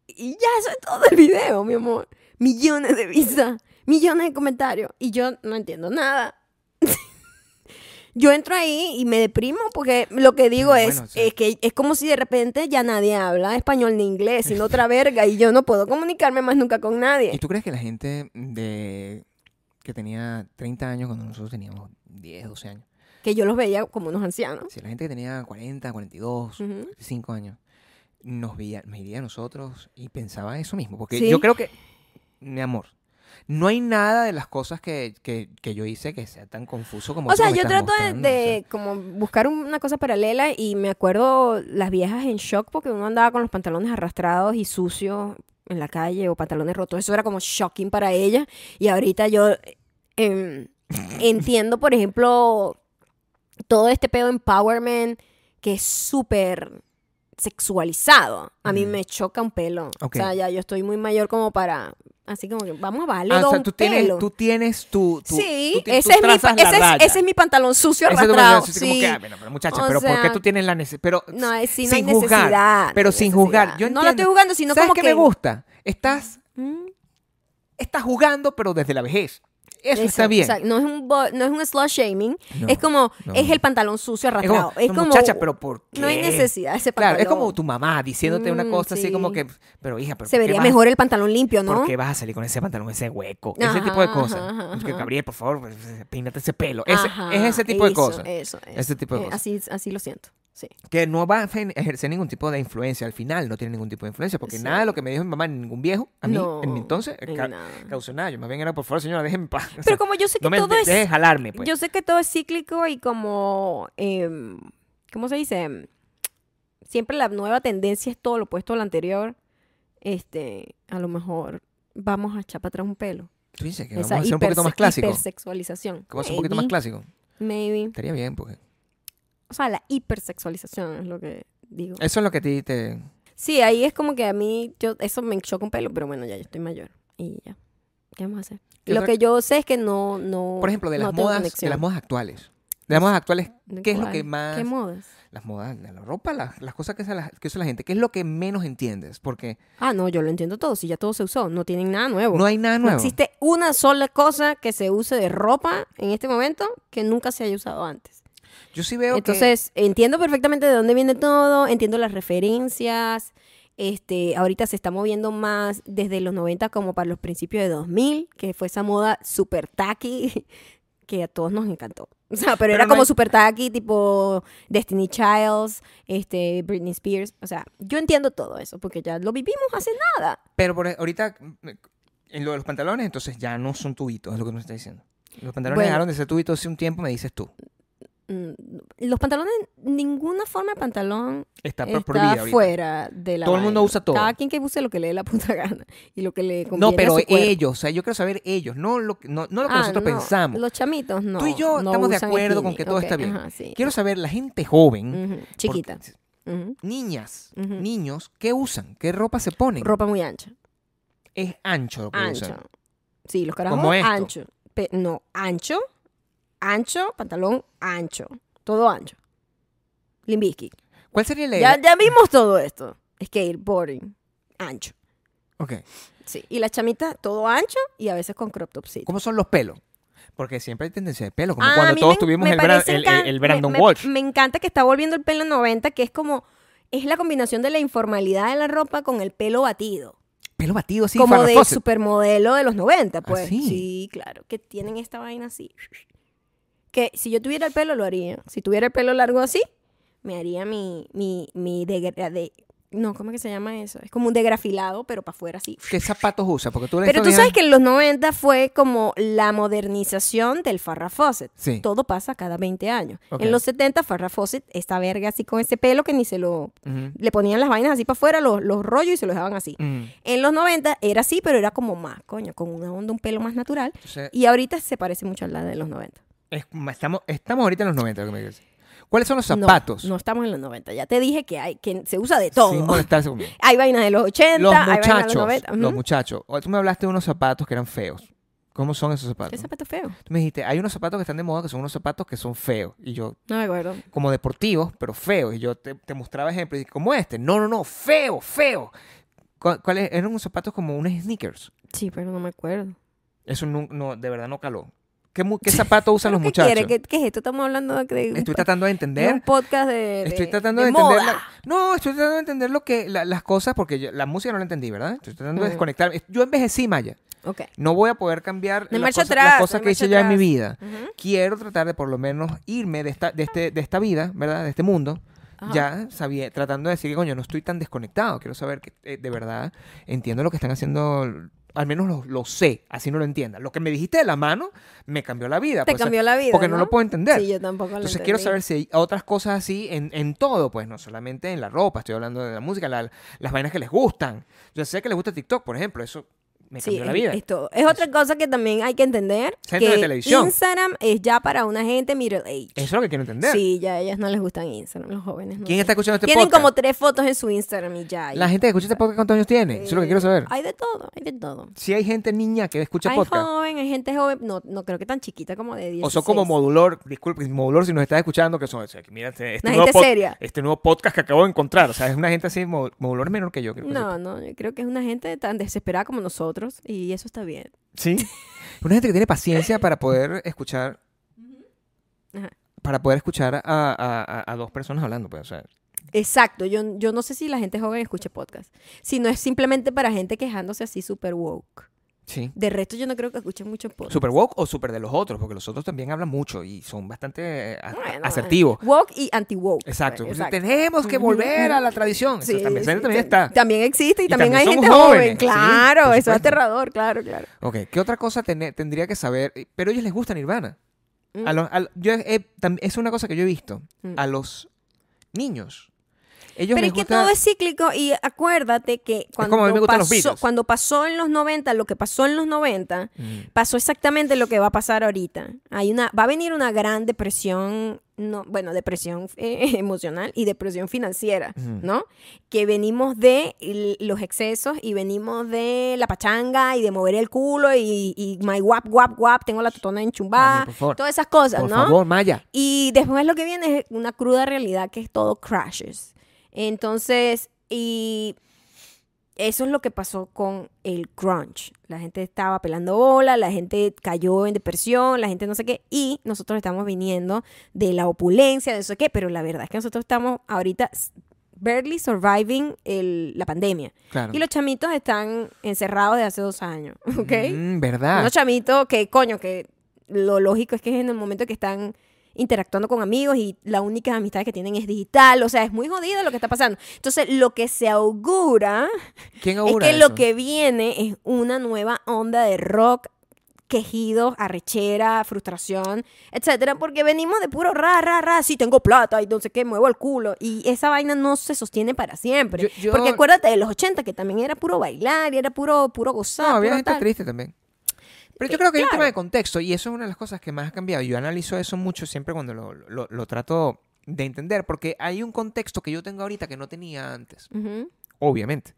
[SPEAKER 1] Y ya, eso es todo el video, mi amor. Millones de vistas, millones de comentarios, y yo no entiendo nada. [LAUGHS] yo entro ahí y me deprimo porque lo que digo
[SPEAKER 2] Bueno,
[SPEAKER 1] es,
[SPEAKER 2] o sea.
[SPEAKER 1] es que es como si de repente ya nadie habla español ni inglés, sino otra verga, y yo no puedo comunicarme más nunca con nadie.
[SPEAKER 2] ¿Y tú crees que la gente de que tenía 30 años cuando nosotros teníamos 10, 12 años?
[SPEAKER 1] Que yo los veía como unos ancianos.
[SPEAKER 2] Si la gente que tenía 40, 42,
[SPEAKER 1] Ujú.
[SPEAKER 2] 45 años nos veía, nos iría a nosotros y pensaba eso mismo. Porque
[SPEAKER 1] Sí.
[SPEAKER 2] yo creo que, mi amor, no hay nada de las cosas que, que- que yo hice que sea tan confuso como
[SPEAKER 1] O
[SPEAKER 2] eso
[SPEAKER 1] sea,
[SPEAKER 2] que me
[SPEAKER 1] yo
[SPEAKER 2] estás
[SPEAKER 1] trato de,
[SPEAKER 2] mostrando, o sea.
[SPEAKER 1] de como buscar una cosa paralela y me acuerdo las viejas en shock porque uno andaba con los pantalones arrastrados y sucios en la calle o pantalones rotos. Eso era como shocking para ella. Y ahorita yo em, entiendo, por ejemplo, todo este pedo empowerment que es súper sexualizado. A mí
[SPEAKER 2] Mm.
[SPEAKER 1] me choca un pelo.
[SPEAKER 2] Ok.
[SPEAKER 1] O sea, ya yo estoy muy mayor como para... Así como que vamos a bajarle
[SPEAKER 2] Ah, o
[SPEAKER 1] dos
[SPEAKER 2] sea,
[SPEAKER 1] un
[SPEAKER 2] tú tienes,
[SPEAKER 1] pelo.
[SPEAKER 2] tú tienes tu... tu-
[SPEAKER 1] Sí,
[SPEAKER 2] tú ti-
[SPEAKER 1] ese
[SPEAKER 2] tú
[SPEAKER 1] es, mi, pa-
[SPEAKER 2] trazas la
[SPEAKER 1] ese,
[SPEAKER 2] raya.
[SPEAKER 1] es, ese es mi pantalón sucio
[SPEAKER 2] Ese es tu
[SPEAKER 1] arrastrado.
[SPEAKER 2] proceso, así como
[SPEAKER 1] sí.
[SPEAKER 2] que, ah, bueno, pero muchacha,
[SPEAKER 1] O
[SPEAKER 2] pero ¿por qué
[SPEAKER 1] sea,
[SPEAKER 2] tú tienes la necesidad? Pero
[SPEAKER 1] No, es, sí, no
[SPEAKER 2] sin
[SPEAKER 1] hay
[SPEAKER 2] juzgar,
[SPEAKER 1] necesidad.
[SPEAKER 2] pero
[SPEAKER 1] no hay
[SPEAKER 2] sin
[SPEAKER 1] necesidad.
[SPEAKER 2] juzgar. Yo
[SPEAKER 1] no la estoy
[SPEAKER 2] entiendo.
[SPEAKER 1] jugando, sino
[SPEAKER 2] ¿Sabes
[SPEAKER 1] como
[SPEAKER 2] qué
[SPEAKER 1] que...
[SPEAKER 2] me gusta? Estás,
[SPEAKER 1] Mm,
[SPEAKER 2] estás jugando, pero desde la vejez. Eso, está
[SPEAKER 1] eso,
[SPEAKER 2] bien.
[SPEAKER 1] o sea, no es un, bo- no es un slut shaming.
[SPEAKER 2] No,
[SPEAKER 1] es como,
[SPEAKER 2] no.
[SPEAKER 1] es el pantalón sucio
[SPEAKER 2] es como,
[SPEAKER 1] arrastrado. Es
[SPEAKER 2] "No,
[SPEAKER 1] como,
[SPEAKER 2] muchacha, pero ¿por qué?
[SPEAKER 1] no hay necesidad de ese
[SPEAKER 2] Claro,
[SPEAKER 1] pantalón.
[SPEAKER 2] es como tu mamá diciéndote una
[SPEAKER 1] Mm,
[SPEAKER 2] cosa así como
[SPEAKER 1] sí.
[SPEAKER 2] que, pero hija, pero
[SPEAKER 1] Se
[SPEAKER 2] ¿por qué
[SPEAKER 1] vería
[SPEAKER 2] vas-
[SPEAKER 1] mejor el pantalón limpio, ¿no?
[SPEAKER 2] ¿Por qué vas a salir con ese pantalón, ese hueco? ese tipo de
[SPEAKER 1] Ajá,
[SPEAKER 2] cosas.
[SPEAKER 1] ajá,
[SPEAKER 2] Es que,
[SPEAKER 1] ajá.
[SPEAKER 2] Gabriel, por favor, pues, peínate ese pelo. Ese-
[SPEAKER 1] Ajá,
[SPEAKER 2] es ese tipo de
[SPEAKER 1] eso,
[SPEAKER 2] cosas.
[SPEAKER 1] Eso, eso.
[SPEAKER 2] Ese tipo de
[SPEAKER 1] Eh,
[SPEAKER 2] cosas.
[SPEAKER 1] Así, así lo siento. Sí.
[SPEAKER 2] que no va a fe- ejercer ningún tipo de influencia. Al final no tiene ningún tipo de influencia, porque
[SPEAKER 1] Sí.
[SPEAKER 2] nada de lo que me dijo mi mamá, ningún viejo, a mí,
[SPEAKER 1] No,
[SPEAKER 2] en mi entonces,
[SPEAKER 1] en
[SPEAKER 2] Eh, ca-
[SPEAKER 1] nada.
[SPEAKER 2] causó nada. Yo más bien era, por favor, señora, déjenme en paz. [LAUGHS] O sea,
[SPEAKER 1] Pero como yo sé que
[SPEAKER 2] no me
[SPEAKER 1] todo
[SPEAKER 2] de-
[SPEAKER 1] es
[SPEAKER 2] deje jalarme, pues.
[SPEAKER 1] Yo sé que todo es cíclico y como, em, ¿cómo se dice? Em, Siempre la nueva tendencia es todo lo opuesto a lo anterior. Este, a lo mejor vamos a echar para atrás un pelo.
[SPEAKER 2] Tú dices que vamos
[SPEAKER 1] Esa
[SPEAKER 2] a hacer un poquito
[SPEAKER 1] hiperse-
[SPEAKER 2] más clásico. Que
[SPEAKER 1] hipersexualización.
[SPEAKER 2] vamos a hacer un poquito más
[SPEAKER 1] Maybe,
[SPEAKER 2] clásico.
[SPEAKER 1] Maybe.
[SPEAKER 2] Estaría bien, porque.
[SPEAKER 1] O sea, la hipersexualización es lo que digo.
[SPEAKER 2] Eso es lo que a ti te.
[SPEAKER 1] Sí, ahí es como que a mí yo, eso me choca un pelo, pero bueno, ya yo estoy mayor. Y ya. ¿Qué vamos a hacer?
[SPEAKER 2] ¿Qué
[SPEAKER 1] Lo
[SPEAKER 2] otra-
[SPEAKER 1] que yo sé es que no, no.
[SPEAKER 2] Por ejemplo, de
[SPEAKER 1] no
[SPEAKER 2] las
[SPEAKER 1] tengo
[SPEAKER 2] modas, de
[SPEAKER 1] conexión.
[SPEAKER 2] las modas actuales. De las modas actuales,
[SPEAKER 1] ¿De
[SPEAKER 2] ¿qué es lo
[SPEAKER 1] cuál?
[SPEAKER 2] que más.
[SPEAKER 1] ¿Qué modas?
[SPEAKER 2] las modas, la la ropa, las, las cosas que, se las- que usa la gente. ¿Qué es lo que menos entiendes? Porque
[SPEAKER 1] Ah, no, yo lo entiendo todo. Si ya todo se usó, no tienen nada nuevo.
[SPEAKER 2] no hay nada
[SPEAKER 1] No
[SPEAKER 2] nuevo.
[SPEAKER 1] existe una sola cosa que se use de ropa en este momento que nunca se haya usado antes.
[SPEAKER 2] Yo sí veo
[SPEAKER 1] Entonces, entiendo perfectamente de dónde viene todo, entiendo las referencias. Este, ahorita se está moviendo más desde los 90 como para los principios de 2000, que fue esa moda super tacky [LAUGHS] que a todos nos encantó. O sea, pero,
[SPEAKER 2] Pero
[SPEAKER 1] era
[SPEAKER 2] no
[SPEAKER 1] como
[SPEAKER 2] hay-
[SPEAKER 1] super tacky, tipo Destiny Childs, este, Britney Spears. O sea, yo entiendo todo eso porque ya lo vivimos hace nada.
[SPEAKER 2] que... Pero por, ahorita, mm, en lo de los pantalones, entonces ya no son tubitos, es lo que tú me estás diciendo. Los pantalones
[SPEAKER 1] Bueno.
[SPEAKER 2] dejaron de ser tubitos hace un tiempo, me dices tú.
[SPEAKER 1] Mm, Los pantalones, ninguna forma de pantalón
[SPEAKER 2] Está, pro-
[SPEAKER 1] está
[SPEAKER 2] prohibida ahorita.
[SPEAKER 1] fuera de la
[SPEAKER 2] Todo el mundo
[SPEAKER 1] vaina.
[SPEAKER 2] usa todo.
[SPEAKER 1] Cada quien que use lo que le dé la [LAUGHS] puta gana y lo que le conviene
[SPEAKER 2] No, pero
[SPEAKER 1] a su cuerpo.
[SPEAKER 2] ellos, o sea, yo quiero saber ellos, no lo, que- no, no lo que
[SPEAKER 1] Ah,
[SPEAKER 2] nosotros
[SPEAKER 1] no,
[SPEAKER 2] pensamos.
[SPEAKER 1] Los chamitos no.
[SPEAKER 2] Tú y yo
[SPEAKER 1] no
[SPEAKER 2] estamos de
[SPEAKER 1] usan
[SPEAKER 2] acuerdo con
[SPEAKER 1] skinny.
[SPEAKER 2] que todo
[SPEAKER 1] Ok,
[SPEAKER 2] está bien.
[SPEAKER 1] ajá, sí.
[SPEAKER 2] Quiero saber, la gente joven,
[SPEAKER 1] Ujú, Mm, Chiquita.
[SPEAKER 2] porque-
[SPEAKER 1] Ujú.
[SPEAKER 2] niñas,
[SPEAKER 1] Ujú.
[SPEAKER 2] niños, ¿qué usan? ¿Qué ropa se ponen?
[SPEAKER 1] Ropa muy ancha.
[SPEAKER 2] es ancho lo que usan.
[SPEAKER 1] Ancho. Sí, los carajos
[SPEAKER 2] Como esto.
[SPEAKER 1] ancho. Pe- no, ancho. Ancho, pantalón ancho. Todo ancho. Limbisky.
[SPEAKER 2] ¿Cuál sería la
[SPEAKER 1] Ya, ya vimos todo esto. Skateboarding. Ancho.
[SPEAKER 2] Ok.
[SPEAKER 1] Sí. Y las chamitas, todo ancho y a veces con crop topsito.
[SPEAKER 2] ¿Cómo son los pelos? Porque siempre hay tendencia de pelo, como
[SPEAKER 1] Ah, a
[SPEAKER 2] cuando
[SPEAKER 1] mí
[SPEAKER 2] todos
[SPEAKER 1] me-
[SPEAKER 2] tuvimos
[SPEAKER 1] me
[SPEAKER 2] el, Bra-
[SPEAKER 1] parece
[SPEAKER 2] el-
[SPEAKER 1] encan-
[SPEAKER 2] el- el Brandon
[SPEAKER 1] me- me-
[SPEAKER 2] Walsh.
[SPEAKER 1] Me encanta que está volviendo el pelo 90, que es como. Es la combinación de la informalidad de la ropa con el pelo batido.
[SPEAKER 2] Pelo batido así,
[SPEAKER 1] como
[SPEAKER 2] Farrah
[SPEAKER 1] de
[SPEAKER 2] Fawcett. Ah,
[SPEAKER 1] supermodelo de los 90, pues.
[SPEAKER 2] sí?
[SPEAKER 1] Sí, claro. Que tienen esta vaina así. Que si yo tuviera el pelo, lo haría. Si tuviera el pelo largo así, me haría mi. mi, mi degra- de- no, ¿cómo que se llama eso? Es como un degrafilado, pero para afuera así.
[SPEAKER 2] ¿Qué zapatos usa? Porque tú le
[SPEAKER 1] Pero tú sabes que en los 90 fue como la modernización del Farrah Fawcett.
[SPEAKER 2] Sí.
[SPEAKER 1] Todo pasa cada 20 años.
[SPEAKER 2] Ok.
[SPEAKER 1] En los 70, Farrah Fawcett, esta verga así con ese pelo que ni se lo...
[SPEAKER 2] Ujú.
[SPEAKER 1] Le ponían las vainas así para afuera, los, los rollos y se los dejaban así.
[SPEAKER 2] Mm.
[SPEAKER 1] En los 90 era así, pero era como más, coño, con una onda, un pelo más natural.
[SPEAKER 2] Entonces,
[SPEAKER 1] Y ahorita se parece mucho a la de los 90.
[SPEAKER 2] es- estamos, estamos ahorita en los 90, lo que me dices. ¿Cuáles son los
[SPEAKER 1] No,
[SPEAKER 2] zapatos?
[SPEAKER 1] No, estamos en los 90. Ya te dije que hay que se usa de
[SPEAKER 2] Sin
[SPEAKER 1] todo.
[SPEAKER 2] molestarse conmigo.
[SPEAKER 1] [LAUGHS] hay vainas de los 80,
[SPEAKER 2] Los
[SPEAKER 1] hay vainas de los
[SPEAKER 2] muchachos.
[SPEAKER 1] 90.
[SPEAKER 2] Los
[SPEAKER 1] Ujú.
[SPEAKER 2] muchachos. O- Tú me hablaste de unos zapatos que eran feos. ¿Cómo son esos
[SPEAKER 1] ¿Qué
[SPEAKER 2] zapatos?
[SPEAKER 1] zapato feo?
[SPEAKER 2] Tú me dijiste, hay unos zapatos que están de moda que son unos zapatos que son feos. Y yo,
[SPEAKER 1] No me acuerdo.
[SPEAKER 2] como deportivos, pero feos. Y yo te, te mostraba ejemplos y como este. No, no, no, feo, feo. ¿Cuál- cuáles Eran unos zapatos como unos sneakers.
[SPEAKER 1] Sí, pero no me acuerdo.
[SPEAKER 2] Eso no, no, de verdad no caló. ¿Qué, mu-
[SPEAKER 1] [LAUGHS]
[SPEAKER 2] qué zapatos usan los
[SPEAKER 1] ¿Qué quiere?
[SPEAKER 2] muchachos?
[SPEAKER 1] ¿Qué, qué es esto? Estamos hablando de, de un
[SPEAKER 2] Estoy
[SPEAKER 1] pa-
[SPEAKER 2] tratando de
[SPEAKER 1] de un
[SPEAKER 2] entender.
[SPEAKER 1] podcast de, de-
[SPEAKER 2] Estoy tratando de,
[SPEAKER 1] moda.
[SPEAKER 2] entender. la- no, estoy tratando de entender lo que, la- las cosas, porque yo- la música no la entendí, ¿verdad? Estoy tratando de
[SPEAKER 1] Mm.
[SPEAKER 2] desconectarme. Yo envejecí, Maya.
[SPEAKER 1] Ok.
[SPEAKER 2] No voy a poder cambiar
[SPEAKER 1] No hay
[SPEAKER 2] las
[SPEAKER 1] marcha
[SPEAKER 2] cosas,
[SPEAKER 1] atrás,
[SPEAKER 2] las
[SPEAKER 1] no
[SPEAKER 2] cosas
[SPEAKER 1] hay
[SPEAKER 2] que hice
[SPEAKER 1] marcha
[SPEAKER 2] ya en mi
[SPEAKER 1] atrás.
[SPEAKER 2] vida.
[SPEAKER 1] Ujú.
[SPEAKER 2] Quiero tratar de por lo menos irme de esta, de este, de esta vida, ¿verdad? De este mundo.
[SPEAKER 1] Ajá.
[SPEAKER 2] Ya sabía, tratando de decir, coño, no estoy tan desconectado. Quiero saber que eh, de verdad entiendo lo que están haciendo. Al menos lo, lo sé, así no lo entienda. Lo que me dijiste de la mano me cambió la vida.
[SPEAKER 1] Te
[SPEAKER 2] pues, o sea,
[SPEAKER 1] cambió la vida.
[SPEAKER 2] Porque no, lo puedo entender.
[SPEAKER 1] Sí, yo tampoco lo
[SPEAKER 2] Entonces quiero
[SPEAKER 1] entendí.
[SPEAKER 2] saber si hay otras cosas así en, en todo, pues no solamente en la ropa, estoy hablando de la música, la- las vainas que les gustan. Yo sé que les gusta TikTok, por ejemplo, eso me
[SPEAKER 1] Sí,
[SPEAKER 2] cambió la
[SPEAKER 1] es-
[SPEAKER 2] vida.
[SPEAKER 1] Es, todo. Es otra cosa que también hay que entender.
[SPEAKER 2] Centro
[SPEAKER 1] que
[SPEAKER 2] de televisión.
[SPEAKER 1] Instagram es ya para una gente middle age.
[SPEAKER 2] Eso es lo que quiero entender.
[SPEAKER 1] Sí, ya a ellas no les gustan Instagram, los jóvenes no.
[SPEAKER 2] ¿Quién
[SPEAKER 1] les-
[SPEAKER 2] está escuchando este
[SPEAKER 1] Tienen
[SPEAKER 2] podcast?
[SPEAKER 1] como tres fotos en su Instagram y ya. y- eh,
[SPEAKER 2] La gente que escucha este podcast, ¿cuántos años tiene? Eso es lo que quiero saber.
[SPEAKER 1] Hay de todo, hay de todo.
[SPEAKER 2] Si hay gente niña que escucha
[SPEAKER 1] hay
[SPEAKER 2] podcast,
[SPEAKER 1] joven, hay gente joven, no, no creo que tan chiquita como de 10.
[SPEAKER 2] o son como modulor, disculpe, modulor si nos estás escuchando, que son, o sea, que mira, este, este
[SPEAKER 1] Una
[SPEAKER 2] nuevo
[SPEAKER 1] gente
[SPEAKER 2] pod-
[SPEAKER 1] seria.
[SPEAKER 2] este nuevo podcast que acabo de encontrar, o sea, es una gente así, mo- modulor es menor que yo. creo que
[SPEAKER 1] No, no, yo creo que es una gente tan desesperada como nosotros y eso está bien.
[SPEAKER 2] Sí. [LAUGHS] Una gente que tiene paciencia para poder escuchar.
[SPEAKER 1] Ajá.
[SPEAKER 2] Para poder escuchar a, a- a- a dos personas hablando, pues, o sea,
[SPEAKER 1] Exacto, yo, yo no sé si la gente joven escucha podcast, si no es simplemente para gente quejándose así super woke.
[SPEAKER 2] sí.
[SPEAKER 1] De resto yo no creo que escuchen mucho podcast.
[SPEAKER 2] Super woke o super de los otros, porque los otros también hablan mucho y son bastante eh, a-
[SPEAKER 1] Bueno,
[SPEAKER 2] asertivos.
[SPEAKER 1] Woke y anti-woke.
[SPEAKER 2] Exacto.
[SPEAKER 1] pues,
[SPEAKER 2] Tenemos que
[SPEAKER 1] Ujú,
[SPEAKER 2] volver
[SPEAKER 1] ujú.
[SPEAKER 2] a la tradición. Eso
[SPEAKER 1] Sí,
[SPEAKER 2] también,
[SPEAKER 1] sí,
[SPEAKER 2] eso también
[SPEAKER 1] sí.
[SPEAKER 2] está.
[SPEAKER 1] También existe y,
[SPEAKER 2] Y
[SPEAKER 1] también,
[SPEAKER 2] también
[SPEAKER 1] hay
[SPEAKER 2] somos
[SPEAKER 1] gente
[SPEAKER 2] jóvenes,
[SPEAKER 1] joven.
[SPEAKER 2] sí,
[SPEAKER 1] Claro,
[SPEAKER 2] por
[SPEAKER 1] eso es
[SPEAKER 2] supuesto.
[SPEAKER 1] aterrador, claro, claro.
[SPEAKER 2] Ok, ¿qué otra cosa tené- tendría que saber? Eh, Pero a ellos les gusta Nirvana.
[SPEAKER 1] Mm.
[SPEAKER 2] A los- a- yo he- he- tam- es una cosa que yo he visto.
[SPEAKER 1] Mm.
[SPEAKER 2] A los niños Ellos
[SPEAKER 1] Pero
[SPEAKER 2] les
[SPEAKER 1] es que
[SPEAKER 2] gusta-
[SPEAKER 1] todo es cíclico y acuérdate que cuando,
[SPEAKER 2] como a mí me gustan los
[SPEAKER 1] pasó,
[SPEAKER 2] Beatles.
[SPEAKER 1] cuando pasó en los 90, lo que pasó en los 90,
[SPEAKER 2] Mm.
[SPEAKER 1] pasó exactamente lo que va a pasar ahorita. Hay una, va a venir una gran depresión, no, bueno, depresión eh, [LAUGHS] emocional y depresión financiera,
[SPEAKER 2] Ujú.
[SPEAKER 1] ¿no? Que venimos de l- los excesos y venimos de la pachanga y de mover el culo y, y my guap, guap, guap, tengo la totona enchumbada,
[SPEAKER 2] Mami, por favor.
[SPEAKER 1] todas esas cosas,
[SPEAKER 2] Por
[SPEAKER 1] ¿no?
[SPEAKER 2] favor, Maya.
[SPEAKER 1] Y después lo que viene es una cruda realidad que es todo crashes. Entonces, y eso es lo que pasó con el crunch. La gente estaba pelando bola, la gente cayó en depresión, la gente no sé qué. Y nosotros estamos viniendo de la opulencia, de eso qué. Pero la verdad es que nosotros estamos ahorita s- barely surviving el- la pandemia.
[SPEAKER 2] Claro.
[SPEAKER 1] Y los chamitos están encerrados desde hace dos años, [LAUGHS] ¿ok?
[SPEAKER 2] Mm, ¿Verdad?
[SPEAKER 1] Unos chamitos que, coño, que lo lógico es que es en el momento que están interactuando con amigos y la única amistad que tienen es digital. O sea, es muy jodido lo que está pasando. Entonces, lo que se augura,
[SPEAKER 2] ¿Quién
[SPEAKER 1] es
[SPEAKER 2] augura
[SPEAKER 1] que
[SPEAKER 2] eso?
[SPEAKER 1] lo que viene es una nueva onda de rock, quejidos, arrechera, frustración, etcétera, porque venimos de puro ra, ra, ra, sí tengo plata y no sé qué, muevo el culo. Y esa vaina no se sostiene para siempre.
[SPEAKER 2] Yo- yo-
[SPEAKER 1] Porque acuérdate de los 80 que también era puro bailar y era puro, puro gozar.
[SPEAKER 2] No, había
[SPEAKER 1] puro
[SPEAKER 2] gente
[SPEAKER 1] tal.
[SPEAKER 2] triste también. Pero yo
[SPEAKER 1] Eh,
[SPEAKER 2] creo que hay un
[SPEAKER 1] claro.
[SPEAKER 2] tema de contexto y eso es una de las cosas que más ha cambiado. Yo analizo eso mucho siempre cuando lo, lo- lo trato de entender, porque hay un contexto que yo tengo ahorita que no tenía antes,
[SPEAKER 1] Ujú.
[SPEAKER 2] obviamente.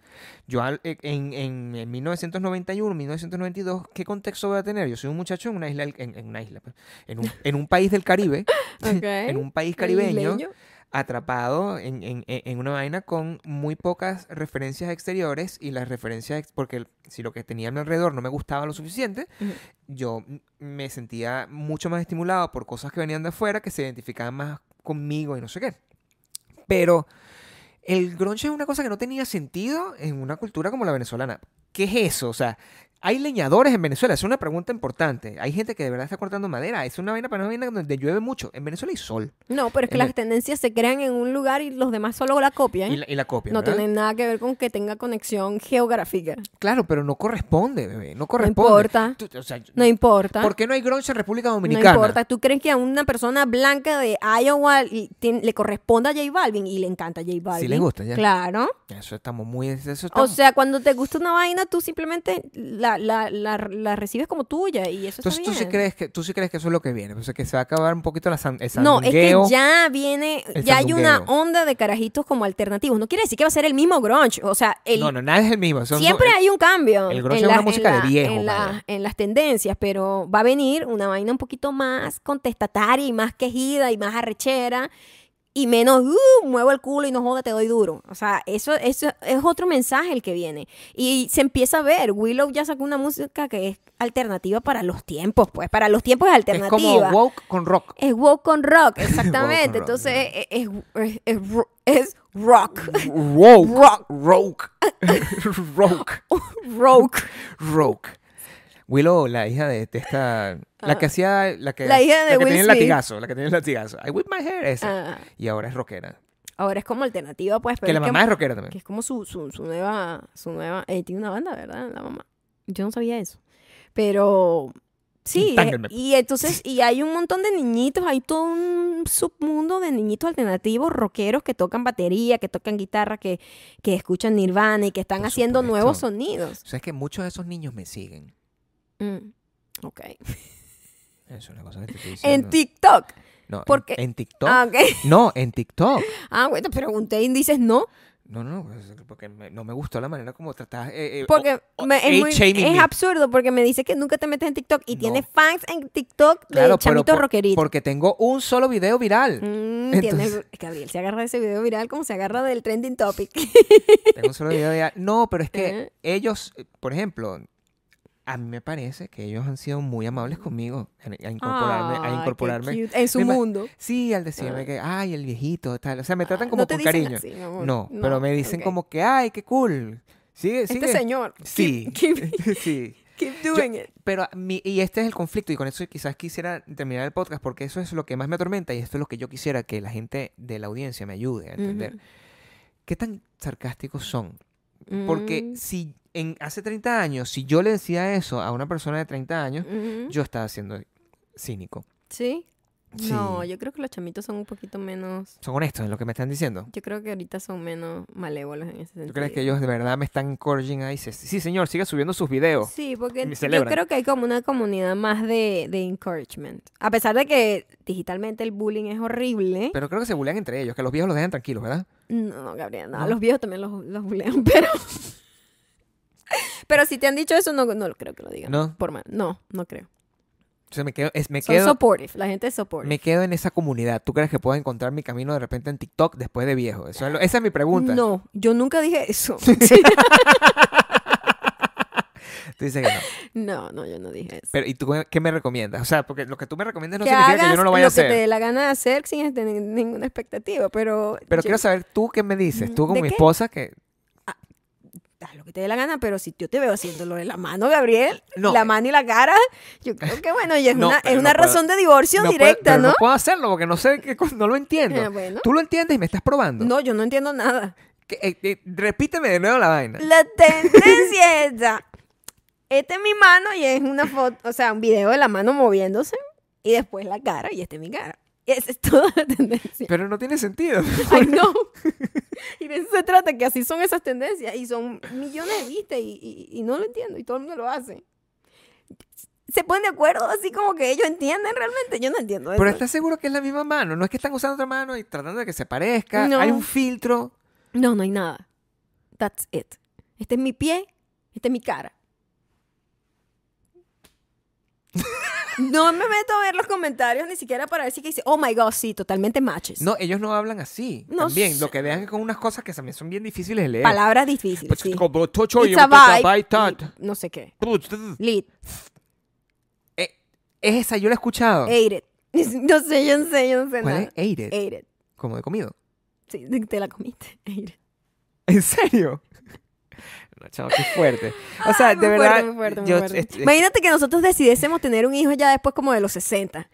[SPEAKER 2] Yo al- e, en, en, en 1991, 1992, ¿qué contexto voy a tener? Yo soy un muchacho en una isla, del- en, en una isla, pues, en un, en un país del Caribe,
[SPEAKER 1] [LAUGHS]
[SPEAKER 2] [LAUGHS]
[SPEAKER 1] Ok.
[SPEAKER 2] en un país caribeño, atrapado en, en- e, en- en una vaina con muy pocas referencias exteriores y las referencias, ex- porque el- si lo que tenía a mi alrededor no me gustaba lo suficiente,
[SPEAKER 1] Ujú.
[SPEAKER 2] yo m- me sentía mucho más estimulado por cosas que venían de afuera que se identificaban más conmigo y no sé qué. Pero el grunge es una cosa que no tenía sentido en una cultura como la venezolana. ¿Qué es eso? O sea, hay leñadores en Venezuela, es una pregunta importante. Hay gente que de verdad está cortando madera, es una vaina para una vaina donde llueve mucho. En Venezuela hay sol
[SPEAKER 1] No, pero es que
[SPEAKER 2] En
[SPEAKER 1] las
[SPEAKER 2] el-
[SPEAKER 1] tendencias se crean en un lugar y los demás solo la copian.
[SPEAKER 2] y la, y la copia.
[SPEAKER 1] no
[SPEAKER 2] ¿verdad?
[SPEAKER 1] tienen nada que ver con que tenga conexión geográfica.
[SPEAKER 2] Claro, pero no corresponde, bebé. No
[SPEAKER 1] No
[SPEAKER 2] corresponde.
[SPEAKER 1] importa.
[SPEAKER 2] Tú- o sea,
[SPEAKER 1] No importa.
[SPEAKER 2] ¿Por qué no hay grunge en República
[SPEAKER 1] No
[SPEAKER 2] Dominicana?
[SPEAKER 1] importa. ¿Tú crees que a una persona blanca de Iowa y tien- le corresponda a J Balvin y le encanta J Balvin?
[SPEAKER 2] Sí le gusta, ya.
[SPEAKER 1] Claro.
[SPEAKER 2] Eso estamos muy. Eso
[SPEAKER 1] O
[SPEAKER 2] estamos-
[SPEAKER 1] sea, cuando te gusta una vaina, tú simplemente la, la, la, la recibes como tuya y eso
[SPEAKER 2] Entonces,
[SPEAKER 1] está
[SPEAKER 2] ¿tú
[SPEAKER 1] bien.
[SPEAKER 2] sí, crees que, tú sí crees que eso es lo que viene. O sea, que se va a acabar un poquito la san, el
[SPEAKER 1] No, es que
[SPEAKER 2] sandungueo.
[SPEAKER 1] ya viene,
[SPEAKER 2] El
[SPEAKER 1] ya hay una
[SPEAKER 2] sandungueo.
[SPEAKER 1] onda de carajitos como alternativos. No quiere decir que va a ser el mismo grunge. O sea, el,
[SPEAKER 2] No, no, nada es el mismo. Son-
[SPEAKER 1] Siempre
[SPEAKER 2] son-
[SPEAKER 1] hay un cambio.
[SPEAKER 2] el grunge es una música de viejo,
[SPEAKER 1] en, la-
[SPEAKER 2] madre.
[SPEAKER 1] en las tendencias, pero va a venir una vaina un poquito más contestataria y más quejida y más arrechera y menos, "Uh, muevo el culo y no joda, te doy duro. O sea, eso, eso es otro mensaje el que viene. Y se empieza a ver, Willow ya sacó una música que es alternativa para los tiempos, pues, para los tiempos es
[SPEAKER 2] es como
[SPEAKER 1] alternativa.
[SPEAKER 2] woke
[SPEAKER 1] [LAUGHS]
[SPEAKER 2] con rock.
[SPEAKER 1] Es woke con
[SPEAKER 2] [LAUGHS]
[SPEAKER 1] rock,
[SPEAKER 2] Woke con rock,
[SPEAKER 1] exactamente. Entonces, es, es- es ro- es rock.
[SPEAKER 2] [LAUGHS] Woke. Rock. [LAUGHS] Rock. rock.
[SPEAKER 1] rock.
[SPEAKER 2] Rock. Willow, la hija de, de esta. La que hacía. La que,
[SPEAKER 1] Ah. La hija de
[SPEAKER 2] que
[SPEAKER 1] Will
[SPEAKER 2] tenía el
[SPEAKER 1] Smith.
[SPEAKER 2] latigazo. La que tenía el latigazo. I whip my hair. Esa.
[SPEAKER 1] Ah,
[SPEAKER 2] Y ahora es rockera.
[SPEAKER 1] ahora es como alternativa, pues. Pero
[SPEAKER 2] que la
[SPEAKER 1] es que-
[SPEAKER 2] mamá es rockera también.
[SPEAKER 1] Que es como su, su, su nueva, su nueva, eh, tiene una banda, ¿verdad? La mamá. Yo no sabía eso. Pero sí, eh,
[SPEAKER 2] Entángueme.
[SPEAKER 1] y entonces, y hay un montón de niñitos, hay todo un submundo de niñitos alternativos, rockeros que tocan batería, que tocan guitarra, que, que escuchan Nirvana y que están
[SPEAKER 2] Por
[SPEAKER 1] haciendo
[SPEAKER 2] supuesto.
[SPEAKER 1] nuevos sonidos.
[SPEAKER 2] O sea, es que muchos de esos niños me siguen.
[SPEAKER 1] Mm, Ok.
[SPEAKER 2] Eso es una cosa que te estoy diciendo.
[SPEAKER 1] En TikTok.
[SPEAKER 2] No, en-
[SPEAKER 1] porque-
[SPEAKER 2] en, TikTok.
[SPEAKER 1] Ah, ok.
[SPEAKER 2] No, en TikTok.
[SPEAKER 1] Ah, bueno, te pregunté y dices no.
[SPEAKER 2] No, no, pues, porque me- no me gustó la manera como tratás. eh, eh,
[SPEAKER 1] Porque
[SPEAKER 2] oh,
[SPEAKER 1] me-
[SPEAKER 2] hate
[SPEAKER 1] es, muy-
[SPEAKER 2] shaming
[SPEAKER 1] es
[SPEAKER 2] me.
[SPEAKER 1] absurdo porque me dice que nunca te metes en TikTok y
[SPEAKER 2] No.
[SPEAKER 1] tiene fans en TikTok de
[SPEAKER 2] Claro, pero
[SPEAKER 1] chamito
[SPEAKER 2] por-
[SPEAKER 1] rockerito.
[SPEAKER 2] porque tengo un solo video viral.
[SPEAKER 1] Mm,
[SPEAKER 2] Entonces-
[SPEAKER 1] tiene, [LAUGHS] Gabriel se agarra de ese video viral como se agarra del trending topic.
[SPEAKER 2] Tengo un solo video viral. No, pero es que
[SPEAKER 1] Ajá.
[SPEAKER 2] ellos, eh, por ejemplo, a mí me parece que ellos han sido muy amables conmigo en- a incorporarme,
[SPEAKER 1] Ay,
[SPEAKER 2] a
[SPEAKER 1] qué
[SPEAKER 2] incorporarme.
[SPEAKER 1] cute. En su
[SPEAKER 2] Me ima-
[SPEAKER 1] mundo.
[SPEAKER 2] Sí, al decirme
[SPEAKER 1] Ay.
[SPEAKER 2] que, ay, el viejito, tal. O sea, me tratan
[SPEAKER 1] Ah,
[SPEAKER 2] como
[SPEAKER 1] no te
[SPEAKER 2] con
[SPEAKER 1] dicen
[SPEAKER 2] cariño.
[SPEAKER 1] así, mi amor.
[SPEAKER 2] No, pero me dicen
[SPEAKER 1] ok.
[SPEAKER 2] como que, ay, qué cool. Sigue,
[SPEAKER 1] Este
[SPEAKER 2] sigue. [LAUGHS]
[SPEAKER 1] señor.
[SPEAKER 2] Sí,
[SPEAKER 1] Keep, keep- [LAUGHS]
[SPEAKER 2] sí.
[SPEAKER 1] keep doing it.
[SPEAKER 2] Pero mi- y este es el conflicto y con eso quizás quisiera terminar el podcast porque eso es lo que más me atormenta y esto es lo que yo quisiera que la gente de la audiencia me ayude a entender.
[SPEAKER 1] Ujú.
[SPEAKER 2] ¿Qué tan sarcásticos son? Porque
[SPEAKER 1] Mm,
[SPEAKER 2] si en hace 30 años, si yo le decía eso a una persona de 30 años,
[SPEAKER 1] ujú.
[SPEAKER 2] yo estaba siendo cínico.
[SPEAKER 1] Sí.
[SPEAKER 2] Sí.
[SPEAKER 1] No, yo creo que los chamitos son un poquito menos.
[SPEAKER 2] Son honestos en lo que me están diciendo.
[SPEAKER 1] Yo creo que ahorita son menos malévolos en ese sentido.
[SPEAKER 2] ¿Tú crees que ellos de verdad me están corrigiendo ahí? Se- Sí, señor, siga subiendo sus videos.
[SPEAKER 1] Sí, porque
[SPEAKER 2] me
[SPEAKER 1] yo
[SPEAKER 2] celebran?
[SPEAKER 1] creo que hay como una comunidad más de, de encouragement. A pesar de que digitalmente el bullying es horrible.
[SPEAKER 2] Pero creo que se bulean entre ellos, que los viejos los dejan tranquilos, ¿verdad?
[SPEAKER 1] No, no, Gabriel, no,
[SPEAKER 2] ¿No?
[SPEAKER 1] los viejos también los, los bulean, [LAUGHS] pero. pero si te han dicho eso, no, no lo creo que lo digan.
[SPEAKER 2] ¿No?
[SPEAKER 1] Por mal. No, no creo.
[SPEAKER 2] Entonces me quedo, es- me
[SPEAKER 1] Son
[SPEAKER 2] quedo,
[SPEAKER 1] supportive, la gente es supportive.
[SPEAKER 2] me quedo en esa comunidad. ¿Tú crees que puedo encontrar mi camino de repente en TikTok después de viejo? Eso es lo- esa es mi pregunta.
[SPEAKER 1] No, yo nunca dije
[SPEAKER 2] [LAUGHS]
[SPEAKER 1] eso.
[SPEAKER 2] Tú dices que no.
[SPEAKER 1] no, no, yo no dije eso.
[SPEAKER 2] Pero, ¿y tú qué me recomiendas? O sea, porque lo que tú me recomiendas no
[SPEAKER 1] que
[SPEAKER 2] significa
[SPEAKER 1] hagas
[SPEAKER 2] que yo no lo vaya a
[SPEAKER 1] que te
[SPEAKER 2] hacer.
[SPEAKER 1] dé la gana de hacer sin tener ninguna expectativa, pero...
[SPEAKER 2] Pero
[SPEAKER 1] yo-
[SPEAKER 2] quiero saber tú qué me dices. Tú con
[SPEAKER 1] ¿De
[SPEAKER 2] mi
[SPEAKER 1] qué?
[SPEAKER 2] esposa que...
[SPEAKER 1] Haz lo que te dé la gana, pero si yo te veo haciéndolo de la mano, Gabriel,
[SPEAKER 2] No.
[SPEAKER 1] la mano y la cara, yo creo que bueno, y es
[SPEAKER 2] [LAUGHS] No,
[SPEAKER 1] una, es
[SPEAKER 2] pero
[SPEAKER 1] una
[SPEAKER 2] no puedo-
[SPEAKER 1] razón de divorcio
[SPEAKER 2] puedo-
[SPEAKER 1] directa,
[SPEAKER 2] pero
[SPEAKER 1] ¿no?
[SPEAKER 2] puedo hacerlo porque no sé, qué cosa- no lo entiendo.
[SPEAKER 1] Eh, bueno.
[SPEAKER 2] Tú lo entiendes y me estás probando.
[SPEAKER 1] No, yo no entiendo nada.
[SPEAKER 2] Que- eh, eh, repíteme de nuevo la vaina.
[SPEAKER 1] La tendencia [LAUGHS] es esta. Esta es mi mano y es una foto, o sea, un video de la mano moviéndose y después la cara y esta es mi cara. Y esa es toda la
[SPEAKER 2] [LAUGHS]
[SPEAKER 1] tendencia.
[SPEAKER 2] Pero no tiene sentido.
[SPEAKER 1] Ay, no. Y de eso se trata, que así son esas tendencias. Y son millones de vistas y, y- y no lo entiendo. Y todo el mundo lo hace. Se ponen de acuerdo así como que ellos entienden realmente. Yo no entiendo eso.
[SPEAKER 2] Pero estás seguro que es la misma mano. No es que están usando otra mano y tratando de que se parezca.
[SPEAKER 1] No.
[SPEAKER 2] Hay un filtro.
[SPEAKER 1] No, no hay nada. That's it. Este es mi pie, esta es mi cara. No me meto a ver los comentarios ni siquiera para ver si que dice, oh my god, sí, totalmente matches.
[SPEAKER 2] No, ellos no hablan así.
[SPEAKER 1] Pues No
[SPEAKER 2] también,
[SPEAKER 1] sé.
[SPEAKER 2] lo que dejan es con unas cosas que también son bien difíciles de leer.
[SPEAKER 1] Palabras
[SPEAKER 2] pues
[SPEAKER 1] difíciles. sí. It's a vibe
[SPEAKER 2] Es
[SPEAKER 1] y No sé qué. Lit.
[SPEAKER 2] esa, yo la he escuchado.
[SPEAKER 1] Ate it. [LAUGHS] No sé, yo no sé, yo no sé
[SPEAKER 2] ¿Cuál
[SPEAKER 1] nada.
[SPEAKER 2] es? Ah. Ate it.
[SPEAKER 1] Ate it.
[SPEAKER 2] Como de comido. [LAUGHS]
[SPEAKER 1] Sí, te- te la comiste. [LAUGHS] Ate it.
[SPEAKER 2] ¿En serio? [LAUGHS] No, chavo, qué fuerte. O sea,
[SPEAKER 1] Ay,
[SPEAKER 2] de
[SPEAKER 1] Ah, muy fuerte,
[SPEAKER 2] verdad.
[SPEAKER 1] muy fuerte, muy
[SPEAKER 2] yo-
[SPEAKER 1] fuerte.
[SPEAKER 2] este-
[SPEAKER 1] Imagínate que nosotros decidiésemos tener un hijo ya después como de los 60.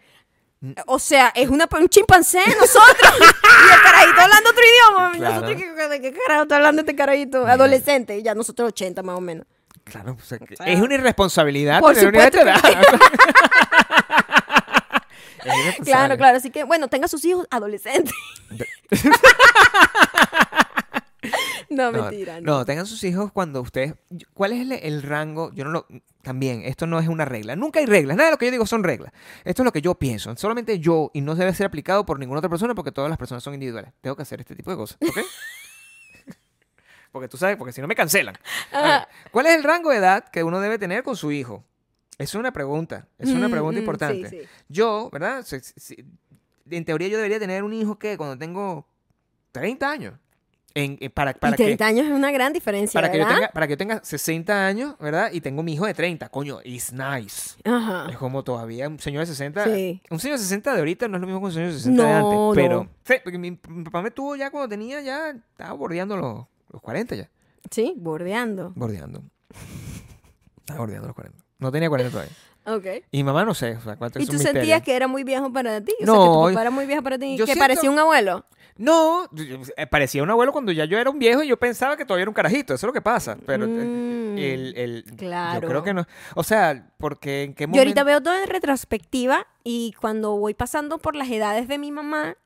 [SPEAKER 2] Mm.
[SPEAKER 1] O sea, es una, un chimpancé
[SPEAKER 2] [LAUGHS]
[SPEAKER 1] nosotros. y el carajito hablando otro idioma.
[SPEAKER 2] Claro.
[SPEAKER 1] Nosotros, ¿qué- ¿De qué carajo está hablando este carajito? Adolescente. Y ya nosotros 80 más o menos.
[SPEAKER 2] Claro, o sea, que
[SPEAKER 1] sea,
[SPEAKER 2] es una irresponsabilidad
[SPEAKER 1] por
[SPEAKER 2] Ah, tener una
[SPEAKER 1] supuesto
[SPEAKER 2] [LAUGHS]
[SPEAKER 1] [LAUGHS]
[SPEAKER 2] edad.
[SPEAKER 1] que
[SPEAKER 2] Es irresponsable.
[SPEAKER 1] Claro, claro. Así que, bueno, tenga sus hijos adolescentes. [LAUGHS] no,
[SPEAKER 2] No,
[SPEAKER 1] mentira.
[SPEAKER 2] no, tengan sus hijos cuando ustedes. ¿Cuál es el, el rango? Yo no lo. También, esto no es una regla. Nunca hay reglas. Nada de lo que yo digo son reglas. Esto es lo que yo pienso. Solamente yo y no debe ser aplicado por ninguna otra persona porque todas las personas son individuales. Tengo que hacer este tipo de cosas.
[SPEAKER 1] [LAUGHS]
[SPEAKER 2] ¿Ok? porque tú sabes, porque si no me cancelan. A ver, ¿Cuál es el rango de edad que uno debe tener con su hijo? Es una pregunta. Es una
[SPEAKER 1] Mm, mm,
[SPEAKER 2] pregunta
[SPEAKER 1] sí,
[SPEAKER 2] importante.
[SPEAKER 1] sí.
[SPEAKER 2] Yo, ¿verdad? Si- si- si- en teoría yo debería tener un hijo que cuando tengo 30 años. En, en- para, para
[SPEAKER 1] y 30
[SPEAKER 2] que,
[SPEAKER 1] años es una gran diferencia,
[SPEAKER 2] para que, yo
[SPEAKER 1] ¿verdad?
[SPEAKER 2] tenga, para que yo tenga 60 años, ¿verdad? Y tengo mi hijo de 30. Coño, it's nice.
[SPEAKER 1] Ajá.
[SPEAKER 2] Es como todavía un señor de 60.
[SPEAKER 1] Ah. Sí.
[SPEAKER 2] Un señor de 60 de ahorita no es lo mismo que un señor de 60 de
[SPEAKER 1] No,
[SPEAKER 2] antes.
[SPEAKER 1] no.
[SPEAKER 2] Pero sí, porque mi, mi papá me tuvo ya cuando tenía ya, estaba bordeando los, los 40 ya.
[SPEAKER 1] Sí, bordeando.
[SPEAKER 2] Bordeando. Estaba bordeando los 40. No tenía 40 todavía.
[SPEAKER 1] Ok.
[SPEAKER 2] Y mi mamá no sé. O sea, cuánto
[SPEAKER 1] ¿Y
[SPEAKER 2] es
[SPEAKER 1] tú
[SPEAKER 2] un
[SPEAKER 1] sentías
[SPEAKER 2] misterio.
[SPEAKER 1] que era muy viejo para ti? O sea, que
[SPEAKER 2] No,
[SPEAKER 1] tu papá era muy viejo para ti. Que
[SPEAKER 2] yo siento-
[SPEAKER 1] parecía un abuelo.
[SPEAKER 2] No, eh, parecía un abuelo cuando ya yo era un viejo y yo pensaba que todavía era un carajito. Eso es lo que pasa. Pero eh,
[SPEAKER 1] Mm,
[SPEAKER 2] el, el-
[SPEAKER 1] claro.
[SPEAKER 2] yo creo que no. O sea, porque en qué
[SPEAKER 1] Yo
[SPEAKER 2] momento.
[SPEAKER 1] ahorita veo todo en retrospectiva y cuando voy pasando por las edades de mi mamá,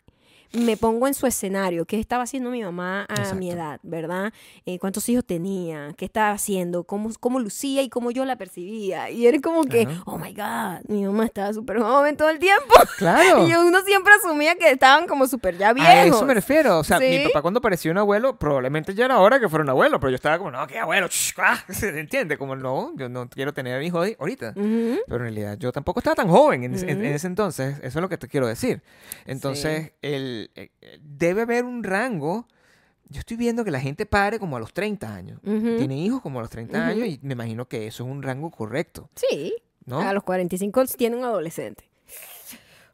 [SPEAKER 1] me pongo en su escenario. ¿Qué estaba haciendo mi mamá a mi
[SPEAKER 2] Exacto.
[SPEAKER 1] edad, verdad? Eh, ¿Cuántos hijos tenía? ¿Qué estaba haciendo? ¿Cómo, ¿Cómo lucía y cómo yo la percibía? Y era como que,
[SPEAKER 2] Ajá.
[SPEAKER 1] oh my God, mi mamá estaba súper joven todo el tiempo. [LAUGHS]
[SPEAKER 2] Claro.
[SPEAKER 1] Y yo- uno siempre asumía que estaban como súper ya viejos.
[SPEAKER 2] A eso me refiero. O sea, mi
[SPEAKER 1] Sí.
[SPEAKER 2] papá cuando parecía un abuelo, probablemente ya era hora que fuera un abuelo, pero yo estaba como, no, qué abuelo, ch, ah", [LAUGHS] ¿se entiende? Como, no, yo no quiero tener hijos ahí- ahorita.
[SPEAKER 1] Ujú.
[SPEAKER 2] Pero en realidad yo tampoco estaba tan joven en, ese- en-
[SPEAKER 1] Ujú.
[SPEAKER 2] en ese entonces, eso es lo que te quiero decir. Entonces, el, eh, eh, debe haber un rango. Yo estoy viendo que la gente pare como a los 30 años.
[SPEAKER 1] Ujú.
[SPEAKER 2] Tiene hijos como a los 30
[SPEAKER 1] Ujú.
[SPEAKER 2] años y me imagino que eso es un rango correcto,
[SPEAKER 1] Sí.
[SPEAKER 2] ¿no?
[SPEAKER 1] A los 45 tiene un adolescente.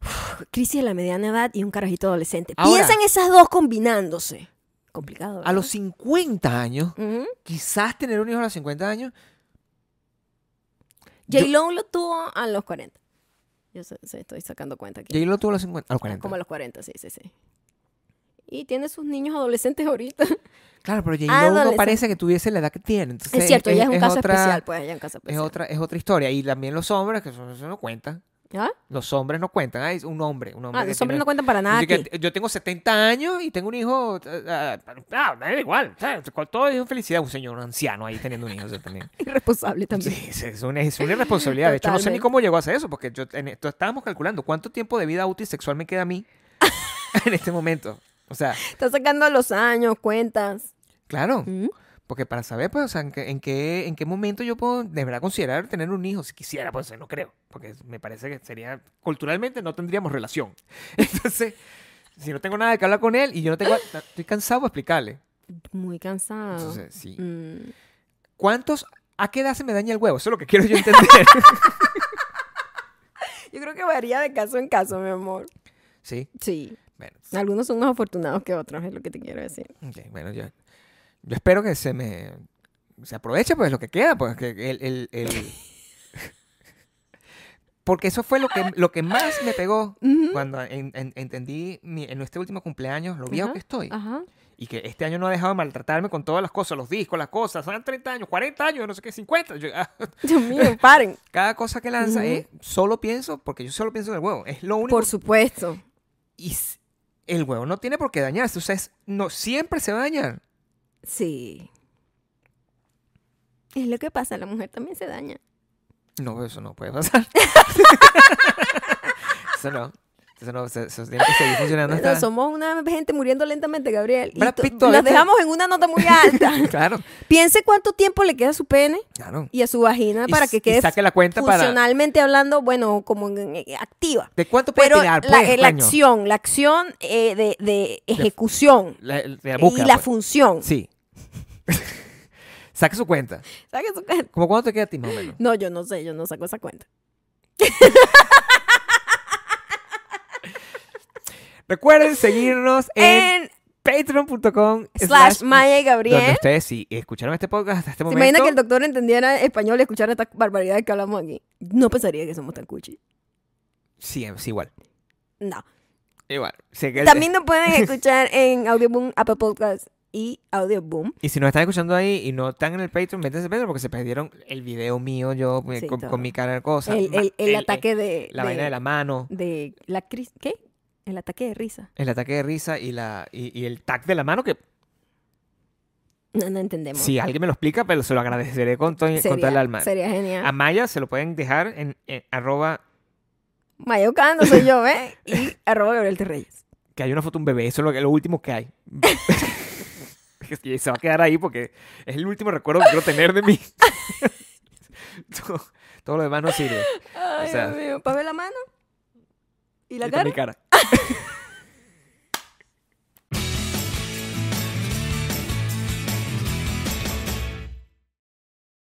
[SPEAKER 1] Uf, crisis de la mediana edad y un carajito adolescente.
[SPEAKER 2] Ahora-
[SPEAKER 1] Piensa en esas dos combinándose. Complicado.
[SPEAKER 2] A los 50 años,
[SPEAKER 1] J.
[SPEAKER 2] quizás tener un hijo a los 50 años. yo-
[SPEAKER 1] Lo lo tuvo a los 40. Yo se- se estoy sacando cuenta aquí.
[SPEAKER 2] J. Lo tuvo a los 50, a los 40.
[SPEAKER 1] Como a los 40, sí, sí, sí. Y tiene sus niños adolescentes ahorita.
[SPEAKER 2] Claro, pero J. Lo no
[SPEAKER 1] Ah, Adolescente.
[SPEAKER 2] parece que tuviese la edad que tiene. Entonces,
[SPEAKER 1] es cierto, ella es un caso
[SPEAKER 2] otra-
[SPEAKER 1] especial, pues ella es un caso
[SPEAKER 2] Es
[SPEAKER 1] especial.
[SPEAKER 2] otra, es otra historia. Y también los hombres, que eso, eso no cuenta.
[SPEAKER 1] ¿Ah?
[SPEAKER 2] Los hombres no cuentan. Ay, un hombre, un hombre.
[SPEAKER 1] Ah,
[SPEAKER 2] que
[SPEAKER 1] los hombres
[SPEAKER 2] tiene-
[SPEAKER 1] no cuentan para nada.
[SPEAKER 2] Dice
[SPEAKER 1] aquí.
[SPEAKER 2] que yo tengo 70 años y tengo un hijo. eh, eh, Ah, me da igual. ¿sabes? Todo es felicidad. Un señor anciano ahí teniendo un hijo. o sea, también.
[SPEAKER 1] [LAUGHS] Irresponsable también.
[SPEAKER 2] Sí, sí, es una, es una irresponsabilidad. De hecho, no sé ni
[SPEAKER 1] Totalmente.
[SPEAKER 2] cómo llegó a hacer eso, porque yo en esto estábamos calculando cuánto tiempo de vida útil sexual me queda a mí [LAUGHS] en este momento. O sea,
[SPEAKER 1] Estás sacando los años, cuentas.
[SPEAKER 2] claro.
[SPEAKER 1] ¿Mm?
[SPEAKER 2] Porque para saber, pues, o sea, en qué, en qué, en qué momento yo puedo de verdad considerar tener un hijo, si quisiera, pues, no creo. Porque me parece que sería, culturalmente no tendríamos relación. [LAUGHS] Entonces, si no tengo nada que hablar con él y yo no tengo, estoy cansado de explicarle.
[SPEAKER 1] Muy cansado.
[SPEAKER 2] Entonces, sí.
[SPEAKER 1] Mm.
[SPEAKER 2] ¿Cuántos, a qué edad se me daña el huevo? Eso es lo que quiero
[SPEAKER 1] [LAUGHS]
[SPEAKER 2] yo entender.
[SPEAKER 1] Yo creo que varía de caso en caso, mi amor.
[SPEAKER 2] sí,
[SPEAKER 1] Sí.
[SPEAKER 2] bueno, sí,
[SPEAKER 1] Algunos son más afortunados que otros, es lo que te quiero decir.
[SPEAKER 2] ok, bueno, yo, yo espero que se me, se aproveche, pues, lo que queda, pues, que el, el- el- [LAUGHS] Porque eso fue lo que, lo que más me pegó.
[SPEAKER 1] Ujú.
[SPEAKER 2] cuando en- en- entendí mi- en este último cumpleaños lo viejo
[SPEAKER 1] Ajá,
[SPEAKER 2] que estoy
[SPEAKER 1] Ajá.
[SPEAKER 2] y que este año no ha dejado de maltratarme con todas las cosas, los discos, las cosas, son 30 años, 40 años, no sé qué, 50. Yo, ah,
[SPEAKER 1] Dios mío, [LAUGHS] paren.
[SPEAKER 2] cada cosa que lanza
[SPEAKER 1] Ujú.
[SPEAKER 2] es solo pienso, porque yo solo pienso en el huevo, es lo único.
[SPEAKER 1] Por supuesto.
[SPEAKER 2] Y s- el huevo no tiene por qué dañarse, o sea, es- no, siempre se va a dañar.
[SPEAKER 1] Sí. Es lo que pasa, la mujer también se daña.
[SPEAKER 2] No, eso no
[SPEAKER 1] [LAUGHS]
[SPEAKER 2] puede pasar. eso no. Eso no, eso, eso tiene que seguir funcionando
[SPEAKER 1] Pero
[SPEAKER 2] hasta...
[SPEAKER 1] somos una gente muriendo lentamente, Gabriel. Y
[SPEAKER 2] Brad
[SPEAKER 1] to-
[SPEAKER 2] Pitt todavía
[SPEAKER 1] las
[SPEAKER 2] está-
[SPEAKER 1] dejamos en una nota muy alta. [LAUGHS]
[SPEAKER 2] Claro,
[SPEAKER 1] Piense cuánto tiempo le queda a su pene
[SPEAKER 2] claro.
[SPEAKER 1] y a su vagina Ah,
[SPEAKER 2] Y
[SPEAKER 1] para
[SPEAKER 2] s-
[SPEAKER 1] que
[SPEAKER 2] y
[SPEAKER 1] quede
[SPEAKER 2] saque la cuenta para...
[SPEAKER 1] funcionalmente hablando, bueno, como en- en- activa.
[SPEAKER 2] ¿De cuánto puede
[SPEAKER 1] Pero
[SPEAKER 2] tirar?
[SPEAKER 1] la,
[SPEAKER 2] pues,
[SPEAKER 1] eh, la
[SPEAKER 2] coño?
[SPEAKER 1] acción, la acción eh, de, de ejecución
[SPEAKER 2] La, la
[SPEAKER 1] y
[SPEAKER 2] búsqueda,
[SPEAKER 1] la
[SPEAKER 2] pues.
[SPEAKER 1] función.
[SPEAKER 2] Sí. [LAUGHS] Saca su cuenta.
[SPEAKER 1] ¿Sabes qué es eso?
[SPEAKER 2] ¿Cómo cuánto te queda a ti más o menos?
[SPEAKER 1] No, yo no sé, yo no saco esa cuenta. [LAUGHS]
[SPEAKER 2] Recuerden seguirnos en
[SPEAKER 1] En
[SPEAKER 2] patreon.com
[SPEAKER 1] Eh, slash Maya y
[SPEAKER 2] Donde
[SPEAKER 1] Gabriel.
[SPEAKER 2] ustedes, si escucharon este podcast hasta este
[SPEAKER 1] ¿Se
[SPEAKER 2] momento,
[SPEAKER 1] imagina que el doctor entendiera español y escuchara esta barbaridad que hablamos aquí? No pensaría que somos tan cuchi.
[SPEAKER 2] sí, es igual.
[SPEAKER 1] No.
[SPEAKER 2] Igual. Sí, que-
[SPEAKER 1] También nos pueden
[SPEAKER 2] [LAUGHS]
[SPEAKER 1] escuchar en Audioboom, Apple Podcast y Audioboom.
[SPEAKER 2] Y si nos están escuchando ahí y no están en el Patreon, métanse en Patreon porque se perdieron el video mío yo eh,
[SPEAKER 1] Sí,
[SPEAKER 2] con,
[SPEAKER 1] todo.
[SPEAKER 2] con mi cara de cosa.
[SPEAKER 1] el,
[SPEAKER 2] ma-
[SPEAKER 1] el- el ataque de...
[SPEAKER 2] eh, la vaina de la mano,
[SPEAKER 1] de la cris- ¿Qué? El ataque de risa.
[SPEAKER 2] el ataque de risa y, la, y, y el tag de la mano que
[SPEAKER 1] No, no entendemos.
[SPEAKER 2] si alguien me lo explica, pero se lo agradeceré con, to-
[SPEAKER 1] sería,
[SPEAKER 2] con todo el alma.
[SPEAKER 1] Sería genial.
[SPEAKER 2] A Maya se lo pueden dejar en, en arroba,
[SPEAKER 1] Mayocando soy
[SPEAKER 2] [LAUGHS]
[SPEAKER 1] yo, ¿eh? Y arroba Gabriel T. Reyes.
[SPEAKER 2] que hay una foto de un bebé, eso es lo, que- lo último
[SPEAKER 1] [LAUGHS]
[SPEAKER 2] que hay. y se va a quedar ahí porque es el último recuerdo que quiero tener de
[SPEAKER 1] [LAUGHS]
[SPEAKER 2] mí. [LAUGHS] todo, todo lo demás no sirve.
[SPEAKER 1] Ay,
[SPEAKER 2] sea-
[SPEAKER 1] Dios mío. ¿Para ver la mano? ¿Y la
[SPEAKER 2] Está
[SPEAKER 1] cara?
[SPEAKER 2] Mi cara.